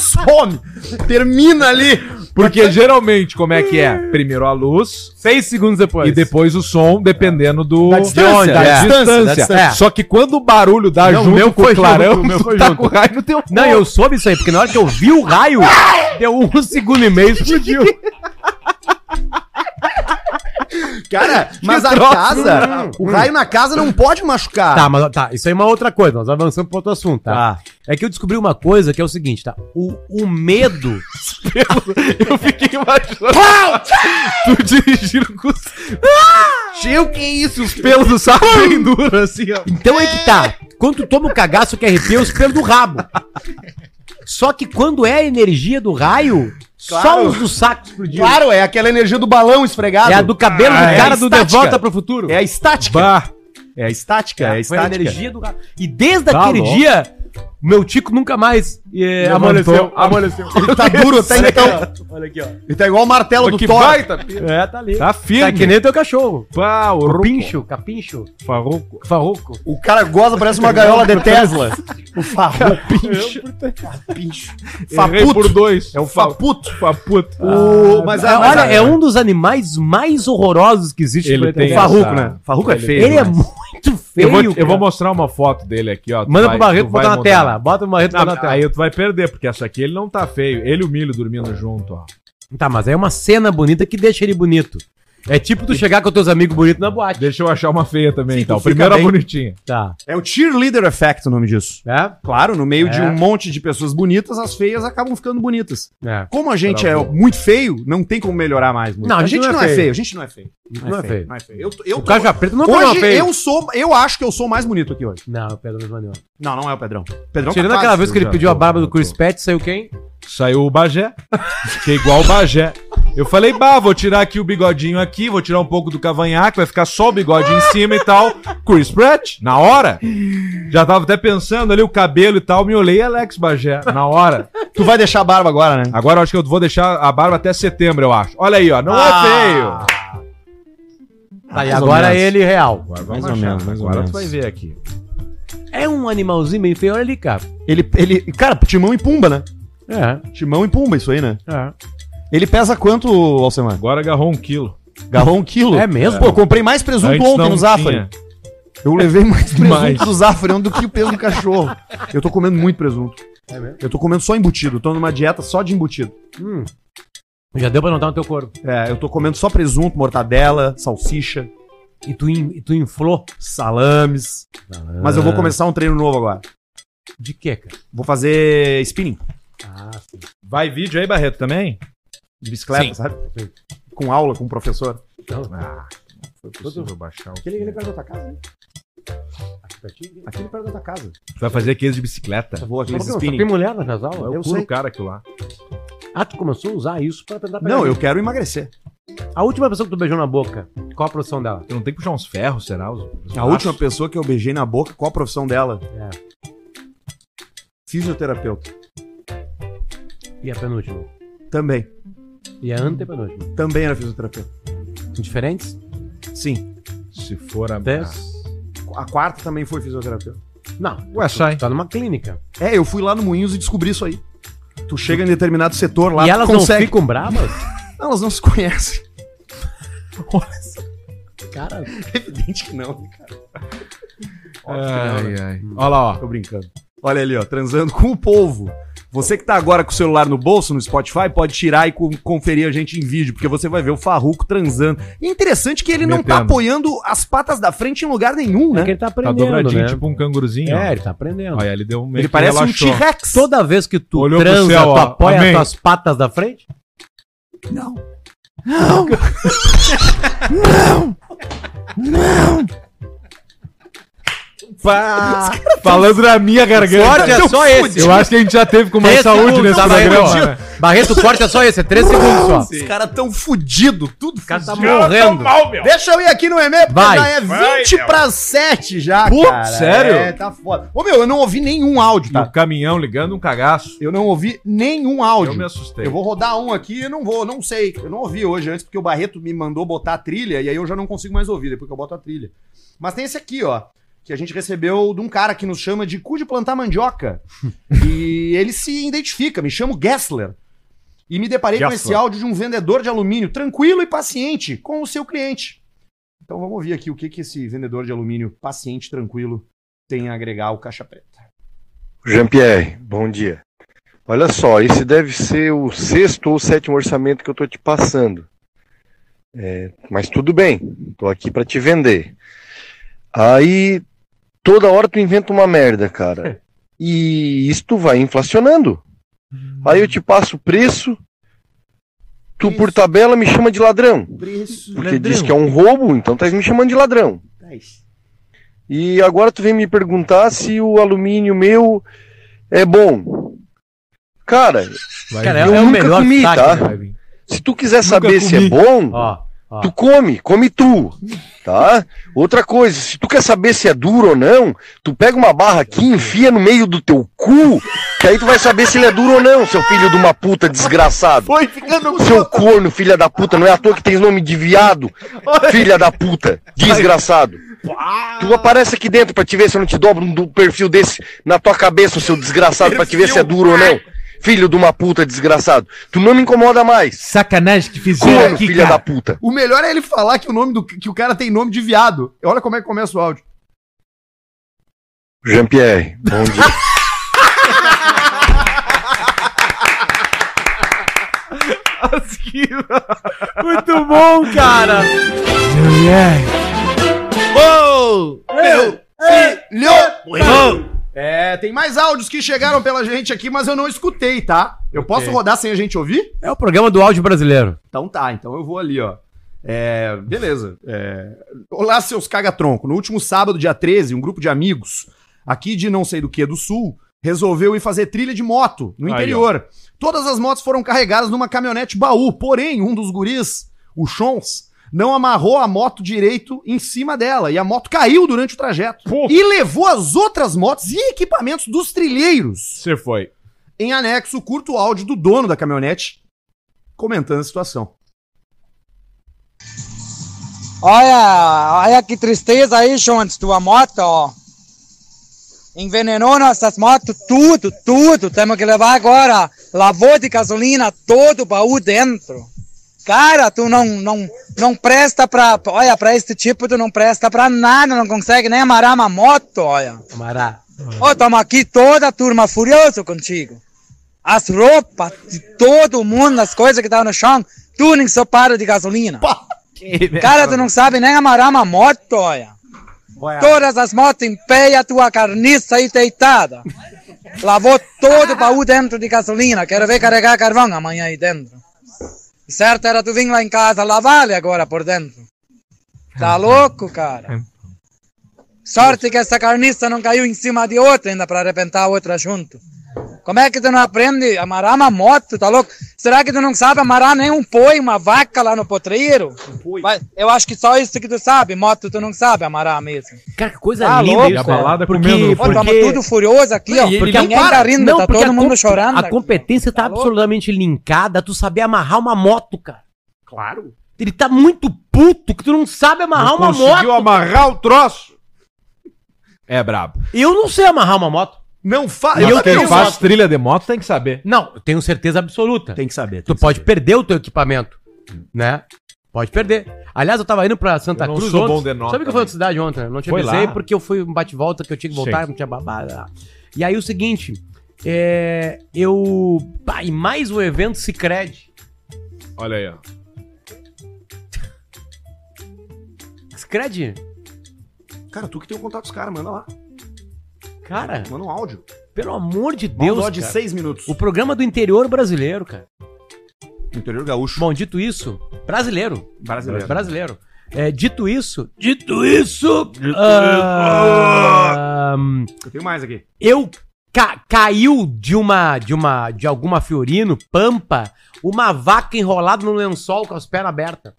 [SPEAKER 1] Some. Termina ali.
[SPEAKER 2] Porque geralmente, como é que é? Primeiro a luz
[SPEAKER 3] Seis segundos depois.
[SPEAKER 2] e depois o som, dependendo do.
[SPEAKER 1] Da distância,
[SPEAKER 2] de onde, da
[SPEAKER 1] da distância,
[SPEAKER 2] distância.
[SPEAKER 1] da distância.
[SPEAKER 2] É. Só que quando o barulho dá
[SPEAKER 1] Não, o
[SPEAKER 2] junto
[SPEAKER 1] meu
[SPEAKER 2] com
[SPEAKER 1] foi
[SPEAKER 2] o clarão,
[SPEAKER 1] junto, o meu
[SPEAKER 2] tu
[SPEAKER 1] foi
[SPEAKER 2] tá
[SPEAKER 1] junto.
[SPEAKER 2] com raio no teu
[SPEAKER 3] Não, eu soube isso aí, porque na hora que eu vi o raio, deu um segundo e meio e explodiu.
[SPEAKER 1] Cara, mas a
[SPEAKER 2] troço.
[SPEAKER 1] casa, o raio na casa não pode machucar.
[SPEAKER 3] né? Tá, mas tá, isso aí é uma outra coisa, nós avançamos para outro assunto, tá?
[SPEAKER 1] Tá.
[SPEAKER 3] É que eu descobri uma coisa que é o seguinte, tá? O, o medo.
[SPEAKER 2] Eu fiquei imaginando. tu dirigindo com os
[SPEAKER 1] Tio, que isso? Os
[SPEAKER 2] pelos do saco pendura assim, ó.
[SPEAKER 3] Então é que tá. Quando tu toma o cagaço que arrepia, é os pelos do rabo. Só que quando é a energia do raio, só
[SPEAKER 1] Claro.
[SPEAKER 3] os do saco explodiu.
[SPEAKER 1] Claro, é aquela energia do balão esfregado.
[SPEAKER 3] É a do cabelo
[SPEAKER 1] Ah,
[SPEAKER 3] do
[SPEAKER 1] é
[SPEAKER 3] cara
[SPEAKER 1] a
[SPEAKER 3] do De
[SPEAKER 1] estática.
[SPEAKER 3] Volta pro Futuro.
[SPEAKER 1] É a estática.
[SPEAKER 2] Bah.
[SPEAKER 1] É a estática, é a
[SPEAKER 3] Foi a
[SPEAKER 1] estática.
[SPEAKER 3] energia do raio. E desde
[SPEAKER 2] Tá
[SPEAKER 3] aquele
[SPEAKER 2] louco.
[SPEAKER 3] dia, meu tico nunca mais eh,
[SPEAKER 2] Levantou.
[SPEAKER 3] amoleceu. Amoleceu.
[SPEAKER 1] Ele tá duro até então.
[SPEAKER 3] Olha aqui, ó.
[SPEAKER 1] Ele tá igual o martelo do
[SPEAKER 2] que
[SPEAKER 1] Thor.
[SPEAKER 2] baita.
[SPEAKER 3] É, tá ali.
[SPEAKER 2] Tá
[SPEAKER 3] Tá
[SPEAKER 2] firme.
[SPEAKER 3] que nem teu cachorro.
[SPEAKER 2] Pá, o rouco.
[SPEAKER 3] Pincho, capincho,
[SPEAKER 2] Farroco.
[SPEAKER 3] farroco.
[SPEAKER 1] O cara goza, parece uma gaiola de Tesla. O farrapincho.
[SPEAKER 2] Errei por dois.
[SPEAKER 1] É o faputo.
[SPEAKER 2] Faputo. Ah,
[SPEAKER 1] O- "Ah, mas
[SPEAKER 3] É,
[SPEAKER 1] a- mas
[SPEAKER 3] olha,
[SPEAKER 1] a-
[SPEAKER 3] é um dos animais mais horrorosos que existe
[SPEAKER 2] Ele
[SPEAKER 3] planeta
[SPEAKER 2] tem
[SPEAKER 3] Terra.
[SPEAKER 1] Farruco,
[SPEAKER 2] essa-
[SPEAKER 1] né? Farruco é feio.
[SPEAKER 3] Ele é
[SPEAKER 1] demais.
[SPEAKER 3] muito feio.
[SPEAKER 2] Eu vou, eu
[SPEAKER 3] cara.
[SPEAKER 2] vou mostrar uma foto dele aqui, ó. Tu
[SPEAKER 3] Manda
[SPEAKER 2] vai-
[SPEAKER 3] pro Barreto
[SPEAKER 2] tu vai
[SPEAKER 3] botar na
[SPEAKER 2] mudar.
[SPEAKER 3] tela. Bota o Barreto
[SPEAKER 2] Não, tá.
[SPEAKER 3] botar na tela.
[SPEAKER 2] aí tu vai perder, porque essa aqui ele não tá feio. Ele e o milho dormindo junto, ó.
[SPEAKER 3] Tá, mas aí é uma cena bonita que deixa ele bonito. É tipo tu chegar com teus amigos bonitos na boate.
[SPEAKER 2] Deixa eu achar uma feia também,
[SPEAKER 1] Sim,
[SPEAKER 2] então.
[SPEAKER 1] tu fica
[SPEAKER 2] Primeiro a
[SPEAKER 1] bem.
[SPEAKER 2] bonitinha.
[SPEAKER 3] Tá.
[SPEAKER 1] É o cheerleader effect o nome disso.
[SPEAKER 3] É?
[SPEAKER 1] Claro, no meio
[SPEAKER 3] É.
[SPEAKER 1] de um monte de pessoas bonitas, as feias acabam ficando bonitas.
[SPEAKER 3] É.
[SPEAKER 1] Como a gente
[SPEAKER 2] Bravo.
[SPEAKER 1] é muito feio, não tem como melhorar mais. muito.
[SPEAKER 3] Não,
[SPEAKER 1] a gente não é feio. a gente não é feio.
[SPEAKER 3] Não é feio.
[SPEAKER 1] Não é feio. Eu, tô- eu
[SPEAKER 3] O
[SPEAKER 1] tô-
[SPEAKER 3] Caixa Preto não é
[SPEAKER 1] hoje
[SPEAKER 3] feio.
[SPEAKER 1] eu sou, eu acho que eu sou o mais bonito aqui hoje.
[SPEAKER 3] Não, eu pego da mesma maneira.
[SPEAKER 1] Não, não é o Pedrão. Pedrão
[SPEAKER 3] Tirando
[SPEAKER 1] tá
[SPEAKER 3] aquela
[SPEAKER 1] quase.
[SPEAKER 3] vez que ele
[SPEAKER 2] já
[SPEAKER 3] pediu a
[SPEAKER 2] tô,
[SPEAKER 3] barba
[SPEAKER 2] já
[SPEAKER 3] do Chris
[SPEAKER 2] tô.
[SPEAKER 3] Pet, saiu quem?
[SPEAKER 2] Saiu o Bagé. Fiquei igual o Bagé. Eu falei, bah, vou tirar aqui o bigodinho aqui, vou tirar um pouco do cavanhaque, vai ficar só o bigode em cima e tal. Chris Pratt, na hora. Já tava até pensando ali o cabelo e tal, me olhei, Alex Bagé, na hora.
[SPEAKER 1] Tu vai deixar a barba agora, né?
[SPEAKER 2] Agora eu acho que eu vou deixar a barba até setembro, eu acho. Olha aí, ó, não
[SPEAKER 1] Ah.
[SPEAKER 2] é feio.
[SPEAKER 3] Tá, e
[SPEAKER 1] mais ou
[SPEAKER 3] agora
[SPEAKER 1] menos.
[SPEAKER 3] Tá ele real.
[SPEAKER 2] Agora
[SPEAKER 1] Mais ou menos, mais ou
[SPEAKER 2] Agora
[SPEAKER 1] menos.
[SPEAKER 2] tu vai ver aqui.
[SPEAKER 3] É um animalzinho bem feio, olha ali, cara.
[SPEAKER 1] Ele, ele. Cara, Timão e Pumba, né?
[SPEAKER 3] É,
[SPEAKER 1] Timão e Pumba, isso aí, né?
[SPEAKER 3] é.
[SPEAKER 1] Ele pesa quanto, Alcemar?
[SPEAKER 2] Agora agarrou um quilo.
[SPEAKER 1] Garrou um quilo?
[SPEAKER 3] É mesmo?
[SPEAKER 1] Pô, eu comprei mais presunto
[SPEAKER 2] Antes
[SPEAKER 1] ontem
[SPEAKER 2] não
[SPEAKER 1] no Zafari.
[SPEAKER 2] tinha.
[SPEAKER 1] Eu levei mais presunto
[SPEAKER 2] Mais.
[SPEAKER 1] do Zafari do que o peso do cachorro. Eu tô comendo muito presunto. É mesmo? Eu tô comendo só embutido. Eu tô numa dieta só de embutido.
[SPEAKER 3] Já deu pra notar no teu corpo.
[SPEAKER 1] É, eu tô comendo só presunto, mortadela, salsicha,
[SPEAKER 3] E tu, in- e tu inflou.
[SPEAKER 1] salames.
[SPEAKER 3] Ah.
[SPEAKER 1] Mas eu vou começar um treino novo agora.
[SPEAKER 3] De quê, cara?
[SPEAKER 1] Vou fazer spinning
[SPEAKER 3] Ah,
[SPEAKER 2] Vai vídeo aí, Barreto, também?
[SPEAKER 1] de bicicleta,
[SPEAKER 2] Sim.
[SPEAKER 1] sabe? Com aula, com o professor.
[SPEAKER 3] Então, Ah,
[SPEAKER 9] Foi possível baixar o.
[SPEAKER 1] perto da tua casa, né? Aquele perto da tua casa.
[SPEAKER 2] Tu vai fazer aqueles de bicicleta.
[SPEAKER 1] Vou aquele
[SPEAKER 3] Mas, Tem
[SPEAKER 1] spinning.
[SPEAKER 3] mulher nas aulas?
[SPEAKER 2] Eu curo o cara aquilo lá.
[SPEAKER 3] Ah, tu começou a usar isso pra tentar
[SPEAKER 1] Não,
[SPEAKER 3] gente.
[SPEAKER 1] eu quero emagrecer.
[SPEAKER 3] A última pessoa que tu beijou na boca, qual a profissão dela?
[SPEAKER 2] Tu não tem que puxar uns ferros, será? Os- os
[SPEAKER 1] A
[SPEAKER 2] braços?
[SPEAKER 1] última pessoa que eu beijei na boca, qual a profissão dela?
[SPEAKER 3] É.
[SPEAKER 1] Fisioterapeuta.
[SPEAKER 3] E a penúltima?
[SPEAKER 1] Também.
[SPEAKER 3] E a antepenúltima?
[SPEAKER 1] Também era fisioterapeuta.
[SPEAKER 3] Diferentes?
[SPEAKER 1] Sim.
[SPEAKER 2] Se for a.
[SPEAKER 3] Dez?
[SPEAKER 1] A quarta também foi fisioterapeuta.
[SPEAKER 3] Não.
[SPEAKER 2] Ué, sai.
[SPEAKER 3] Tá numa clínica.
[SPEAKER 1] É, eu fui lá no Moinhos e descobri isso aí. Tu chega em determinado setor lá,
[SPEAKER 3] e
[SPEAKER 1] tu
[SPEAKER 3] elas
[SPEAKER 1] consegue-
[SPEAKER 3] não ficam bravas?
[SPEAKER 1] Elas não se conhecem.
[SPEAKER 3] Cara,
[SPEAKER 1] Evidente que não.
[SPEAKER 2] Ai, ai. Olha lá, ó.
[SPEAKER 1] Tô brincando. Olha ali, ó, transando com o povo. Você que tá agora com o celular no bolso, no Spotify, pode tirar e co- conferir a gente em vídeo, porque você vai ver o Farruco transando. E é interessante que ele não tá
[SPEAKER 2] Metendo.
[SPEAKER 1] apoiando as patas da frente em lugar nenhum,
[SPEAKER 3] é que
[SPEAKER 1] né?
[SPEAKER 3] ele tá
[SPEAKER 2] Tá
[SPEAKER 3] aprendendo,
[SPEAKER 2] dobradinho,
[SPEAKER 3] né?
[SPEAKER 2] tipo um canguruzinho.
[SPEAKER 3] É,
[SPEAKER 2] ó.
[SPEAKER 3] ele tá aprendendo.
[SPEAKER 2] Olha, ele deu um meio
[SPEAKER 1] Ele
[SPEAKER 2] que
[SPEAKER 1] parece um
[SPEAKER 2] relaxou.
[SPEAKER 1] T-Rex.
[SPEAKER 3] Toda vez que tu
[SPEAKER 2] Olhou pro
[SPEAKER 3] transa,
[SPEAKER 2] céu,
[SPEAKER 3] tu
[SPEAKER 2] ó.
[SPEAKER 3] apoia as
[SPEAKER 2] Amém.
[SPEAKER 3] tuas patas da frente?
[SPEAKER 1] Não.
[SPEAKER 2] Pá, falando um na minha garganta.
[SPEAKER 3] Corte é só esse.
[SPEAKER 2] Eu acho que a gente já teve com mais
[SPEAKER 3] Esse
[SPEAKER 2] saúde
[SPEAKER 3] não
[SPEAKER 2] nesse
[SPEAKER 3] tá
[SPEAKER 2] programa. né?
[SPEAKER 3] garantido. Barreto, o corte é só esse, é 3 segundos só.
[SPEAKER 1] Os caras tão fudidos, tudo
[SPEAKER 3] O cara tá
[SPEAKER 1] fudido.
[SPEAKER 3] morrendo.
[SPEAKER 1] Deixa eu ir aqui no e-mail, porque
[SPEAKER 3] Vai.
[SPEAKER 1] já é 20 pra 7 já,
[SPEAKER 2] Putz,
[SPEAKER 1] cara.
[SPEAKER 2] sério?
[SPEAKER 1] É, tá foda. Ô, meu, eu não ouvi nenhum
[SPEAKER 2] E
[SPEAKER 1] áudio,
[SPEAKER 2] o
[SPEAKER 1] tá?
[SPEAKER 2] caminhão ligando um cagaço.
[SPEAKER 1] Eu não ouvi nenhum áudio.
[SPEAKER 2] Eu me assustei.
[SPEAKER 1] Eu vou rodar um aqui e não vou, não sei. Eu não ouvi hoje antes, porque o Barreto me mandou botar a trilha e aí eu já não consigo mais ouvir, depois que eu boto a trilha. Mas tem esse aqui, ó. Que a gente recebeu de um cara que nos chama de cu de plantar mandioca. e ele se identifica, me chamo Gessler. E me deparei com esse
[SPEAKER 2] Gessler.
[SPEAKER 1] áudio de um vendedor de alumínio, tranquilo e paciente, com o seu cliente. Então vamos ouvir aqui o que, que esse vendedor de alumínio, paciente, tranquilo, tem a agregar ao caixa preta.
[SPEAKER 10] Jean-Pierre, bom dia. Olha só, esse deve ser o sexto ou sétimo orçamento que eu estou te passando. É, mas tudo bem, estou aqui para te vender. Aí, toda hora tu inventa uma merda, cara. E isso tu vai inflacionando. Aí eu te passo o preço, tu por tabela me chama de ladrão.
[SPEAKER 1] Preço.
[SPEAKER 10] Porque diz que é um roubo, então tá me chamando de ladrão. E agora tu vem me perguntar se o alumínio meu é bom. Cara,
[SPEAKER 2] Vai
[SPEAKER 3] Cara,
[SPEAKER 2] vir.
[SPEAKER 10] eu
[SPEAKER 3] é o
[SPEAKER 10] nunca
[SPEAKER 3] melhor
[SPEAKER 10] comi,
[SPEAKER 3] saque,
[SPEAKER 10] tá?
[SPEAKER 3] né?
[SPEAKER 2] Vai vir.
[SPEAKER 10] se tu quiser saber se é
[SPEAKER 2] comi.
[SPEAKER 10] bom,
[SPEAKER 3] Ó, ó.
[SPEAKER 10] tu come, come tu. Tá? Outra coisa, se tu quer saber se é duro ou não, tu pega uma barra aqui, enfia no meio do teu cu, que aí tu vai saber se ele é duro ou não, seu filho de uma puta desgraçado.
[SPEAKER 1] Foi ficando
[SPEAKER 10] Seu corno, filha da puta, não é à toa que tem nome de viado, filha da puta, desgraçado. Tu aparece aqui dentro pra te ver se eu não te dobro um do- perfil desse na tua cabeça, seu desgraçado, pra te ver se é duro ou não. Filho de uma puta, desgraçado. Tu não me incomoda mais.
[SPEAKER 2] Sacanagem que fizeram
[SPEAKER 10] Corno,
[SPEAKER 2] aqui,
[SPEAKER 10] filha
[SPEAKER 2] cara.
[SPEAKER 10] da puta.
[SPEAKER 1] O melhor é ele falar que o nome do que o cara tem nome de viado. Olha como é que começa o áudio.
[SPEAKER 10] Jean-Pierre, bom dia.
[SPEAKER 3] Muito bom, cara.
[SPEAKER 1] Meu filho! É, tem mais áudios que chegaram pela gente aqui, mas eu não escutei, tá? Eu posso rodar sem a gente ouvir?
[SPEAKER 3] É o programa do áudio brasileiro.
[SPEAKER 1] Então tá, então eu vou ali, ó. É, beleza. É, Olá, seus cagatronco. No último sábado, dia 13, um grupo de amigos aqui de não sei do que do sul resolveu ir fazer trilha de moto no
[SPEAKER 2] Aí,
[SPEAKER 1] interior. Todas as motos foram carregadas numa caminhonete baú, porém, um dos guris, o Chons, não amarrou a moto direito em cima dela e a moto caiu durante o trajeto
[SPEAKER 2] Pô.
[SPEAKER 1] e levou as outras motos e equipamentos dos trilheiros.
[SPEAKER 2] Você foi.
[SPEAKER 1] Em anexo, curto o áudio do dono da caminhonete comentando a situação.
[SPEAKER 11] Olha, olha que tristeza aí, Jones, tua moto, ó. Envenenou nossas motos, tudo, tudo. Temos que levar agora. Lavou de gasolina todo o baú dentro. Cara, tu não, não, não presta pra. Olha, pra este tipo tu não presta pra nada, não consegue nem amarrar uma moto, olha.
[SPEAKER 3] Amará.
[SPEAKER 11] Ó, tamo aqui toda a turma furioso contigo. As roupas de todo mundo, as coisas que estavam no chão, tudo ensopado de gasolina. Cara, tu não sabe nem amarrar uma moto, olha. Todas as motos em pé e a tua carniça aí deitada. Lavou todo o baú dentro de gasolina. Quero ver carregar carvão amanhã aí dentro. O certo era tu vir lá em casa lavar-lhe agora por dentro. Tá louco, cara? Sorte que essa carniça não caiu em cima de outra ainda pra arrebentar a outra junto. Como é que tu não aprende a amarrar uma moto, tá louco? Será que tu não sabe amarrar nem um boi, uma vaca lá no potreiro? Vai- eu acho que só isso que tu sabe, moto tu não sabe amarrar mesmo.
[SPEAKER 3] Cara, que coisa
[SPEAKER 11] Tá
[SPEAKER 3] linda
[SPEAKER 11] louco,
[SPEAKER 3] isso,
[SPEAKER 11] cara. E
[SPEAKER 3] né?
[SPEAKER 11] a balada
[SPEAKER 3] porque,
[SPEAKER 2] tá
[SPEAKER 11] comendo- Pô, tamo tudo furioso aqui, ó, porque
[SPEAKER 3] a
[SPEAKER 11] ninguém
[SPEAKER 3] compa-
[SPEAKER 11] tá rindo, tá
[SPEAKER 3] porque
[SPEAKER 11] todo
[SPEAKER 3] a
[SPEAKER 11] mundo
[SPEAKER 3] comp-
[SPEAKER 11] chorando
[SPEAKER 3] A
[SPEAKER 11] aqui.
[SPEAKER 3] competência tá, absolutamente linkada a tu saber amarrar uma moto, cara.
[SPEAKER 2] Claro.
[SPEAKER 3] Ele tá muito puto que tu não sabe amarrar uma moto.
[SPEAKER 2] conseguiu amarrar o troço. É brabo.
[SPEAKER 3] Eu não sei amarrar uma moto.
[SPEAKER 1] Não faz.
[SPEAKER 2] Mas quem faz trilha de moto tem que saber.
[SPEAKER 3] Não, eu tenho certeza absoluta.
[SPEAKER 12] Tem que saber.
[SPEAKER 3] Tu pode perder o teu equipamento, né? Pode perder. Aliás, eu tava indo pra Santa
[SPEAKER 2] Eu não
[SPEAKER 3] Cruz
[SPEAKER 2] sou
[SPEAKER 3] ontem.
[SPEAKER 2] bom de nota
[SPEAKER 3] Sabe que eu fui na outra cidade ontem? né? Não tinha
[SPEAKER 2] Foi
[SPEAKER 3] avisei
[SPEAKER 2] lá.
[SPEAKER 3] porque eu fui um bate-volta que eu tinha que voltar,
[SPEAKER 2] Sim.
[SPEAKER 3] não tinha babada. E aí o seguinte, é, eu... pá, e mais um evento Cicred.
[SPEAKER 2] Olha aí, ó.
[SPEAKER 3] Cicred?
[SPEAKER 12] Cara, tu que tem o contato dos caras, manda lá.
[SPEAKER 3] Cara,
[SPEAKER 12] Manda um áudio. um
[SPEAKER 3] pelo amor de Deus,
[SPEAKER 12] áudio de
[SPEAKER 3] cara.
[SPEAKER 12] seis minutos.
[SPEAKER 3] O programa do interior brasileiro, cara.
[SPEAKER 12] Interior gaúcho.
[SPEAKER 3] Bom, dito isso, brasileiro.
[SPEAKER 12] Brasileiro.
[SPEAKER 3] Brasileiro. É, dito isso, dito isso,
[SPEAKER 12] isso.
[SPEAKER 3] ah,
[SPEAKER 12] Eu tenho mais aqui.
[SPEAKER 3] eu ca- caiu de uma de uma de alguma fiorino, pampa, uma vaca enrolada no lençol com as pernas abertas.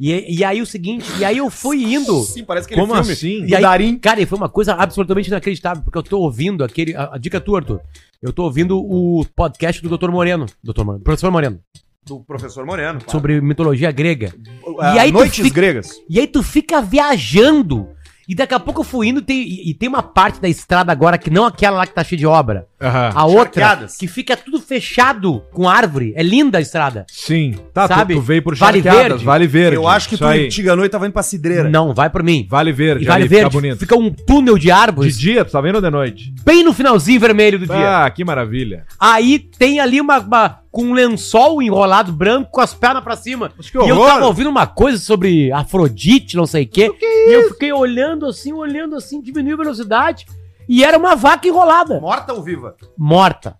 [SPEAKER 3] E, e aí o seguinte, e aí eu fui indo.
[SPEAKER 12] Sim, parece que
[SPEAKER 2] Como assim?
[SPEAKER 3] E aí, cara, e foi uma coisa absolutamente inacreditável, porque eu tô ouvindo aquele. A, a dica é tua, Arthur. Eu tô ouvindo o podcast do Dr. Moreno. Dr. Moreno. Professor Moreno.
[SPEAKER 12] Do professor Moreno.
[SPEAKER 3] Sobre mitologia grega.
[SPEAKER 12] Ah,
[SPEAKER 3] tu
[SPEAKER 12] Noites Gregas.
[SPEAKER 3] E aí tu fica viajando. E daqui a pouco eu fui indo tem- e, e tem uma parte da estrada agora que não aquela lá que tá cheia de obra.
[SPEAKER 2] Ah,
[SPEAKER 3] A outra
[SPEAKER 12] Charqueadas.
[SPEAKER 3] que fica tudo fechado com árvore. É linda a estrada.
[SPEAKER 2] Sim. Tá, tu-
[SPEAKER 3] Sabe?
[SPEAKER 2] Tu, veio por
[SPEAKER 3] Vale
[SPEAKER 2] Charqueadas,
[SPEAKER 3] Verde.
[SPEAKER 2] Vale Verde.
[SPEAKER 12] Eu acho que
[SPEAKER 2] isso
[SPEAKER 12] tu
[SPEAKER 2] aí.
[SPEAKER 12] Tiganoi tava indo pra Cidreira.
[SPEAKER 3] Não, vai por mim.
[SPEAKER 2] Vale Verde.
[SPEAKER 3] E Vale
[SPEAKER 2] ali,
[SPEAKER 3] Verde
[SPEAKER 2] Fica tá bonito.
[SPEAKER 3] fica um túnel de
[SPEAKER 2] De
[SPEAKER 3] árvores
[SPEAKER 2] dia, tu tá vendo ou de noite?
[SPEAKER 3] bem no finalzinho vermelho do dia.
[SPEAKER 2] Ah, que maravilha.
[SPEAKER 3] Aí tem ali uma, uma- com um lençol enrolado branco com as pernas pra cima.
[SPEAKER 2] que
[SPEAKER 3] e eu
[SPEAKER 2] horror.
[SPEAKER 3] tava ouvindo uma coisa sobre Afrodite, não sei o quê.
[SPEAKER 2] é
[SPEAKER 3] e eu fiquei olhando assim, olhando assim, diminuiu a velocidade. E era uma vaca enrolada.
[SPEAKER 12] Morta ou viva?
[SPEAKER 3] Morta.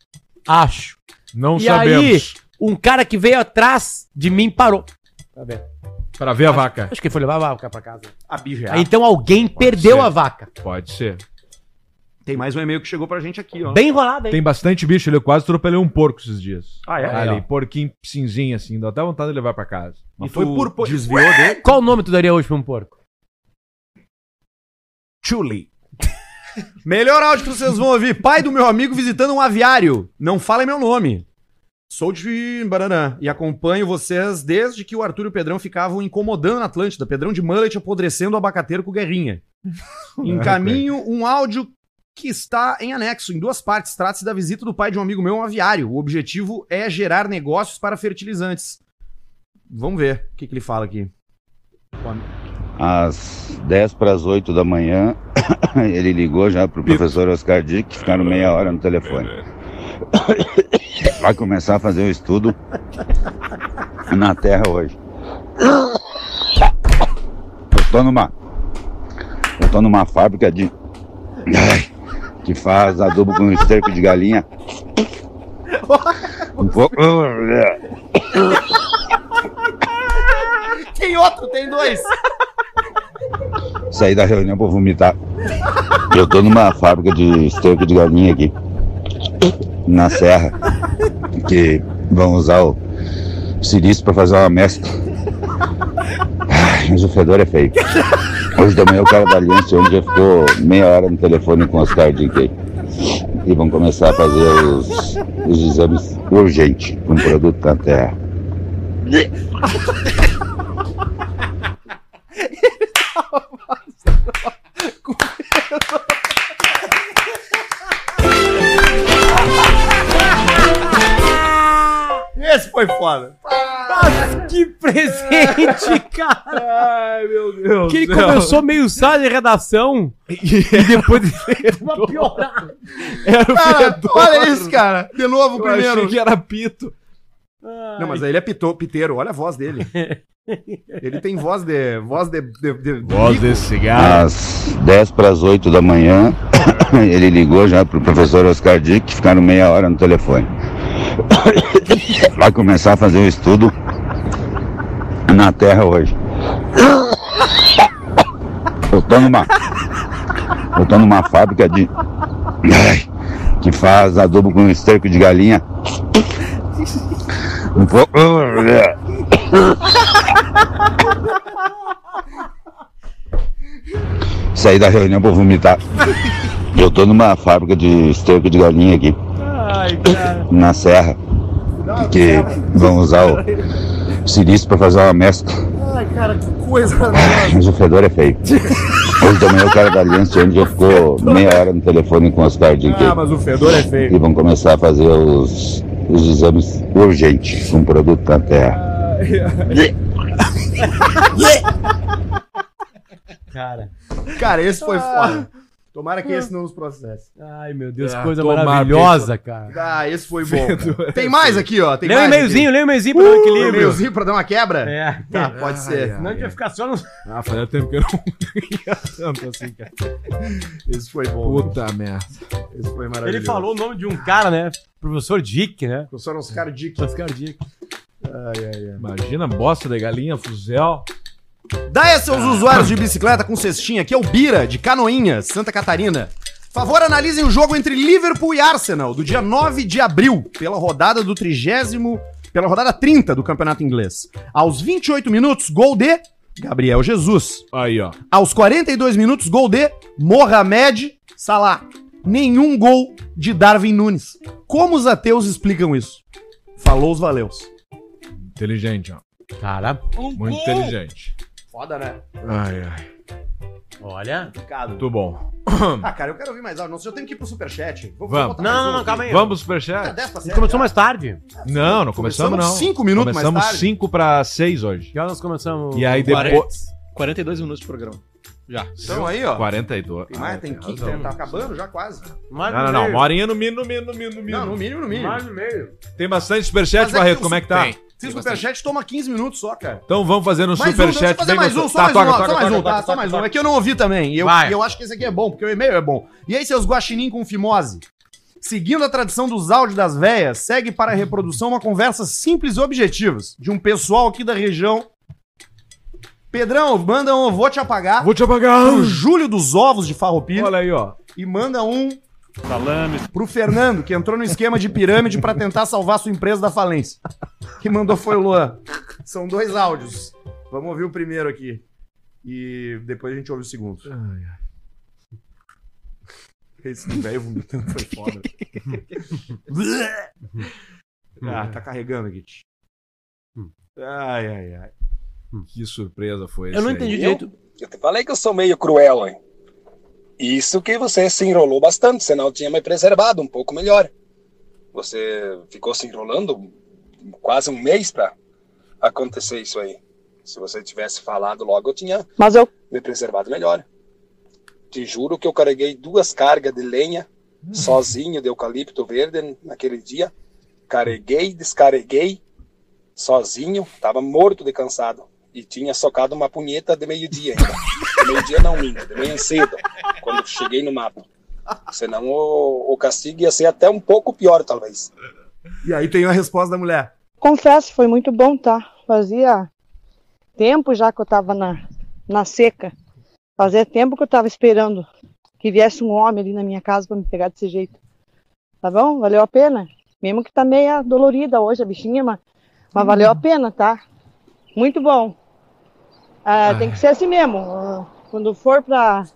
[SPEAKER 3] Acho.
[SPEAKER 2] Não
[SPEAKER 3] e
[SPEAKER 2] sabemos.
[SPEAKER 3] aí, um cara que veio atrás de mim parou. Tá bem.
[SPEAKER 2] Pra ver a vaca.
[SPEAKER 3] Acho que ele foi levar a vaca pra casa.
[SPEAKER 12] A bija. é
[SPEAKER 3] Aí, então alguém perdeu
[SPEAKER 2] Ah. ser.
[SPEAKER 3] a vaca.
[SPEAKER 2] Pode ser.
[SPEAKER 12] a- Tem mais um e-mail que chegou pra gente aqui, ó.
[SPEAKER 3] Bem enrolada, hein?
[SPEAKER 2] Tem bastante bicho. Ele quase atropelou um porco esses dias.
[SPEAKER 12] Ah, é?
[SPEAKER 2] Ali,
[SPEAKER 12] É, ó.
[SPEAKER 2] porquinho cinzinho assim. Dá até vontade de levar pra casa.
[SPEAKER 12] E
[SPEAKER 2] Mas
[SPEAKER 12] foi
[SPEAKER 2] tu
[SPEAKER 12] por...
[SPEAKER 2] desviou.
[SPEAKER 12] Desviou dele.
[SPEAKER 3] Qual nome tu daria hoje pra um porco?
[SPEAKER 12] Chuli. Melhor áudio que vocês vão ouvir. Pai do meu amigo visitando um aviário. Não fala meu nome. Sou de Barará e acompanho vocês desde que o Arthur e o Pedrão ficavam incomodando na Atlântida. Pedrão de mullet apodrecendo o abacateiro com guerrinha. Encaminho um áudio que está em anexo, em duas partes. Trata-se da visita do pai de um amigo meu a um aviário. O objetivo é gerar negócios para fertilizantes. Vamos ver o que, que ele fala aqui.
[SPEAKER 13] às 10 para as 8 da manhã, ele ligou já para o professor Oscar Dick, ficaram meia hora no telefone. Vai começar a fazer o estudo na Terra hoje. Eu estou numa, eu tô numa fábrica de que faz adubo com esterco de galinha. Um pouco.
[SPEAKER 12] Tem outro, tem dois.
[SPEAKER 13] sair da reunião pra vomitar. Eu tô numa fábrica de esterco de galinha aqui, na Serra, que vão usar o silício pra fazer uma mescla. Ai, Mas o fedor é feio. Hoje de manhã o cara da Aliança onde já ficou meia hora no telefone com o Oscar Dick aí. E vão começar a fazer os, os exames urgente com produto da terra.
[SPEAKER 10] foda.
[SPEAKER 3] que presente, cara! Ai, meu Deus. Que ele começou meio sala de redação e depois ele deu uma piorada.
[SPEAKER 10] Era o fedor.
[SPEAKER 1] olha isso, cara. De novo,
[SPEAKER 10] Eu
[SPEAKER 1] primeiro.
[SPEAKER 10] achei que
[SPEAKER 2] era pito.
[SPEAKER 1] Não, mas aí ele é pito, piteiro. Olha a voz dele. ele tem voz de... Voz de... de, de
[SPEAKER 2] Voz de cigarro.
[SPEAKER 13] Às 10 para as 8 da manhã, ele ligou já pro professor Oscar Dick, que ficaram meia hora no telefone. Vai começar a fazer o estudo na Terra hoje. Eu tô numa. Eu tô numa fábrica de. Ai, que faz adubo com esterco de galinha. Um pouco. Saí da reunião pra vomitar. Eu tô numa fábrica de esterco de galinha aqui
[SPEAKER 3] Ai, cara.
[SPEAKER 13] na serra. Que vão usar o silício pra fazer uma mescla.
[SPEAKER 10] Ai, cara, que coisa.
[SPEAKER 13] Mas o fedor é feio. Hoje também o cara da Aliança Challenge já ficou meia hora no telefone com o Oscar Dick.
[SPEAKER 10] Ah, mas o fedor é feio.
[SPEAKER 13] E vão começar a fazer os, os exames urgentes com produto da terra.
[SPEAKER 3] Cara.
[SPEAKER 1] Cara, esse
[SPEAKER 3] Ah.
[SPEAKER 1] foi foda. Tomara que esse não nos processe.
[SPEAKER 3] Ai, meu Deus,
[SPEAKER 1] Ah,
[SPEAKER 3] coisa
[SPEAKER 1] tomara,
[SPEAKER 3] maravilhosa, cara.
[SPEAKER 1] Ah, esse foi bom. cara.
[SPEAKER 2] é
[SPEAKER 1] Tem mais aqui, ó. Tem
[SPEAKER 3] Lê um
[SPEAKER 1] mais
[SPEAKER 3] e-mailzinho,
[SPEAKER 1] aqui.
[SPEAKER 3] lê um e-mailzinho pra dar um
[SPEAKER 1] Uh,
[SPEAKER 3] equilíbrio.
[SPEAKER 1] e-mailzinho pra dar uma quebra?
[SPEAKER 3] É.
[SPEAKER 1] Tá, pode ser.
[SPEAKER 3] Senão a gente vai ficar só no.
[SPEAKER 2] Ah, fazia tempo que eu não ia tanto assim, cara.
[SPEAKER 1] Esse foi bom.
[SPEAKER 2] Puta merda.
[SPEAKER 1] Esse foi maravilhoso.
[SPEAKER 3] Ele falou o nome de um cara, né? Professor Dick, né?
[SPEAKER 1] Professor é Oscar Dick.
[SPEAKER 3] Oscar Dick.
[SPEAKER 1] Ai, ai, ai.
[SPEAKER 2] Imagina, bosta de galinha, fuzel.
[SPEAKER 1] Daí a seus usuários de bicicleta com cestinha, que é o Bira, de Canoinhas, Santa Catarina. Favor, analisem o jogo entre Liverpool e Arsenal, do dia 9 de abril, pela rodada do 30 pela rodada 30 do Campeonato Inglês. Aos 28 minutos, gol de Gabriel Jesus.
[SPEAKER 2] Aí, ó.
[SPEAKER 1] Aos 42 minutos, gol de Mohamed Salah. Nenhum gol de Darwin Nunes. Como os ateus explicam isso? Falou os valeus.
[SPEAKER 2] Inteligente, ó.
[SPEAKER 3] Cara,
[SPEAKER 2] Muito inteligente.
[SPEAKER 1] Foda, né?
[SPEAKER 2] Ai, ai.
[SPEAKER 3] olha.
[SPEAKER 2] Muito bom.
[SPEAKER 1] Ah, cara, eu quero ouvir mais áudio. Nossa, eu tenho que ir pro superchat. Vou- vou
[SPEAKER 2] Vamos.
[SPEAKER 1] botar
[SPEAKER 3] Não,
[SPEAKER 1] mais
[SPEAKER 3] não,
[SPEAKER 1] um
[SPEAKER 3] não,
[SPEAKER 1] aqui.
[SPEAKER 3] calma aí.
[SPEAKER 2] Vamos pro superchat?
[SPEAKER 1] Ah, dez pra
[SPEAKER 3] A gente
[SPEAKER 1] sete,
[SPEAKER 3] começou
[SPEAKER 1] cara.
[SPEAKER 3] mais tarde.
[SPEAKER 2] Não, não começamos,
[SPEAKER 1] Começamos
[SPEAKER 2] não.
[SPEAKER 1] cinco minutos mais
[SPEAKER 2] Começamos
[SPEAKER 1] tarde.
[SPEAKER 2] 5 para 6 hoje.
[SPEAKER 3] Que horas nós começamos?
[SPEAKER 2] E aí
[SPEAKER 14] Quarenta.
[SPEAKER 2] depois.
[SPEAKER 14] 42 minutos de programa. Já.
[SPEAKER 1] Então aí, ó.
[SPEAKER 2] 42.
[SPEAKER 1] Tem mais, tem 15, tá acabando já quase.
[SPEAKER 3] Mais
[SPEAKER 2] Não, não,
[SPEAKER 3] no
[SPEAKER 2] não.
[SPEAKER 3] meio.
[SPEAKER 2] Uma horinha no mínimo, no mínimo, no mínimo, no mínimo.
[SPEAKER 1] Tá Não, no mínimo, no mínimo.
[SPEAKER 3] Mais um no meio.
[SPEAKER 2] Tem bastante superchat,
[SPEAKER 1] Mas é
[SPEAKER 2] Barreto.
[SPEAKER 1] que o
[SPEAKER 2] como é que tá?
[SPEAKER 1] Tem. Se o superchat toma 15 minutos só, cara.
[SPEAKER 2] Então vamos fazer um
[SPEAKER 1] Mais um, deixa eu
[SPEAKER 2] superchat.
[SPEAKER 1] fazer
[SPEAKER 2] bem
[SPEAKER 1] mais um,
[SPEAKER 2] gostoso.
[SPEAKER 1] só mais
[SPEAKER 2] Tá,
[SPEAKER 1] um,
[SPEAKER 2] toca,
[SPEAKER 1] ó, só
[SPEAKER 2] toca,
[SPEAKER 1] mais um,
[SPEAKER 2] toca,
[SPEAKER 1] tá? Só
[SPEAKER 2] toca,
[SPEAKER 1] mais um.
[SPEAKER 2] toca.
[SPEAKER 1] É que eu não ouvi também. E eu,
[SPEAKER 2] Vai.
[SPEAKER 1] e eu acho que esse aqui é bom, porque o e-mail é bom. E aí, seus guaxinim com fimose? Seguindo a tradição dos áudios das véias, segue para a reprodução uma conversa simples e objetivas de um pessoal aqui da região. Pedrão, manda um Vou Te Apagar
[SPEAKER 2] Vou te apagar.
[SPEAKER 1] pro Júlio dos Ovos de Farroupilha
[SPEAKER 2] Olha aí, ó.
[SPEAKER 1] e manda um pro Fernando, que entrou no esquema de pirâmide pra tentar salvar sua empresa da falência. Que mandou foi o Luan. São dois áudios. Vamos ouvir o primeiro aqui. E depois a gente ouve o segundo. Esse velho vomitando foi foda.
[SPEAKER 3] Hum.
[SPEAKER 1] ah, tá carregando aqui. Ai, ai, ai.
[SPEAKER 2] Que surpresa foi
[SPEAKER 3] Eu não
[SPEAKER 2] essa aí.
[SPEAKER 3] entendi direito.
[SPEAKER 15] Eu te falei que eu sou meio cruel, hein? Isso que você se enrolou bastante, senão eu tinha me preservado um pouco melhor. Você ficou se enrolando quase um mês pra acontecer isso aí. Se você tivesse falado logo, eu tinha
[SPEAKER 16] Mas eu
[SPEAKER 15] me preservado melhor. Te juro que eu carreguei duas cargas de lenha sozinho de eucalipto verde naquele dia. Carreguei, descarreguei sozinho, tava morto de cansado e tinha socado uma punheta de meio-dia ainda. De meio-dia não minto, de manhã cedo, quando cheguei no mato. Senão o, o castigo ia ser até um pouco pior, talvez.
[SPEAKER 1] E aí tem a resposta da mulher.
[SPEAKER 16] confesso, foi muito bom, tá? Fazia tempo já que eu tava na, na seca. Fazia tempo que eu tava esperando que viesse um homem ali na minha casa pra me pegar desse jeito. Tá bom? Valeu a pena. Mesmo que tá meia dolorida hoje a bichinha, mas,
[SPEAKER 11] Hum.
[SPEAKER 16] mas valeu a pena, tá? Muito bom. Ah, Tem que ser assim mesmo. Ah, Quando for pra,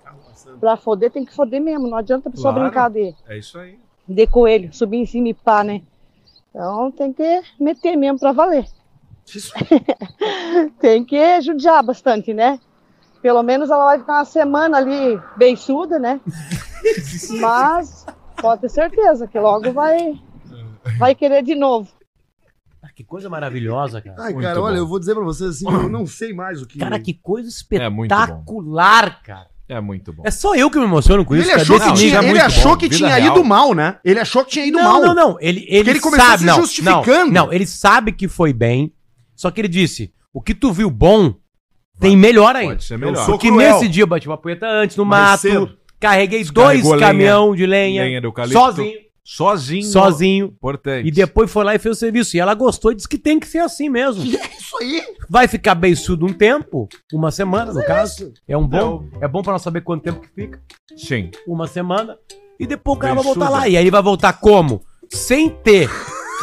[SPEAKER 16] pra foder, tem que foder mesmo. Não adianta a pessoa
[SPEAKER 2] Claro.
[SPEAKER 16] brincar de
[SPEAKER 2] É isso aí.
[SPEAKER 16] de coelho, subir em cima e pá, né? Então tem que meter mesmo pra valer. tem que judiar bastante, né? Pelo menos ela vai ficar uma semana ali beiçuda, né? Mas pode ter certeza que logo vai, vai querer de novo.
[SPEAKER 3] Ah, Que coisa maravilhosa, cara.
[SPEAKER 1] Ai,
[SPEAKER 3] Muito
[SPEAKER 1] cara, olha,
[SPEAKER 3] bom.
[SPEAKER 1] eu vou dizer pra vocês assim, eu não sei mais o que.
[SPEAKER 3] Cara, que coisa
[SPEAKER 2] É muito bom.
[SPEAKER 3] espetacular, cara.
[SPEAKER 2] É muito bom.
[SPEAKER 3] É só eu que me emociono com isso.
[SPEAKER 2] Ele achou
[SPEAKER 3] cara.
[SPEAKER 2] que tinha-
[SPEAKER 3] isso é
[SPEAKER 2] ele
[SPEAKER 3] muito
[SPEAKER 2] achou
[SPEAKER 3] bom.
[SPEAKER 2] que
[SPEAKER 3] Vida
[SPEAKER 2] tinha
[SPEAKER 3] real.
[SPEAKER 1] ido mal, né? Ele achou que tinha ido
[SPEAKER 3] não,
[SPEAKER 1] mal.
[SPEAKER 3] Não, não, Ele, ele,
[SPEAKER 1] Porque ele começou a
[SPEAKER 3] sabe,
[SPEAKER 1] se
[SPEAKER 3] não,
[SPEAKER 1] justificando.
[SPEAKER 3] Não, não, ele sabe que foi bem. Só que ele disse: o que tu viu bom tem melhor ainda.
[SPEAKER 2] Pode ser melhor.
[SPEAKER 3] Eu sou Porque
[SPEAKER 2] cruel.
[SPEAKER 3] nesse dia eu bati uma poeta antes no
[SPEAKER 2] Mais
[SPEAKER 3] mato.
[SPEAKER 2] cedo.
[SPEAKER 3] Carreguei
[SPEAKER 2] Descarregou
[SPEAKER 3] dois
[SPEAKER 2] lenha.
[SPEAKER 3] caminhão de lenha.
[SPEAKER 2] Lenha do eucalipto.
[SPEAKER 3] sozinho.
[SPEAKER 2] Sozinho.
[SPEAKER 3] Sozinho.
[SPEAKER 2] Importante.
[SPEAKER 3] E depois foi lá e fez o serviço. E ela gostou e disse que tem que ser assim mesmo.
[SPEAKER 1] É Isso aí.
[SPEAKER 3] Vai ficar beiçudo um tempo, uma semana, no caso. É um bom. É bom pra nós saber quanto tempo que fica.
[SPEAKER 2] Sim.
[SPEAKER 3] Uma semana. E depois o cara vai
[SPEAKER 2] Beiçuda.
[SPEAKER 3] voltar lá. E aí ele vai voltar como? Sem ter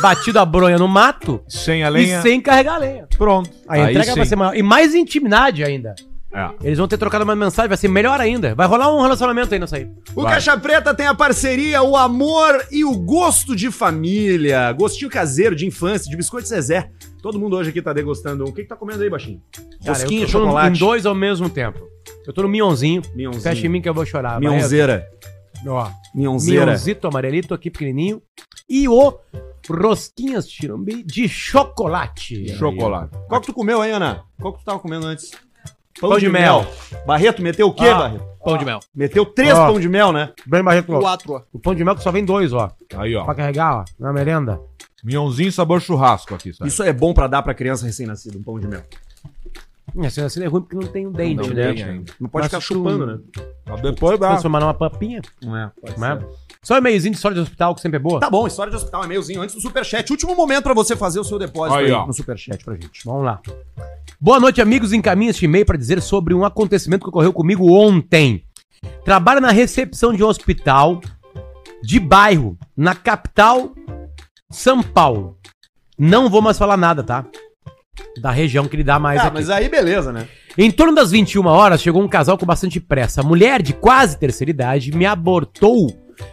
[SPEAKER 3] batido a bronha no mato
[SPEAKER 2] Sem a lenha.
[SPEAKER 3] e sem carregar a lenha.
[SPEAKER 2] Pronto.
[SPEAKER 3] A
[SPEAKER 2] Aí
[SPEAKER 3] entrega vai
[SPEAKER 2] sim.
[SPEAKER 3] ser maior. E mais intimidade ainda.
[SPEAKER 2] É.
[SPEAKER 3] Eles vão ter trocado uma mensagem, vai ser melhor ainda. Vai rolar um relacionamento aí nessa aí.
[SPEAKER 12] O Caixa Preta tem a parceria O Amor e o Gosto de Família. Gostinho caseiro de infância, de biscoito Zezé. Todo mundo hoje aqui tá degustando. um. O que, que tá comendo aí, baixinho?
[SPEAKER 3] Cara,
[SPEAKER 12] Rosquinha,
[SPEAKER 3] eu tô um
[SPEAKER 12] chocolate.
[SPEAKER 3] Em dois ao mesmo tempo. Eu tô no minhonzinho.
[SPEAKER 12] Minhãozinho.
[SPEAKER 3] Fecha em mim que eu vou chorar. vai.
[SPEAKER 12] Minhãozeira.
[SPEAKER 3] Ó.
[SPEAKER 12] Minhãozeira.
[SPEAKER 3] Minhãozito amarelito aqui pequenininho. E o Rosquinhas Chirumbi de chocolate.
[SPEAKER 2] Chocolate.
[SPEAKER 12] Qual que tu comeu aí, Ana? Qual que tu tava comendo antes?
[SPEAKER 3] Pão de mel.
[SPEAKER 12] Barreto, meteu o quê,
[SPEAKER 3] Ah,
[SPEAKER 12] Barreto?
[SPEAKER 8] pão de mel.
[SPEAKER 12] Meteu três
[SPEAKER 3] Ó.
[SPEAKER 12] pão de mel, né?
[SPEAKER 3] Bem barreto. ó.
[SPEAKER 8] Quatro, ó.
[SPEAKER 3] O pão de mel que só vem dois, ó.
[SPEAKER 2] Aí, ó.
[SPEAKER 3] Pra carregar, ó. Na merenda.
[SPEAKER 2] Minhãozinho sabor churrasco aqui,
[SPEAKER 3] Tá.
[SPEAKER 2] sabe?
[SPEAKER 12] Isso é bom pra dar pra criança recém-nascida, um pão de mel.
[SPEAKER 3] Minha senhora, assim é ruim porque não tem um dente,
[SPEAKER 2] Não
[SPEAKER 3] né?
[SPEAKER 2] tem ainda.
[SPEAKER 12] Não pode
[SPEAKER 3] Mas
[SPEAKER 12] ficar
[SPEAKER 3] tu-
[SPEAKER 12] chupando, né?
[SPEAKER 2] Mas depois dá.
[SPEAKER 3] Transformar numa papinha.
[SPEAKER 12] Não é, pode
[SPEAKER 3] Né? Só um e-mailzinho de história de hospital, que sempre é boa.
[SPEAKER 12] Tá bom, história de hospital, e-mailzinho antes do superchat. Último momento pra você fazer o seu depósito
[SPEAKER 3] Aí,
[SPEAKER 12] aí,
[SPEAKER 3] ó.
[SPEAKER 12] no superchat pra gente.
[SPEAKER 3] Vamos lá. Boa noite, amigos. Encaminhe este e-mail para dizer sobre um acontecimento que ocorreu comigo ontem. Trabalho na recepção de um hospital de bairro, na capital São Paulo. Não vou mais falar nada, tá? Da região que ele dá mais
[SPEAKER 12] Ah,
[SPEAKER 3] aqui.
[SPEAKER 12] mas aí beleza, né?
[SPEAKER 3] Em torno das 21 horas, chegou um casal com bastante pressa. A mulher de quase terceira idade me abortou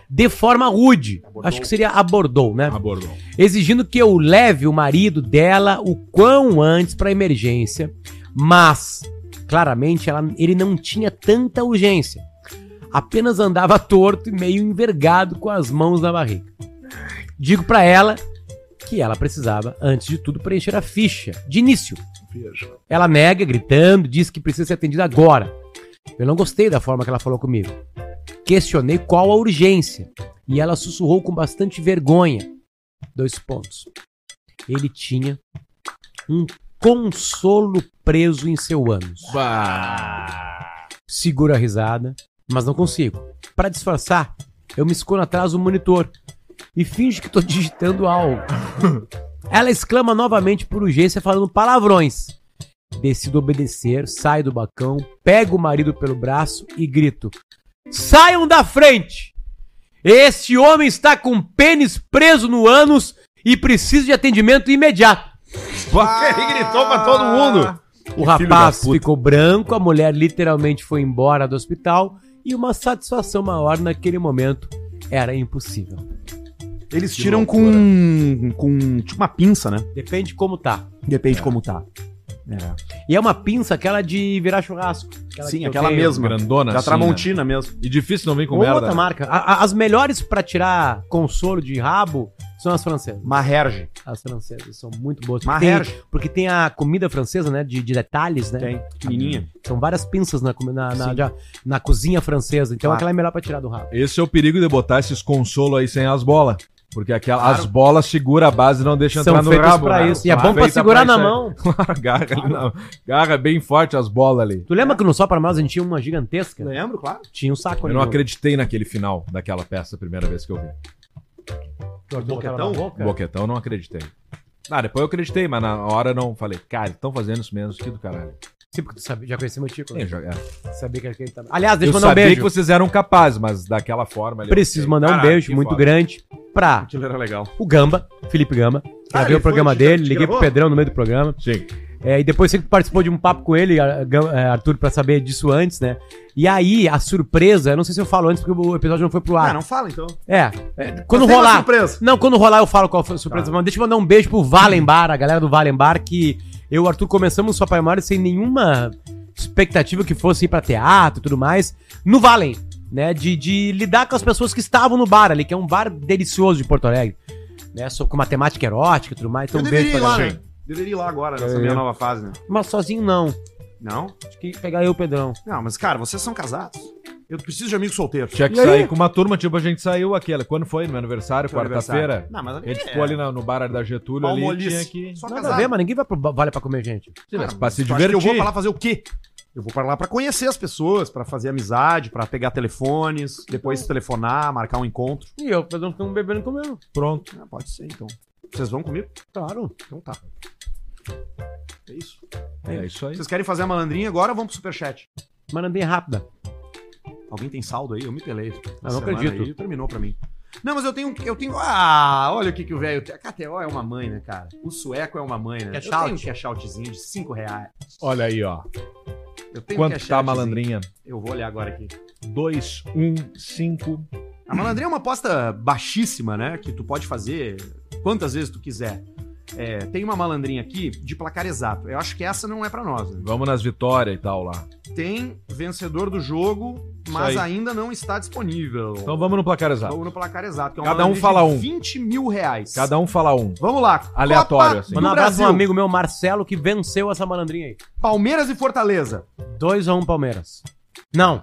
[SPEAKER 3] de forma rude. Acho que seria abordou, né?
[SPEAKER 2] Abordou.
[SPEAKER 3] Exigindo que eu leve o marido dela o quão antes para emergência, mas claramente ela- ele não tinha tanta urgência. Apenas andava torto e meio envergado com as mãos na barriga. Digo pra ela que ela precisava, antes de tudo, preencher a ficha de início. Ela nega, gritando, diz que precisa ser atendida agora. Eu não gostei da forma que ela falou comigo. Questionei qual a urgência e ela sussurrou com bastante vergonha. Dois pontos. Ele tinha um consolo preso em seu ânus. Seguro a risada, mas não consigo. Para disfarçar, eu me escondo atrás do monitor e finge que estou digitando algo. Ela exclama novamente por urgência, falando palavrões. Decido obedecer, saio do balcão, pego o marido pelo braço e grito: Saiam da frente! Este homem está com o pênis preso no ânus e precisa de atendimento imediato.
[SPEAKER 12] Ele gritou pra todo mundo.
[SPEAKER 3] O rapaz ficou branco, a mulher literalmente foi embora do hospital e uma satisfação maior naquele momento era impossível.
[SPEAKER 12] Eles tiram com, com tipo uma pinça, né?
[SPEAKER 3] Depende como tá.
[SPEAKER 12] Depende como tá.
[SPEAKER 3] E é uma pinça aquela de virar churrasco.
[SPEAKER 12] Sim,
[SPEAKER 3] que eu
[SPEAKER 12] aquela
[SPEAKER 3] tenho.
[SPEAKER 12] mesma. né?
[SPEAKER 2] Grandona.
[SPEAKER 12] Da
[SPEAKER 2] assim,
[SPEAKER 1] um
[SPEAKER 12] Tramontina mesmo.
[SPEAKER 2] E difícil não vir com
[SPEAKER 3] Ou
[SPEAKER 2] merda. né?
[SPEAKER 3] outra marca. A- a- as melhores pra tirar consolo de rabo são as francesas.
[SPEAKER 12] Maherge.
[SPEAKER 3] As francesas são muito boas. Porque tem,
[SPEAKER 12] Maherge.
[SPEAKER 3] porque tem a comida francesa, né? De, de detalhes, né?
[SPEAKER 12] Tem, pequenininha.
[SPEAKER 3] São várias pinças na, comi- na, na,
[SPEAKER 12] Sim.
[SPEAKER 3] já- na cozinha francesa. Então
[SPEAKER 2] Ah.
[SPEAKER 3] aquela é melhor pra tirar do rabo.
[SPEAKER 2] Esse é o perigo de botar esses consolo aí sem as bolas. Porque aquela, as bolas segura a base e não deixa
[SPEAKER 3] São
[SPEAKER 2] entrar no
[SPEAKER 3] feitas
[SPEAKER 2] rabo.
[SPEAKER 3] pra
[SPEAKER 2] né?
[SPEAKER 3] isso. E é
[SPEAKER 2] São
[SPEAKER 3] bom pra
[SPEAKER 2] feitas
[SPEAKER 3] segurar na
[SPEAKER 2] isso aí.
[SPEAKER 3] mão.
[SPEAKER 2] agarra, ali na- agarra bem forte as bolas ali.
[SPEAKER 3] Tu lembra que no Só Pra Nós a gente tinha uma gigantesca?
[SPEAKER 12] Lembro, claro.
[SPEAKER 3] Tinha um saco
[SPEAKER 2] Eu não
[SPEAKER 3] no-
[SPEAKER 2] acreditei naquele final daquela peça a primeira vez que eu vi.
[SPEAKER 3] Tu guardou aquela na
[SPEAKER 12] Boquetão?
[SPEAKER 3] boca?
[SPEAKER 2] Boquetão, eu não acreditei. Ah, depois eu acreditei, mas na hora eu não falei, cara, estão fazendo isso mesmo, que do caralho.
[SPEAKER 3] Sim, porque tu sabe, já conheci meu tico. né?
[SPEAKER 2] Eu, já- é.
[SPEAKER 3] Sabia que era aquele tamanho. Aliás, deixa eu
[SPEAKER 2] eu
[SPEAKER 3] mandar um
[SPEAKER 2] sabia
[SPEAKER 3] beijo.
[SPEAKER 2] que vocês eram capazes, mas daquela forma ali. eu
[SPEAKER 3] Preciso
[SPEAKER 2] fiquei,
[SPEAKER 3] mandar um
[SPEAKER 2] "Caralho,
[SPEAKER 3] beijo
[SPEAKER 2] que
[SPEAKER 3] muito
[SPEAKER 2] foda."
[SPEAKER 3] grande pra
[SPEAKER 12] Aquilo era legal.
[SPEAKER 3] o Gamba, Felipe Gamba. Gravei
[SPEAKER 12] ele
[SPEAKER 3] o programa
[SPEAKER 12] foi, te-
[SPEAKER 3] dele,
[SPEAKER 12] te
[SPEAKER 3] liguei pro
[SPEAKER 12] gravou?
[SPEAKER 3] Pedrão no meio do programa. É,
[SPEAKER 2] Sim.
[SPEAKER 3] e depois sempre participou de um papo com ele, a- Gam- é, Arthur, pra saber disso antes, né? E aí, a surpresa, eu não sei se eu falo antes, porque o episódio não foi pro ar.
[SPEAKER 12] Ah, não fala então.
[SPEAKER 3] É, é, quando
[SPEAKER 12] Mas tem uma
[SPEAKER 3] rolar.
[SPEAKER 12] surpresa.
[SPEAKER 3] Não, quando rolar eu falo qual foi a surpresa, mas deixa eu mandar um beijo pro Valenbar, a galera do Valenbar, que eu e o Arthur começamos sua primária sem nenhuma expectativa que fosse ir pra teatro e tudo mais, no Valen, né? De, de lidar com as pessoas que estavam no bar ali, que é um bar delicioso de Porto Alegre. né? Só com matemática erótica e tudo mais. Então,
[SPEAKER 1] Eu
[SPEAKER 3] um beijo
[SPEAKER 1] deveria ir
[SPEAKER 3] pra
[SPEAKER 1] lá,
[SPEAKER 3] galera.
[SPEAKER 1] né? Deveria ir lá agora, nessa
[SPEAKER 3] É.
[SPEAKER 1] minha nova fase, né?
[SPEAKER 3] Mas sozinho não.
[SPEAKER 1] Não?
[SPEAKER 3] Tem que pegar eu, Pedrão.
[SPEAKER 1] Não, mas cara, vocês são casados. Eu preciso de amigo solteiro.
[SPEAKER 2] Tinha que
[SPEAKER 1] E aí?
[SPEAKER 2] sair com uma turma, tipo, a gente saiu aquela. Quando foi? No meu aniversário,
[SPEAKER 1] Seu
[SPEAKER 2] quarta-feira.
[SPEAKER 1] aniversário. Não, mas
[SPEAKER 2] A
[SPEAKER 1] ali
[SPEAKER 2] gente
[SPEAKER 1] é-
[SPEAKER 2] ficou ali na- no bar da Getúlio ali e tinha
[SPEAKER 1] Palmolice.
[SPEAKER 2] que.
[SPEAKER 1] Só
[SPEAKER 3] Nada a
[SPEAKER 1] casado.
[SPEAKER 3] ver, mas ninguém vai pro ba- vale pra comer gente.
[SPEAKER 2] Sim, mas
[SPEAKER 1] Cara,
[SPEAKER 2] pra se
[SPEAKER 1] tu acha que
[SPEAKER 2] divertir.
[SPEAKER 1] Ah, Eu vou pra lá fazer o quê? Eu vou pra lá pra conhecer as pessoas, pra fazer amizade, pra pegar telefones, depois telefonar, marcar um encontro.
[SPEAKER 3] E eu, Pedrão, estamos bebendo e comendo.
[SPEAKER 2] Pronto.
[SPEAKER 1] Ah, pode ser, então. Vocês vão comigo?
[SPEAKER 3] Claro.
[SPEAKER 1] Então tá. É isso.
[SPEAKER 2] É isso aí.
[SPEAKER 1] Vocês querem fazer a malandrinha agora ou vamos pro superchat?
[SPEAKER 3] Malandrinha rápida.
[SPEAKER 1] Alguém tem saldo aí? Eu me pelei.
[SPEAKER 3] não
[SPEAKER 1] Essa semana
[SPEAKER 3] acredito.
[SPEAKER 1] aí terminou pra mim. Não, mas eu tenho. Eu tenho. Ah, olha o que, que o velho. tem. A KTO é uma mãe, né, cara? O sueco é uma mãe, né?
[SPEAKER 3] Cash
[SPEAKER 1] eu tenho um
[SPEAKER 3] out.
[SPEAKER 1] cash outzinho de 5 reais.
[SPEAKER 2] Olha aí, ó.
[SPEAKER 1] Eu tenho um
[SPEAKER 2] Quanto
[SPEAKER 1] cash
[SPEAKER 2] tá a
[SPEAKER 1] outzinho.
[SPEAKER 2] malandrinha? um,
[SPEAKER 1] Eu vou olhar agora aqui.
[SPEAKER 2] 2, 1, 5.
[SPEAKER 1] A malandrinha é uma aposta baixíssima, né? Que tu pode fazer quantas vezes tu quiser. É, tem uma malandrinha aqui de placar exato. Eu acho que essa não é pra nós, né?
[SPEAKER 2] Vamos nas vitórias e tal lá.
[SPEAKER 1] Tem vencedor do jogo, mas
[SPEAKER 2] aí.
[SPEAKER 1] ainda não está disponível.
[SPEAKER 2] Então vamos no placar exato.
[SPEAKER 1] Vamos no placar exato. que é uma
[SPEAKER 2] Cada um
[SPEAKER 1] malandrinha
[SPEAKER 2] fala
[SPEAKER 1] de
[SPEAKER 2] um.
[SPEAKER 1] 20 mil reais.
[SPEAKER 2] Cada um fala um.
[SPEAKER 1] Vamos lá.
[SPEAKER 2] Aleatório,
[SPEAKER 1] Copa
[SPEAKER 2] assim.
[SPEAKER 1] do
[SPEAKER 3] Manda um abraço
[SPEAKER 1] Brasil.
[SPEAKER 3] pro amigo meu, Marcelo, que venceu essa malandrinha aí.
[SPEAKER 1] Palmeiras e Fortaleza.
[SPEAKER 3] 2x1 Palmeiras. Não.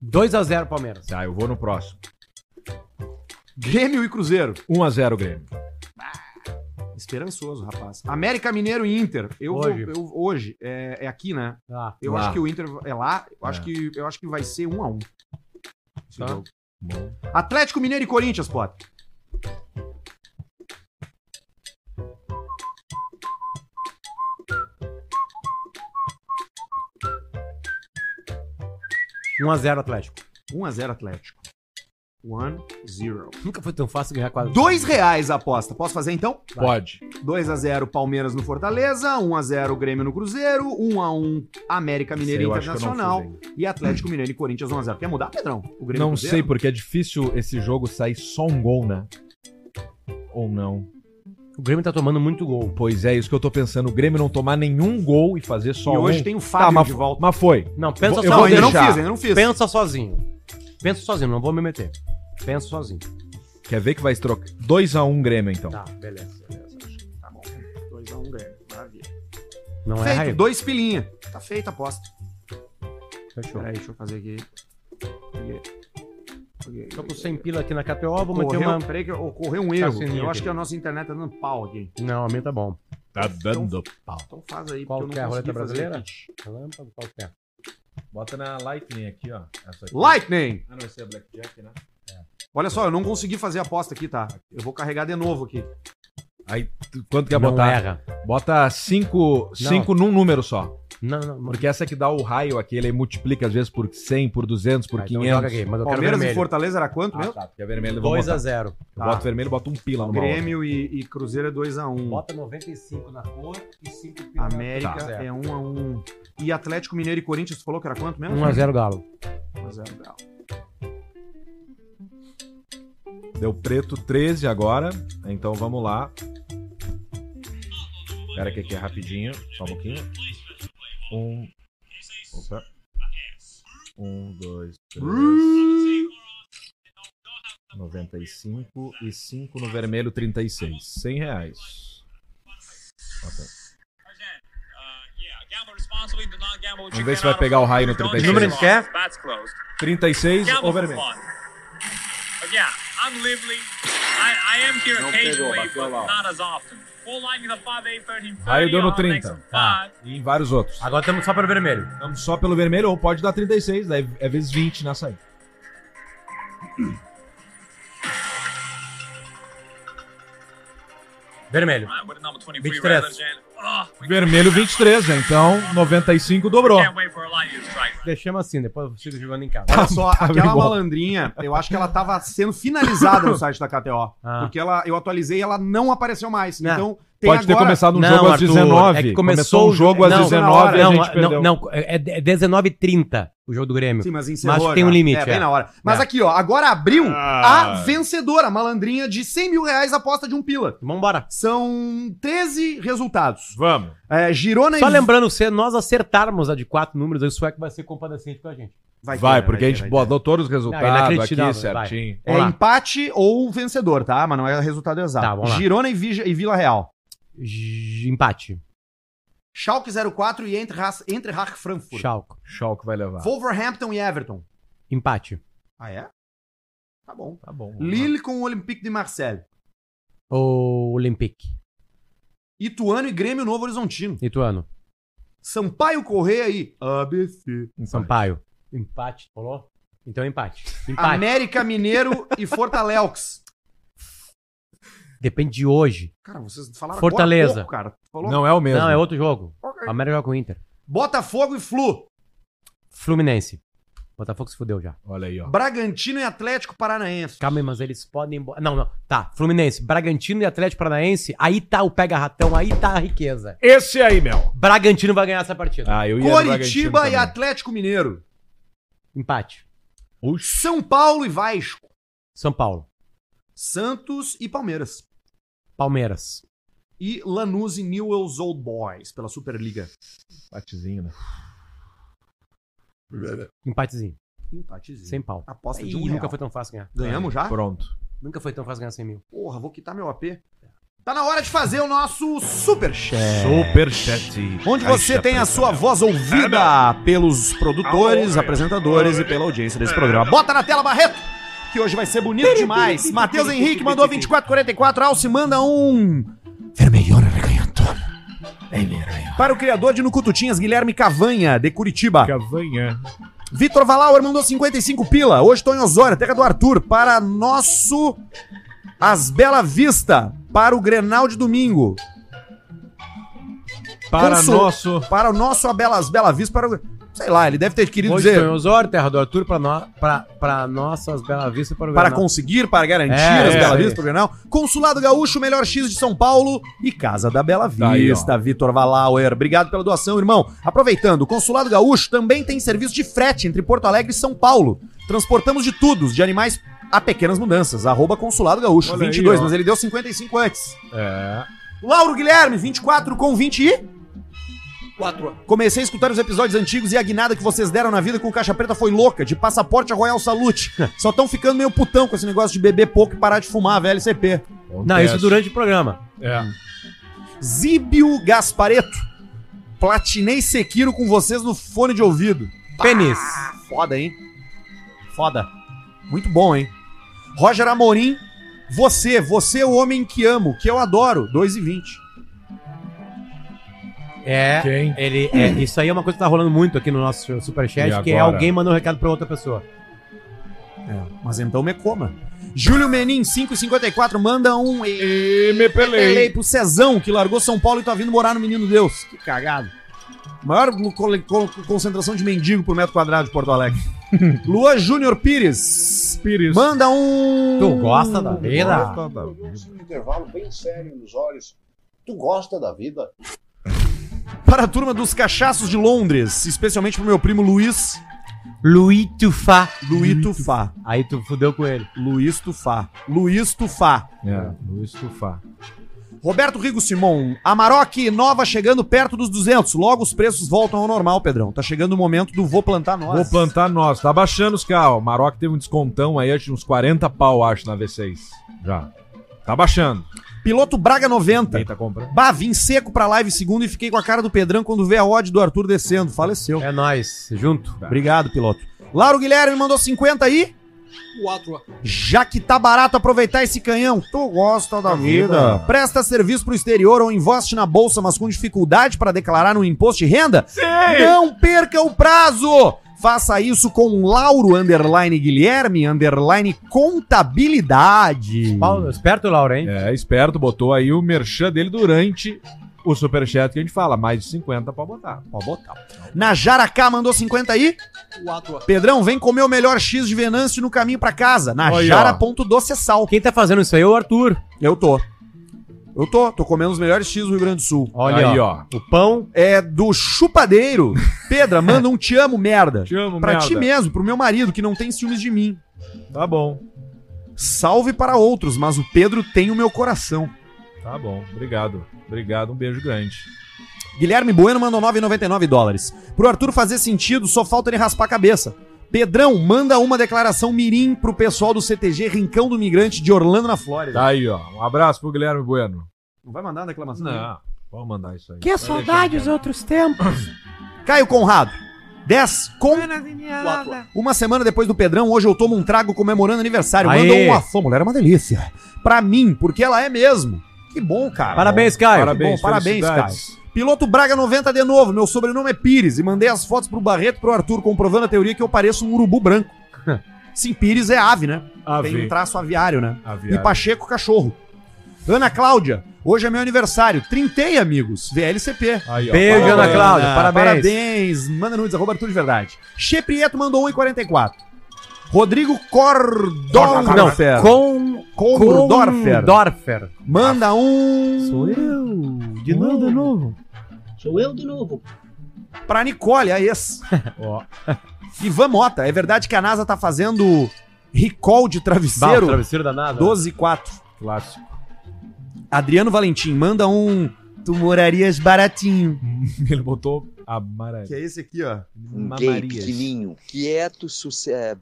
[SPEAKER 3] Dois a 0 Palmeiras.
[SPEAKER 2] Tá, eu vou no próximo.
[SPEAKER 1] Grêmio e Cruzeiro.
[SPEAKER 2] 1x0 Grêmio.
[SPEAKER 1] Esperançoso, rapaz. América Mineiro e Inter. Eu hoje,
[SPEAKER 2] Hoje. Ah,
[SPEAKER 1] vou, eu, hoje é, é aqui, né?
[SPEAKER 3] Tá.
[SPEAKER 1] Eu
[SPEAKER 2] Lá.
[SPEAKER 1] acho que o Inter é lá. Eu acho
[SPEAKER 2] É.
[SPEAKER 1] que eu acho que vai ser um a um. esse
[SPEAKER 2] Tá.
[SPEAKER 1] jogo.
[SPEAKER 2] Bom.
[SPEAKER 1] Atlético Mineiro e Corinthians, Potter.
[SPEAKER 3] Um a 0 Atlético.
[SPEAKER 1] 1 a 0 Atlético. 1 0.
[SPEAKER 3] Nunca foi tão fácil ganhar quase.
[SPEAKER 1] Dois reais a aposta. Posso fazer então?
[SPEAKER 2] Pode.
[SPEAKER 1] 2 a 0 Palmeiras no Fortaleza, 1 a 0 Grêmio no Cruzeiro, 1 a 1 América Mineiro e
[SPEAKER 2] Sei, eu acho que eu não
[SPEAKER 1] Internacional
[SPEAKER 2] fiz
[SPEAKER 1] e Atlético Mineiro e Corinthians 1 a 0. Quer mudar, Pedrão? O Grêmio e
[SPEAKER 2] Não
[SPEAKER 1] Cruzeiro?
[SPEAKER 2] sei, porque é difícil esse jogo sair só um gol, né? Ou não.
[SPEAKER 3] O Grêmio tá tomando muito gol.
[SPEAKER 2] Pois é, isso que eu tô pensando. O Grêmio não tomar nenhum gol e fazer só
[SPEAKER 1] E
[SPEAKER 2] um.
[SPEAKER 1] hoje tem o Fábio
[SPEAKER 2] Tá, mas,
[SPEAKER 1] de volta.
[SPEAKER 2] Mas foi.
[SPEAKER 3] Não, pensa
[SPEAKER 2] Vou- eu
[SPEAKER 3] sozinho.
[SPEAKER 2] vou deixar.
[SPEAKER 3] Pensa sozinho. Pensa sozinho, não vou me meter. Pensa sozinho.
[SPEAKER 2] Quer ver que vai trocar? 2x1 Grêmio, então.
[SPEAKER 3] Tá, beleza, beleza. Acho que
[SPEAKER 1] Tá bom. 2 a 1 Grêmio. Maravilha.
[SPEAKER 3] Não é
[SPEAKER 1] Tá Feito,
[SPEAKER 3] raiva.
[SPEAKER 1] dois pilinha. Tá feita a aposta.
[SPEAKER 3] Fechou.
[SPEAKER 1] Peraí, deixa eu fazer aqui. Peguei. Peguei.
[SPEAKER 3] Tô com 100 pila aqui na KTO, vou manter
[SPEAKER 1] Ocorreu,
[SPEAKER 3] uma...
[SPEAKER 1] Peraí que ocorreu
[SPEAKER 2] Tá
[SPEAKER 1] um erro.
[SPEAKER 3] Cassininha
[SPEAKER 1] eu acho
[SPEAKER 3] aqui.
[SPEAKER 1] que a nossa internet tá dando pau aqui.
[SPEAKER 3] Não, a minha tá bom.
[SPEAKER 2] Tá
[SPEAKER 1] dando
[SPEAKER 2] pau.
[SPEAKER 1] Então faz aí,
[SPEAKER 3] Qual que é a
[SPEAKER 1] fazer
[SPEAKER 3] roleta brasileira?
[SPEAKER 1] aqui.
[SPEAKER 3] Relâmpago, qual que é?
[SPEAKER 2] Bota na Lightning aqui, ó. Essa aqui.
[SPEAKER 1] Lightning!
[SPEAKER 2] Ah, não, esse é Blackjack, né?
[SPEAKER 1] Olha só, eu não consegui fazer a aposta aqui, tá? Eu vou carregar de novo aqui.
[SPEAKER 2] Aí, tu- quanto quer
[SPEAKER 3] Não é.
[SPEAKER 2] botar?
[SPEAKER 3] erra.
[SPEAKER 2] Bota 5 num número só.
[SPEAKER 3] Não, não,
[SPEAKER 2] Porque essa que dá o raio aqui, ele multiplica às vezes por 100, por 200, por
[SPEAKER 3] Ah, então
[SPEAKER 2] 500.
[SPEAKER 3] joga aqui, mas eu quero
[SPEAKER 1] Palmeiras e
[SPEAKER 3] vermelho.
[SPEAKER 1] Fortaleza era quanto
[SPEAKER 2] Ah,
[SPEAKER 1] mesmo?
[SPEAKER 2] tá, porque é vermelho. eu vou
[SPEAKER 3] 2 a
[SPEAKER 2] botar.
[SPEAKER 3] 0
[SPEAKER 2] Eu
[SPEAKER 1] Tá.
[SPEAKER 2] boto vermelho e boto um pila no Grêmio.
[SPEAKER 1] Grêmio e, e Cruzeiro é 2x1.
[SPEAKER 3] Bota né? 95 na cor e 5 pila
[SPEAKER 1] América
[SPEAKER 3] Tá,
[SPEAKER 1] é 1x1. E Atlético Mineiro e Corinthians, tu falou que era quanto mesmo? é,
[SPEAKER 3] 1x0 Galo.
[SPEAKER 1] 1x0 Galo.
[SPEAKER 2] Deu preto 13 agora, então vamos lá. Espera que aqui é rapidinho, só um pouquinho. Um. Opa. Um, dois,
[SPEAKER 3] Hum.
[SPEAKER 2] três. 95 e 5 no vermelho, 36. 100 reais. Ok. Vamos ver se vai pegar o raio no 36.
[SPEAKER 3] Que número a gente quer?
[SPEAKER 2] 36 ou vermelho?
[SPEAKER 11] Yeah, I'm lively. I, I am here
[SPEAKER 2] Não
[SPEAKER 11] occasionally,
[SPEAKER 2] pegou, bateu
[SPEAKER 11] but
[SPEAKER 2] lá.
[SPEAKER 11] not as often. Full line with a 5, 8, 13, 30.
[SPEAKER 2] Raio deu no
[SPEAKER 11] I'll make some
[SPEAKER 2] 30. Tá. E em vários outros.
[SPEAKER 3] Agora estamos só pelo vermelho.
[SPEAKER 2] Estamos só pelo vermelho, ou pode dar 36, daí é vezes 20 na saída.
[SPEAKER 3] Vermelho.
[SPEAKER 11] Alright, with a number 23
[SPEAKER 3] 23.
[SPEAKER 11] rather than- Oh,
[SPEAKER 2] Vermelho 23, né? Então 95 dobrou.
[SPEAKER 11] can't wait for a light to strike.
[SPEAKER 3] Deixamos assim, depois eu sigo jogando em casa.
[SPEAKER 1] Olha só,
[SPEAKER 2] tá
[SPEAKER 1] aquela
[SPEAKER 2] bem bom.
[SPEAKER 1] malandrinha, eu acho que ela tava sendo finalizada no site da KTO.
[SPEAKER 3] Ah. É,
[SPEAKER 1] Porque ela, eu atualizei e ela não apareceu mais.
[SPEAKER 3] Não.
[SPEAKER 1] Então,
[SPEAKER 2] Pode ter começado um
[SPEAKER 3] Não,
[SPEAKER 2] jogo às
[SPEAKER 3] Arthur,
[SPEAKER 2] 19.
[SPEAKER 3] é que
[SPEAKER 2] começou o jogo às
[SPEAKER 3] não,
[SPEAKER 2] 19 e a
[SPEAKER 3] não,
[SPEAKER 2] gente
[SPEAKER 3] não,
[SPEAKER 2] perdeu.
[SPEAKER 3] Não, é é 19 h 30 o jogo do Grêmio.
[SPEAKER 1] Sim, mas encerrou.
[SPEAKER 3] Mas tem
[SPEAKER 1] já.
[SPEAKER 3] um limite.
[SPEAKER 1] É, bem na hora. Mas
[SPEAKER 3] É.
[SPEAKER 1] aqui, ó, agora abriu a
[SPEAKER 2] Ah.
[SPEAKER 1] vencedora, a malandrinha de 100 mil reais aposta de um pila.
[SPEAKER 3] Vambora.
[SPEAKER 1] São 13 resultados.
[SPEAKER 2] Vamos.
[SPEAKER 1] É, Girona
[SPEAKER 3] Só
[SPEAKER 1] e-
[SPEAKER 3] é lembrando, se nós acertarmos a de quatro números, aí o sueco vai ser compadecente com a gente.
[SPEAKER 2] Vai,
[SPEAKER 1] ter, né?
[SPEAKER 2] porque
[SPEAKER 1] ter,
[SPEAKER 2] a gente
[SPEAKER 1] vai
[SPEAKER 2] botou todos os
[SPEAKER 1] Não,
[SPEAKER 2] resultados
[SPEAKER 1] inacreditável,
[SPEAKER 2] aqui certinho.
[SPEAKER 1] É empate ou vencedor, tá? Mas não é resultado exato.
[SPEAKER 3] Tá, vamos lá.
[SPEAKER 1] Girona e, Vija- e Vila Real.
[SPEAKER 3] Empate.
[SPEAKER 1] Schalke 04 e Eintracht Eintracht Frankfurt.
[SPEAKER 3] Schalke.
[SPEAKER 2] Schalke vai levar.
[SPEAKER 1] Wolverhampton e Everton.
[SPEAKER 3] Empate.
[SPEAKER 1] Ah, é? Tá bom.
[SPEAKER 2] Tá bom.
[SPEAKER 1] Lille com o Olympique de Marseille.
[SPEAKER 3] O Olympique.
[SPEAKER 1] Ituano e Grêmio Novo Horizontino.
[SPEAKER 3] Ituano.
[SPEAKER 1] Sampaio Correia e ABC.
[SPEAKER 3] Sampaio. Empate. Falou? Então empate. Empate.
[SPEAKER 1] América Mineiro e Fortaleux.
[SPEAKER 3] Depende de hoje.
[SPEAKER 1] Cara, vocês falaram agora há
[SPEAKER 3] Fortaleza.
[SPEAKER 1] pouco, cara. Tu falou-
[SPEAKER 3] Não, é outro jogo.
[SPEAKER 1] Ok.
[SPEAKER 3] A América joga com o Inter.
[SPEAKER 1] Botafogo e Flu.
[SPEAKER 3] Fluminense. Botafogo se fudeu já.
[SPEAKER 2] Olha aí, ó.
[SPEAKER 1] Bragantino e Atlético Paranaense.
[SPEAKER 3] Calma aí, mas eles podem. ir embora. Não, não. Tá. Fluminense, Bragantino e Atlético Paranaense. Aí tá o pega-ratão, aí tá a riqueza.
[SPEAKER 2] Esse aí, Mel.
[SPEAKER 3] Bragantino vai ganhar essa partida.
[SPEAKER 2] Ah, eu ia no Bragantino
[SPEAKER 1] Coritiba e
[SPEAKER 2] também.
[SPEAKER 1] Atlético Mineiro.
[SPEAKER 3] Empate.
[SPEAKER 1] São Paulo e Vasco.
[SPEAKER 3] São Paulo.
[SPEAKER 1] Santos e Palmeiras.
[SPEAKER 3] Palmeiras.
[SPEAKER 1] E Lanús e Newell's Old Boys pela Superliga.
[SPEAKER 2] Empatezinho, né?
[SPEAKER 3] Empatezinho.
[SPEAKER 1] Empatezinho.
[SPEAKER 3] Sem pau.
[SPEAKER 1] Aposta de
[SPEAKER 3] Ih,
[SPEAKER 1] um
[SPEAKER 3] Nunca
[SPEAKER 1] real.
[SPEAKER 3] foi assim. tão fácil ganhar.
[SPEAKER 1] Ganhamos já?
[SPEAKER 2] Pronto.
[SPEAKER 3] Nunca foi tão fácil ganhar 100 mil.
[SPEAKER 1] Porra, vou quitar meu AP. Tá na hora de fazer o nosso Superchat.
[SPEAKER 2] Superchat.
[SPEAKER 1] Onde você tem a sua voz ouvida pelos produtores, apresentadores e pela audiência desse programa. Bota na tela, Barreto, que hoje vai ser bonito demais. Matheus Henrique mandou 2444, Alce manda um... Para o criador de Nucututinhas, Guilherme Cavanha, de Curitiba.
[SPEAKER 2] Cavanha.
[SPEAKER 1] Vitor Valauer mandou 55 pila. Hoje tô em Osório, terra do Arthur. Para nosso As Bela Vista. Para o Grenal de domingo.
[SPEAKER 2] Para
[SPEAKER 1] Consul-
[SPEAKER 2] nosso.
[SPEAKER 1] Para o nosso A Belas Bela Vista. Para o... Sei lá, ele deve ter querido
[SPEAKER 3] Hoje
[SPEAKER 1] dizer.
[SPEAKER 3] foi Osório, Terra do Arthur, pra, no... pra, pra nossas Bela Vista para o
[SPEAKER 1] Para
[SPEAKER 3] Grenal.
[SPEAKER 1] conseguir, para garantir
[SPEAKER 3] É,
[SPEAKER 1] as
[SPEAKER 3] é,
[SPEAKER 1] Bela
[SPEAKER 3] é.
[SPEAKER 1] Vista, pro Grenal. Consulado Gaúcho, melhor X de São Paulo e Casa da Bela
[SPEAKER 2] Tá aí, ó.
[SPEAKER 1] Vista, Vitor Valauer. Obrigado pela doação, irmão. Aproveitando, o Consulado Gaúcho também tem serviço de frete entre Porto Alegre e São Paulo. Transportamos de tudo, de animais a pequenas mudanças. Arroba Consulado Gaúcho,
[SPEAKER 2] Olha aí,
[SPEAKER 1] 22,
[SPEAKER 2] ó.
[SPEAKER 1] mas ele deu 55 antes.
[SPEAKER 2] É.
[SPEAKER 1] Lauro Guilherme, 24 com 20 e... Comecei a escutar os episódios antigos e a guinada que vocês deram na vida com o Caixa Preta foi louca, de passaporte a Royal Salute. Só estão ficando meio putão com esse negócio de beber pouco e parar de fumar, velho CP.
[SPEAKER 3] Não, isso durante o programa.
[SPEAKER 2] É.
[SPEAKER 1] Zíbio Gaspareto. Platinei Sekiro com vocês no fone de ouvido. Ah,
[SPEAKER 3] Pênis.
[SPEAKER 1] Foda, hein? Foda. Muito bom, hein? Roger Amorim, você, você é o homem que amo, que eu adoro, 2 e 20.
[SPEAKER 3] É,
[SPEAKER 2] Quem?
[SPEAKER 3] ele é, isso aí é uma coisa que tá rolando muito aqui no nosso superchat,
[SPEAKER 1] E
[SPEAKER 3] que é
[SPEAKER 1] agora?
[SPEAKER 3] alguém mandou um recado pra outra pessoa.
[SPEAKER 1] É, mas então me coma. Júlio Menin, 5,54, manda um e
[SPEAKER 2] me
[SPEAKER 1] pelei. pro Cezão, que largou São Paulo e tá vindo morar no Menino Deus. Que cagado. Maior lu- cole- co- concentração de mendigo por metro quadrado de Porto Alegre. Luan Júnior Pires.
[SPEAKER 2] Pires.
[SPEAKER 1] Manda um.
[SPEAKER 3] Tu gosta da vida?
[SPEAKER 17] Um intervalo bem sério nos olhos. Tu gosta da vida?
[SPEAKER 1] Para a turma dos cachaços de Londres, especialmente pro meu primo Luiz.
[SPEAKER 3] Luiz Tufá.
[SPEAKER 1] Luiz Tufá.
[SPEAKER 3] Aí tu fudeu com ele.
[SPEAKER 1] Luiz Tufá. Luiz Tufá.
[SPEAKER 2] É, vou estufar.
[SPEAKER 1] Roberto Rigo Simon, Amarok nova chegando perto dos 200. Logo os preços voltam ao normal, Pedrão. Tá chegando o momento do vou plantar nós.
[SPEAKER 2] Vou plantar nós. Tá baixando os carros. O Maroc teve um descontão aí, acho, uns 40 pau, acho, na V6. Já. Tá baixando.
[SPEAKER 1] Piloto Braga 90.
[SPEAKER 2] Quem tá comprando?
[SPEAKER 1] Bah, vim seco pra live segunda e fiquei com a cara do Pedrão quando vê a odd do Arthur descendo. Faleceu.
[SPEAKER 3] É nóis, junto.
[SPEAKER 1] Obrigado, piloto. Lauro Guilherme mandou 50 aí. Já que tá barato aproveitar esse canhão, tu gosta da vida. Presta serviço pro exterior ou investe na bolsa, mas com dificuldade para declarar no imposto de renda? Sim. Não perca o prazo! Faça isso com Lauro Underline Guilherme Underline Contabilidade.
[SPEAKER 3] Paulo, esperto, Laura, hein?
[SPEAKER 2] É, esperto, botou aí o merchan dele durante o superchat que a gente fala. Mais de 50 pra botar.
[SPEAKER 1] Pode botar. Najara K mandou 50 aí. Pedrão, vem comer o melhor X de Venâncio no caminho pra casa. Najara.docessal.
[SPEAKER 3] Quem tá fazendo isso aí é o Arthur.
[SPEAKER 1] Eu tô. Eu tô, tô comendo os melhores X do Rio Grande do Sul.
[SPEAKER 3] Olha
[SPEAKER 2] aí,
[SPEAKER 3] ó.
[SPEAKER 2] ó.
[SPEAKER 3] O pão.
[SPEAKER 1] É do chupadeiro. Pedra, manda um te amo, merda.
[SPEAKER 2] Te amo,
[SPEAKER 1] pra
[SPEAKER 2] merda.
[SPEAKER 1] ti mesmo, pro meu marido, que não tem ciúmes de mim.
[SPEAKER 2] Tá bom.
[SPEAKER 1] Salve para outros, mas o Pedro tem o meu coração.
[SPEAKER 2] Tá bom. Obrigado. Obrigado. Um beijo grande.
[SPEAKER 1] Guilherme Bueno mandou 9,99 dólares. Pro Arthur fazer sentido, só falta ele raspar a cabeça. Pedrão, manda uma declaração mirim pro pessoal do CTG Rincão do Migrante de Orlando, na Flórida.
[SPEAKER 2] Tá aí, ó. Um abraço pro Guilherme Bueno.
[SPEAKER 1] Não vai mandar uma declamação?
[SPEAKER 2] Não, vamos mandar isso aí.
[SPEAKER 3] Que é saudade os outros tempos.
[SPEAKER 1] Caio Conrado. 10 com. Uma semana depois do Pedrão, hoje eu tomo um trago comemorando aniversário.
[SPEAKER 3] Aê.
[SPEAKER 1] Mandou uma fã, mulher é uma delícia. Pra mim, porque ela é mesmo. Que bom, cara.
[SPEAKER 3] Parabéns, Caio.
[SPEAKER 1] Parabéns, bom, parabéns, Caio.
[SPEAKER 2] felicidades.
[SPEAKER 1] Piloto Braga 90 de novo, meu sobrenome é Pires e mandei as fotos pro Barreto e pro Arthur comprovando a teoria que eu pareço um urubu branco. Sim, Pires é ave, né?
[SPEAKER 2] Ave.
[SPEAKER 1] Tem um traço aviário, né?
[SPEAKER 2] Aviário.
[SPEAKER 1] E Pacheco cachorro. Ana Cláudia, hoje é meu aniversário. Trintei, amigos. VLCP.
[SPEAKER 2] Aí, ó.
[SPEAKER 3] Beijo,
[SPEAKER 2] Parabéns.
[SPEAKER 3] Ana Cláudia. Parabéns.
[SPEAKER 1] Parabéns. Manda nudes, arroba Arthur de Verdade. Che Prieto mandou 1,44. Rodrigo Cordon...
[SPEAKER 3] Não, com...
[SPEAKER 1] Condorfer.
[SPEAKER 3] Condorfer.
[SPEAKER 1] Manda um...
[SPEAKER 3] Sou eu. De novo, de novo.
[SPEAKER 17] Sou eu de novo.
[SPEAKER 1] Pra Nicole, a ex.
[SPEAKER 2] Ó.
[SPEAKER 1] Ivan Mota, é verdade que a NASA tá fazendo recall de travesseiro?
[SPEAKER 3] travesseiro danado.
[SPEAKER 1] 12 e 4.
[SPEAKER 2] Clássico.
[SPEAKER 1] Adriano Valentim, manda um... Tu morarias baratinho.
[SPEAKER 2] Ele botou amarelo.
[SPEAKER 1] Que é esse aqui, ó. é
[SPEAKER 17] Um gay pequenininho, quieto, suce- eh,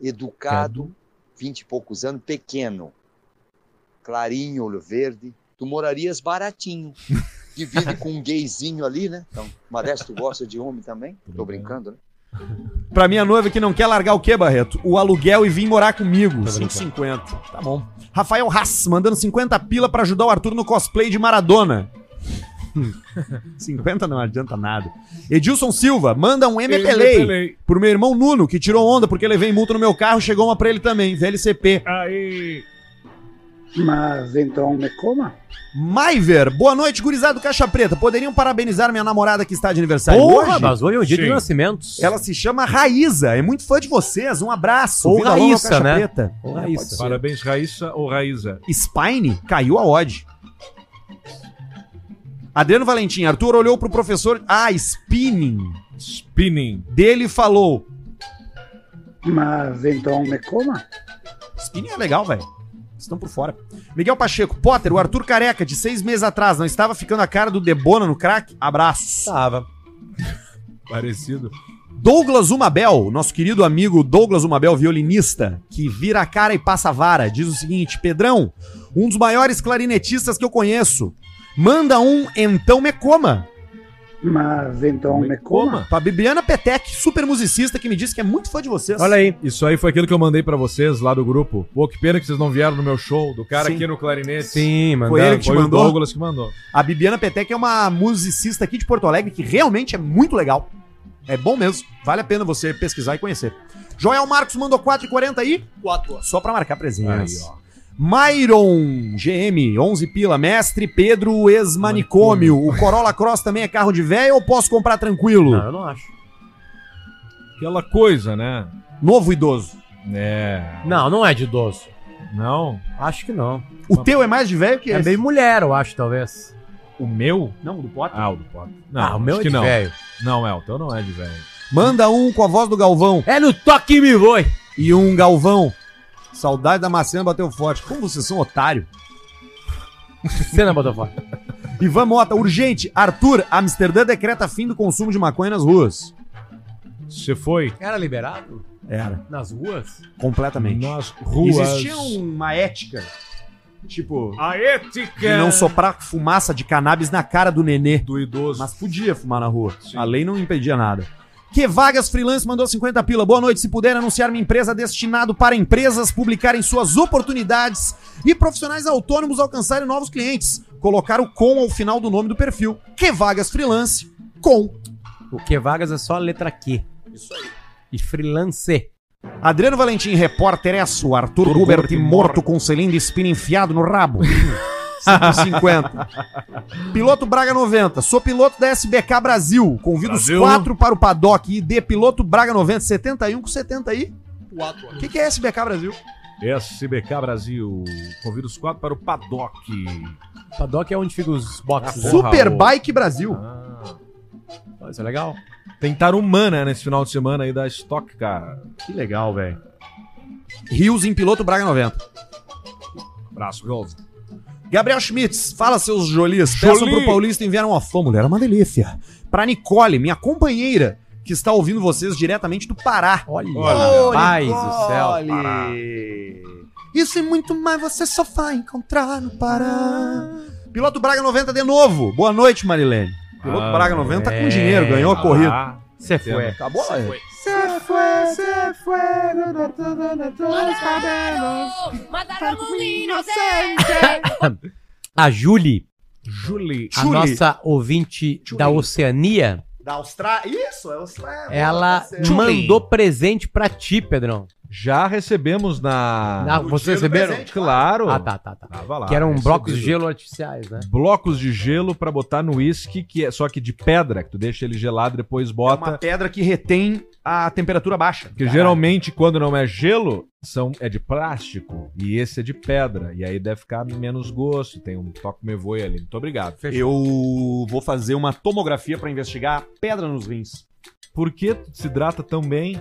[SPEAKER 17] educado, vinte e poucos anos, pequeno. Clarinho, olho verde. Tu morarias baratinho. Divide com um gayzinho ali, né? Então, Modesto gosta de homem também. Tô brincando, né?
[SPEAKER 1] Pra minha noiva que não quer largar o quê, Barreto? O aluguel e vir morar comigo.
[SPEAKER 2] Tá
[SPEAKER 1] 5,50. Tá bom. Rafael Haas, mandando 50 pila pra ajudar o Arthur no cosplay de Maradona. 50 não adianta nada. Edilson Silva, manda um MPLA
[SPEAKER 2] MPLA.
[SPEAKER 1] pro meu irmão Nuno, que tirou onda porque levei multa no meu carro, chegou uma pra ele também, VLCP.
[SPEAKER 2] Aí.
[SPEAKER 18] Mas então me coma?
[SPEAKER 1] Maiver, boa noite, gurizado Caixa Preta. Poderiam parabenizar minha namorada que está de aniversário
[SPEAKER 3] Porra,
[SPEAKER 1] hoje?
[SPEAKER 3] mas hoje é o dia do
[SPEAKER 2] Sim.
[SPEAKER 3] nascimento.
[SPEAKER 1] Ela se chama Raíza, é muito fã de vocês. Um abraço.
[SPEAKER 3] Ou
[SPEAKER 1] Vida longa ao
[SPEAKER 3] Raíssa,
[SPEAKER 1] Caixa
[SPEAKER 3] né?
[SPEAKER 1] Preta.
[SPEAKER 3] Ou
[SPEAKER 1] É,
[SPEAKER 3] Raíssa.
[SPEAKER 1] pode ser.
[SPEAKER 2] Parabéns, Raíssa ou Raíza.
[SPEAKER 1] Spine caiu a odd. Adriano Valentim, Arthur olhou pro professor. Ah, spinning.
[SPEAKER 2] Spinning.
[SPEAKER 1] Dele e falou.
[SPEAKER 18] Mas então me coma?
[SPEAKER 1] Spinning é legal, velho. Estão por fora. Miguel Pacheco, Potter, o Arthur Careca, de seis meses atrás, não estava ficando a cara do Debona no crack? Abraço.
[SPEAKER 3] Tava.
[SPEAKER 2] Parecido.
[SPEAKER 1] Douglas Umabel, nosso querido amigo Douglas Umabel, violinista, que vira a cara e passa a vara, diz o seguinte: Pedrão, um dos maiores clarinetistas que eu conheço, manda um então me coma.
[SPEAKER 18] Mas então me coma?
[SPEAKER 1] Pra Bibiana Petec, super musicista, que me disse que é muito fã de vocês.
[SPEAKER 3] Olha aí.
[SPEAKER 2] Isso aí foi aquilo que eu mandei pra vocês lá do grupo. Pô, que pena que vocês não vieram no meu show, do cara
[SPEAKER 1] Sim.
[SPEAKER 2] aqui no clarinete.
[SPEAKER 3] Sim, mano.
[SPEAKER 1] Foi ele que te
[SPEAKER 2] Foi o
[SPEAKER 1] mandou?
[SPEAKER 2] Douglas que mandou.
[SPEAKER 1] A Bibiana Petec é uma musicista aqui de Porto Alegre que realmente é muito legal. É bom mesmo. Vale a pena você pesquisar e conhecer. Joel Marcos mandou 4,40 aí.
[SPEAKER 19] 4
[SPEAKER 1] Só pra marcar presença.
[SPEAKER 2] Aí, ó.
[SPEAKER 1] Myron GM, 11 pila, mestre Pedro ex-manicômio. O Corolla Cross também é carro de véio ou posso comprar tranquilo?
[SPEAKER 3] Não, eu não acho.
[SPEAKER 2] Aquela coisa, né?
[SPEAKER 1] Novo idoso.
[SPEAKER 2] É.
[SPEAKER 3] Não, não é de idoso.
[SPEAKER 2] Não.
[SPEAKER 3] Acho que não.
[SPEAKER 1] O teu é mais de velho que
[SPEAKER 3] é
[SPEAKER 1] esse?
[SPEAKER 3] meio mulher, eu acho, talvez.
[SPEAKER 2] O meu?
[SPEAKER 1] Não, do Potter.
[SPEAKER 2] Ah, o do Potter. Não,
[SPEAKER 3] ah, o meu
[SPEAKER 2] acho
[SPEAKER 3] é
[SPEAKER 2] que
[SPEAKER 3] de
[SPEAKER 2] não.
[SPEAKER 3] velho.
[SPEAKER 2] Não, é, o teu não é de velho.
[SPEAKER 1] Manda um com a voz do Galvão
[SPEAKER 3] É no toque me voe.
[SPEAKER 1] e um Galvão. Saudade da Macena bateu forte. Como vocês são otário.
[SPEAKER 3] Cena Botafogo.
[SPEAKER 1] Ivan Mota, urgente. Arthur, Amsterdã decreta fim do consumo de maconha nas ruas.
[SPEAKER 2] Você foi
[SPEAKER 3] Era liberado?
[SPEAKER 1] Era.
[SPEAKER 3] Nas ruas?
[SPEAKER 1] Completamente.
[SPEAKER 2] É. nas ruas.
[SPEAKER 1] Existia
[SPEAKER 3] um
[SPEAKER 1] uma ética, tipo,
[SPEAKER 2] A
[SPEAKER 1] de
[SPEAKER 2] ética
[SPEAKER 1] não soprar fumaça de cannabis na cara do nenê.
[SPEAKER 2] do idoso.
[SPEAKER 1] Mas podia fumar na rua.
[SPEAKER 2] Sim.
[SPEAKER 1] A lei não impedia nada. Que Vagas Freelance mandou 50 pila. Boa noite. Se puder anunciar uma empresa destinado para empresas publicarem suas oportunidades e profissionais autônomos alcançarem novos clientes. Colocar o com ao final do nome do perfil. Que Vagas Freelance com.
[SPEAKER 3] O que vagas é só a letra Q. Isso aí. E freelance.
[SPEAKER 1] Adriano Valentim, repórter esso. Arthur
[SPEAKER 2] Arthur
[SPEAKER 1] Gubert
[SPEAKER 2] Gubert
[SPEAKER 1] morto com selim de espina enfiado no rabo. 5,50. Piloto Braga 90. Sou piloto da SBK Brasil. Convido
[SPEAKER 2] Brasil.
[SPEAKER 1] os quatro para o paddock. ID Piloto Braga 90, 71 com 70 aí.
[SPEAKER 19] 4
[SPEAKER 1] O que, que é SBK Brasil?
[SPEAKER 2] SBK Brasil. Convido os quatro para o paddock.
[SPEAKER 3] Paddock é onde fica os
[SPEAKER 1] Ah,
[SPEAKER 3] boxes. né?
[SPEAKER 1] Superbike Brasil.
[SPEAKER 2] Ah,
[SPEAKER 3] Porra, Isso é legal.
[SPEAKER 2] tem Tarumana nesse final de semana aí da Stock Car.
[SPEAKER 1] Que legal, velho. Rios em Piloto Braga 90.
[SPEAKER 2] Abraço, Rolf.
[SPEAKER 1] Gabriel Schmitz, fala seus jolis.
[SPEAKER 2] Jolis.
[SPEAKER 1] Peçam pro Paulista enviar uma fã, mulher. É uma delícia. Pra Nicole, minha companheira, que está ouvindo vocês diretamente do Pará. Olha,
[SPEAKER 3] Olha. Paz do céu, Pará.
[SPEAKER 1] Isso e muito mais você só vai encontrar no Pará. Piloto Braga 90 de novo. Boa noite, Marilene. Piloto
[SPEAKER 2] Ah,
[SPEAKER 1] Braga 90 tá
[SPEAKER 2] é,
[SPEAKER 1] com dinheiro, ganhou a
[SPEAKER 2] tá
[SPEAKER 1] corrida.
[SPEAKER 2] lá. Cê foi.
[SPEAKER 1] Acabou?
[SPEAKER 2] Cê foi.
[SPEAKER 16] Se fue, se fue, donde todo, donde todos cabelos. Mataram um inocente.
[SPEAKER 3] A Julie,
[SPEAKER 2] Julie.
[SPEAKER 3] a nossa ouvinte da Oceania,
[SPEAKER 1] Da Austrália. Isso, é Austrália.
[SPEAKER 3] ela
[SPEAKER 1] Julie.
[SPEAKER 3] mandou presente pra ti, Pedrão.
[SPEAKER 2] Já recebemos na.
[SPEAKER 3] Ah, vocês receberam?
[SPEAKER 2] claro.
[SPEAKER 3] Ah, tá, tá, tá.
[SPEAKER 2] Tava lá, né?
[SPEAKER 3] que eram
[SPEAKER 2] recebido.
[SPEAKER 3] blocos de gelo artificiais, né?
[SPEAKER 2] Blocos de gelo pra botar no uísque, que é só que de pedra, que tu deixa ele gelado e depois
[SPEAKER 3] É
[SPEAKER 2] bota.
[SPEAKER 1] Uma pedra que retém a temperatura baixa.
[SPEAKER 2] Porque geralmente, quando não é gelo, são, é de plástico e esse é de pedra. E aí deve ficar menos gosto. Tem um toque me voe ali. Muito obrigado.
[SPEAKER 1] Eu vou fazer uma tomografia pra investigar a pedra nos rins.
[SPEAKER 2] Por que tu se hidrata tão bem?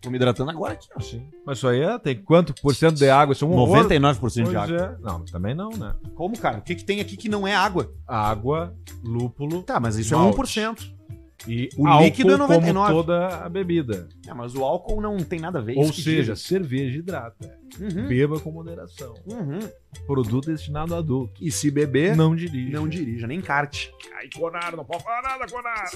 [SPEAKER 1] Tô me hidratando agora aqui, ó. Sim.
[SPEAKER 2] Mas isso aí é, tem quanto por cento de água? Isso é um horror.
[SPEAKER 1] 99% de
[SPEAKER 2] Pois
[SPEAKER 1] água.
[SPEAKER 2] é. Não, também não, né?
[SPEAKER 1] Como, cara? O que, que tem aqui que não é água?
[SPEAKER 2] Água, lúpulo.
[SPEAKER 1] Tá, mas isso
[SPEAKER 2] malte.
[SPEAKER 1] é 1%.
[SPEAKER 2] E
[SPEAKER 1] O
[SPEAKER 2] álcool
[SPEAKER 1] líquido é 99.
[SPEAKER 2] Como toda a bebida.
[SPEAKER 1] É, mas o álcool não tem nada a ver.
[SPEAKER 2] Ou
[SPEAKER 1] É isso que
[SPEAKER 2] seja,
[SPEAKER 1] diz.
[SPEAKER 2] cerveja hidrata.
[SPEAKER 1] Uhum.
[SPEAKER 2] Beba com moderação.
[SPEAKER 1] Uhum.
[SPEAKER 2] Produto destinado a adulto.
[SPEAKER 1] E se beber,
[SPEAKER 2] Não dirija.
[SPEAKER 1] não dirija, nem kart.
[SPEAKER 13] Aí, Conar, não pode falar nada, Conar.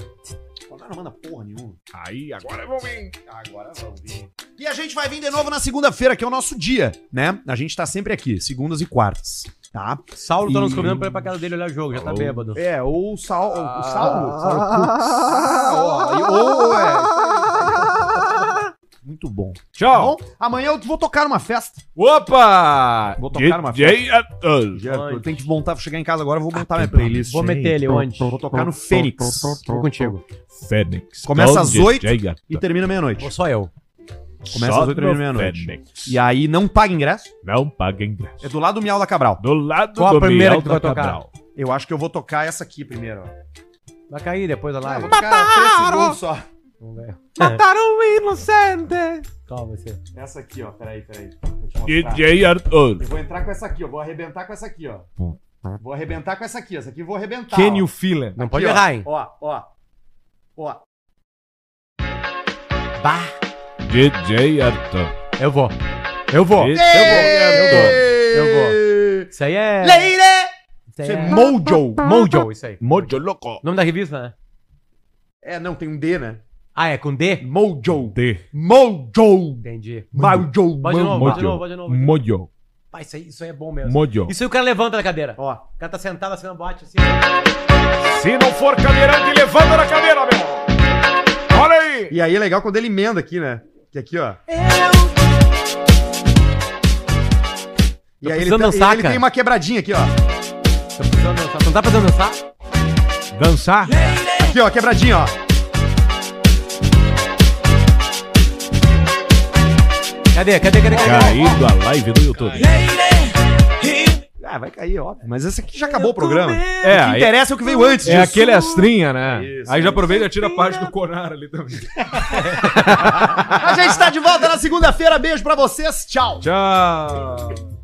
[SPEAKER 1] Não, não manda porra nenhuma.
[SPEAKER 13] Aí, agora eu vou vir.
[SPEAKER 1] Agora vamos vir. E a gente vai vir de novo na segunda-feira, que é o nosso dia, né? A gente tá sempre aqui, segundas e quartas, tá?
[SPEAKER 3] Saulo tá
[SPEAKER 1] E-
[SPEAKER 3] nos convidando pra ir pra casa dele olhar o jogo, já tá bêbado.
[SPEAKER 1] É, ou o Saulo. O Saulo.
[SPEAKER 13] Ah,
[SPEAKER 1] Ou, ou é. Muito bom. Tchau. amanhã eu vou tocar numa festa.
[SPEAKER 2] Opa!
[SPEAKER 1] Vou tocar numa
[SPEAKER 13] DJ
[SPEAKER 1] festa.
[SPEAKER 13] Arthur.
[SPEAKER 1] DJ Arthur. Tem que montar, chegar em casa agora, eu vou montar minha
[SPEAKER 3] tudo bem.
[SPEAKER 1] playlist.
[SPEAKER 3] Vou meter ele onde?
[SPEAKER 1] Vou tocar no Fênix.
[SPEAKER 3] Tô contigo.
[SPEAKER 13] Fênix.
[SPEAKER 1] Começa às
[SPEAKER 13] DJ
[SPEAKER 1] 8
[SPEAKER 13] Arthur.
[SPEAKER 1] e termina meia-noite.
[SPEAKER 3] Ou só eu.
[SPEAKER 1] Começa
[SPEAKER 13] Só
[SPEAKER 1] às 8 e termina
[SPEAKER 13] no
[SPEAKER 1] meia-noite.
[SPEAKER 13] Fênix.
[SPEAKER 1] E aí não paga ingresso?
[SPEAKER 13] Não paga ingresso.
[SPEAKER 1] É do lado do Miau da Cabral.
[SPEAKER 13] Do lado
[SPEAKER 3] Qual a
[SPEAKER 13] do
[SPEAKER 3] primeira
[SPEAKER 13] Miau
[SPEAKER 3] que tu vai
[SPEAKER 13] da
[SPEAKER 3] tocar?
[SPEAKER 13] Cabral.
[SPEAKER 1] Eu acho que eu vou tocar essa aqui primeiro. ó.
[SPEAKER 3] Vai cair depois da live.
[SPEAKER 1] Cara, três segundos só.
[SPEAKER 3] Vamos ver. É.
[SPEAKER 2] Mataram o inocente!
[SPEAKER 3] Calma, você.
[SPEAKER 1] Essa aqui, ó. Peraí, peraí. Vou te mostrar.
[SPEAKER 13] DJ Arthur.
[SPEAKER 1] Eu vou entrar com essa aqui, eu vou arrebentar com essa aqui, ó. Vou arrebentar com essa aqui, essa aqui eu vou arrebentar.
[SPEAKER 2] Can
[SPEAKER 1] ó.
[SPEAKER 2] you feel it?
[SPEAKER 3] Não pode
[SPEAKER 1] Aqui, ó.
[SPEAKER 3] errar, hein?
[SPEAKER 1] Ó, ó. Ó.
[SPEAKER 3] Bah.
[SPEAKER 13] DJ Arthur.
[SPEAKER 3] Eu vou. Eu vou.
[SPEAKER 13] Esse é
[SPEAKER 3] Eu vou. Isso aí é. Isso aí
[SPEAKER 1] Isso é
[SPEAKER 3] é...
[SPEAKER 1] Mojo.
[SPEAKER 3] Mojo, isso aí.
[SPEAKER 13] o Mojo Loco.
[SPEAKER 3] O nome da revista, né?
[SPEAKER 1] É, não, tem um D, né?
[SPEAKER 3] Ah, é com D?
[SPEAKER 1] Mojo.
[SPEAKER 13] D.
[SPEAKER 1] Mojo.
[SPEAKER 3] Entendi.
[SPEAKER 1] Mojo.
[SPEAKER 3] Pode de novo, pode de novo, pode de novo.
[SPEAKER 13] Mojo.
[SPEAKER 3] Pai, isso aí, isso aí é bom mesmo.
[SPEAKER 13] Mojo.
[SPEAKER 3] Isso aí o cara levanta da cadeira.
[SPEAKER 1] Ó.
[SPEAKER 3] O cara tá sentado assim na boate, assim.
[SPEAKER 13] Se não for cadeirante, levanta na cadeira, meu. Olha aí.
[SPEAKER 1] E aí é legal quando ele emenda aqui, né? Que aqui, ó. E
[SPEAKER 3] Tô
[SPEAKER 1] aí ele,
[SPEAKER 3] precisando
[SPEAKER 1] tá-
[SPEAKER 3] dançar,
[SPEAKER 1] ele
[SPEAKER 3] cara.
[SPEAKER 1] tem uma quebradinha aqui, ó.
[SPEAKER 3] Tô precisando dançar. Tu não tá precisando dançar?
[SPEAKER 13] Dançar?
[SPEAKER 1] Aqui, ó, quebradinha, ó.
[SPEAKER 3] Cadê? Cadê? Cadê? Cadê?
[SPEAKER 13] Caindo a live do YouTube.
[SPEAKER 1] Ah, vai cair, óbvio. Mas esse aqui já acabou o programa.
[SPEAKER 2] É,
[SPEAKER 1] o que
[SPEAKER 2] aí-
[SPEAKER 1] interessa é o que veio antes
[SPEAKER 2] É aquele astrinha, né?
[SPEAKER 1] Isso,
[SPEAKER 2] aí já aproveita e tira a parte do Conar ali também.
[SPEAKER 1] A gente tá de volta na segunda-feira. Beijo pra vocês. Tchau.
[SPEAKER 2] Tchau!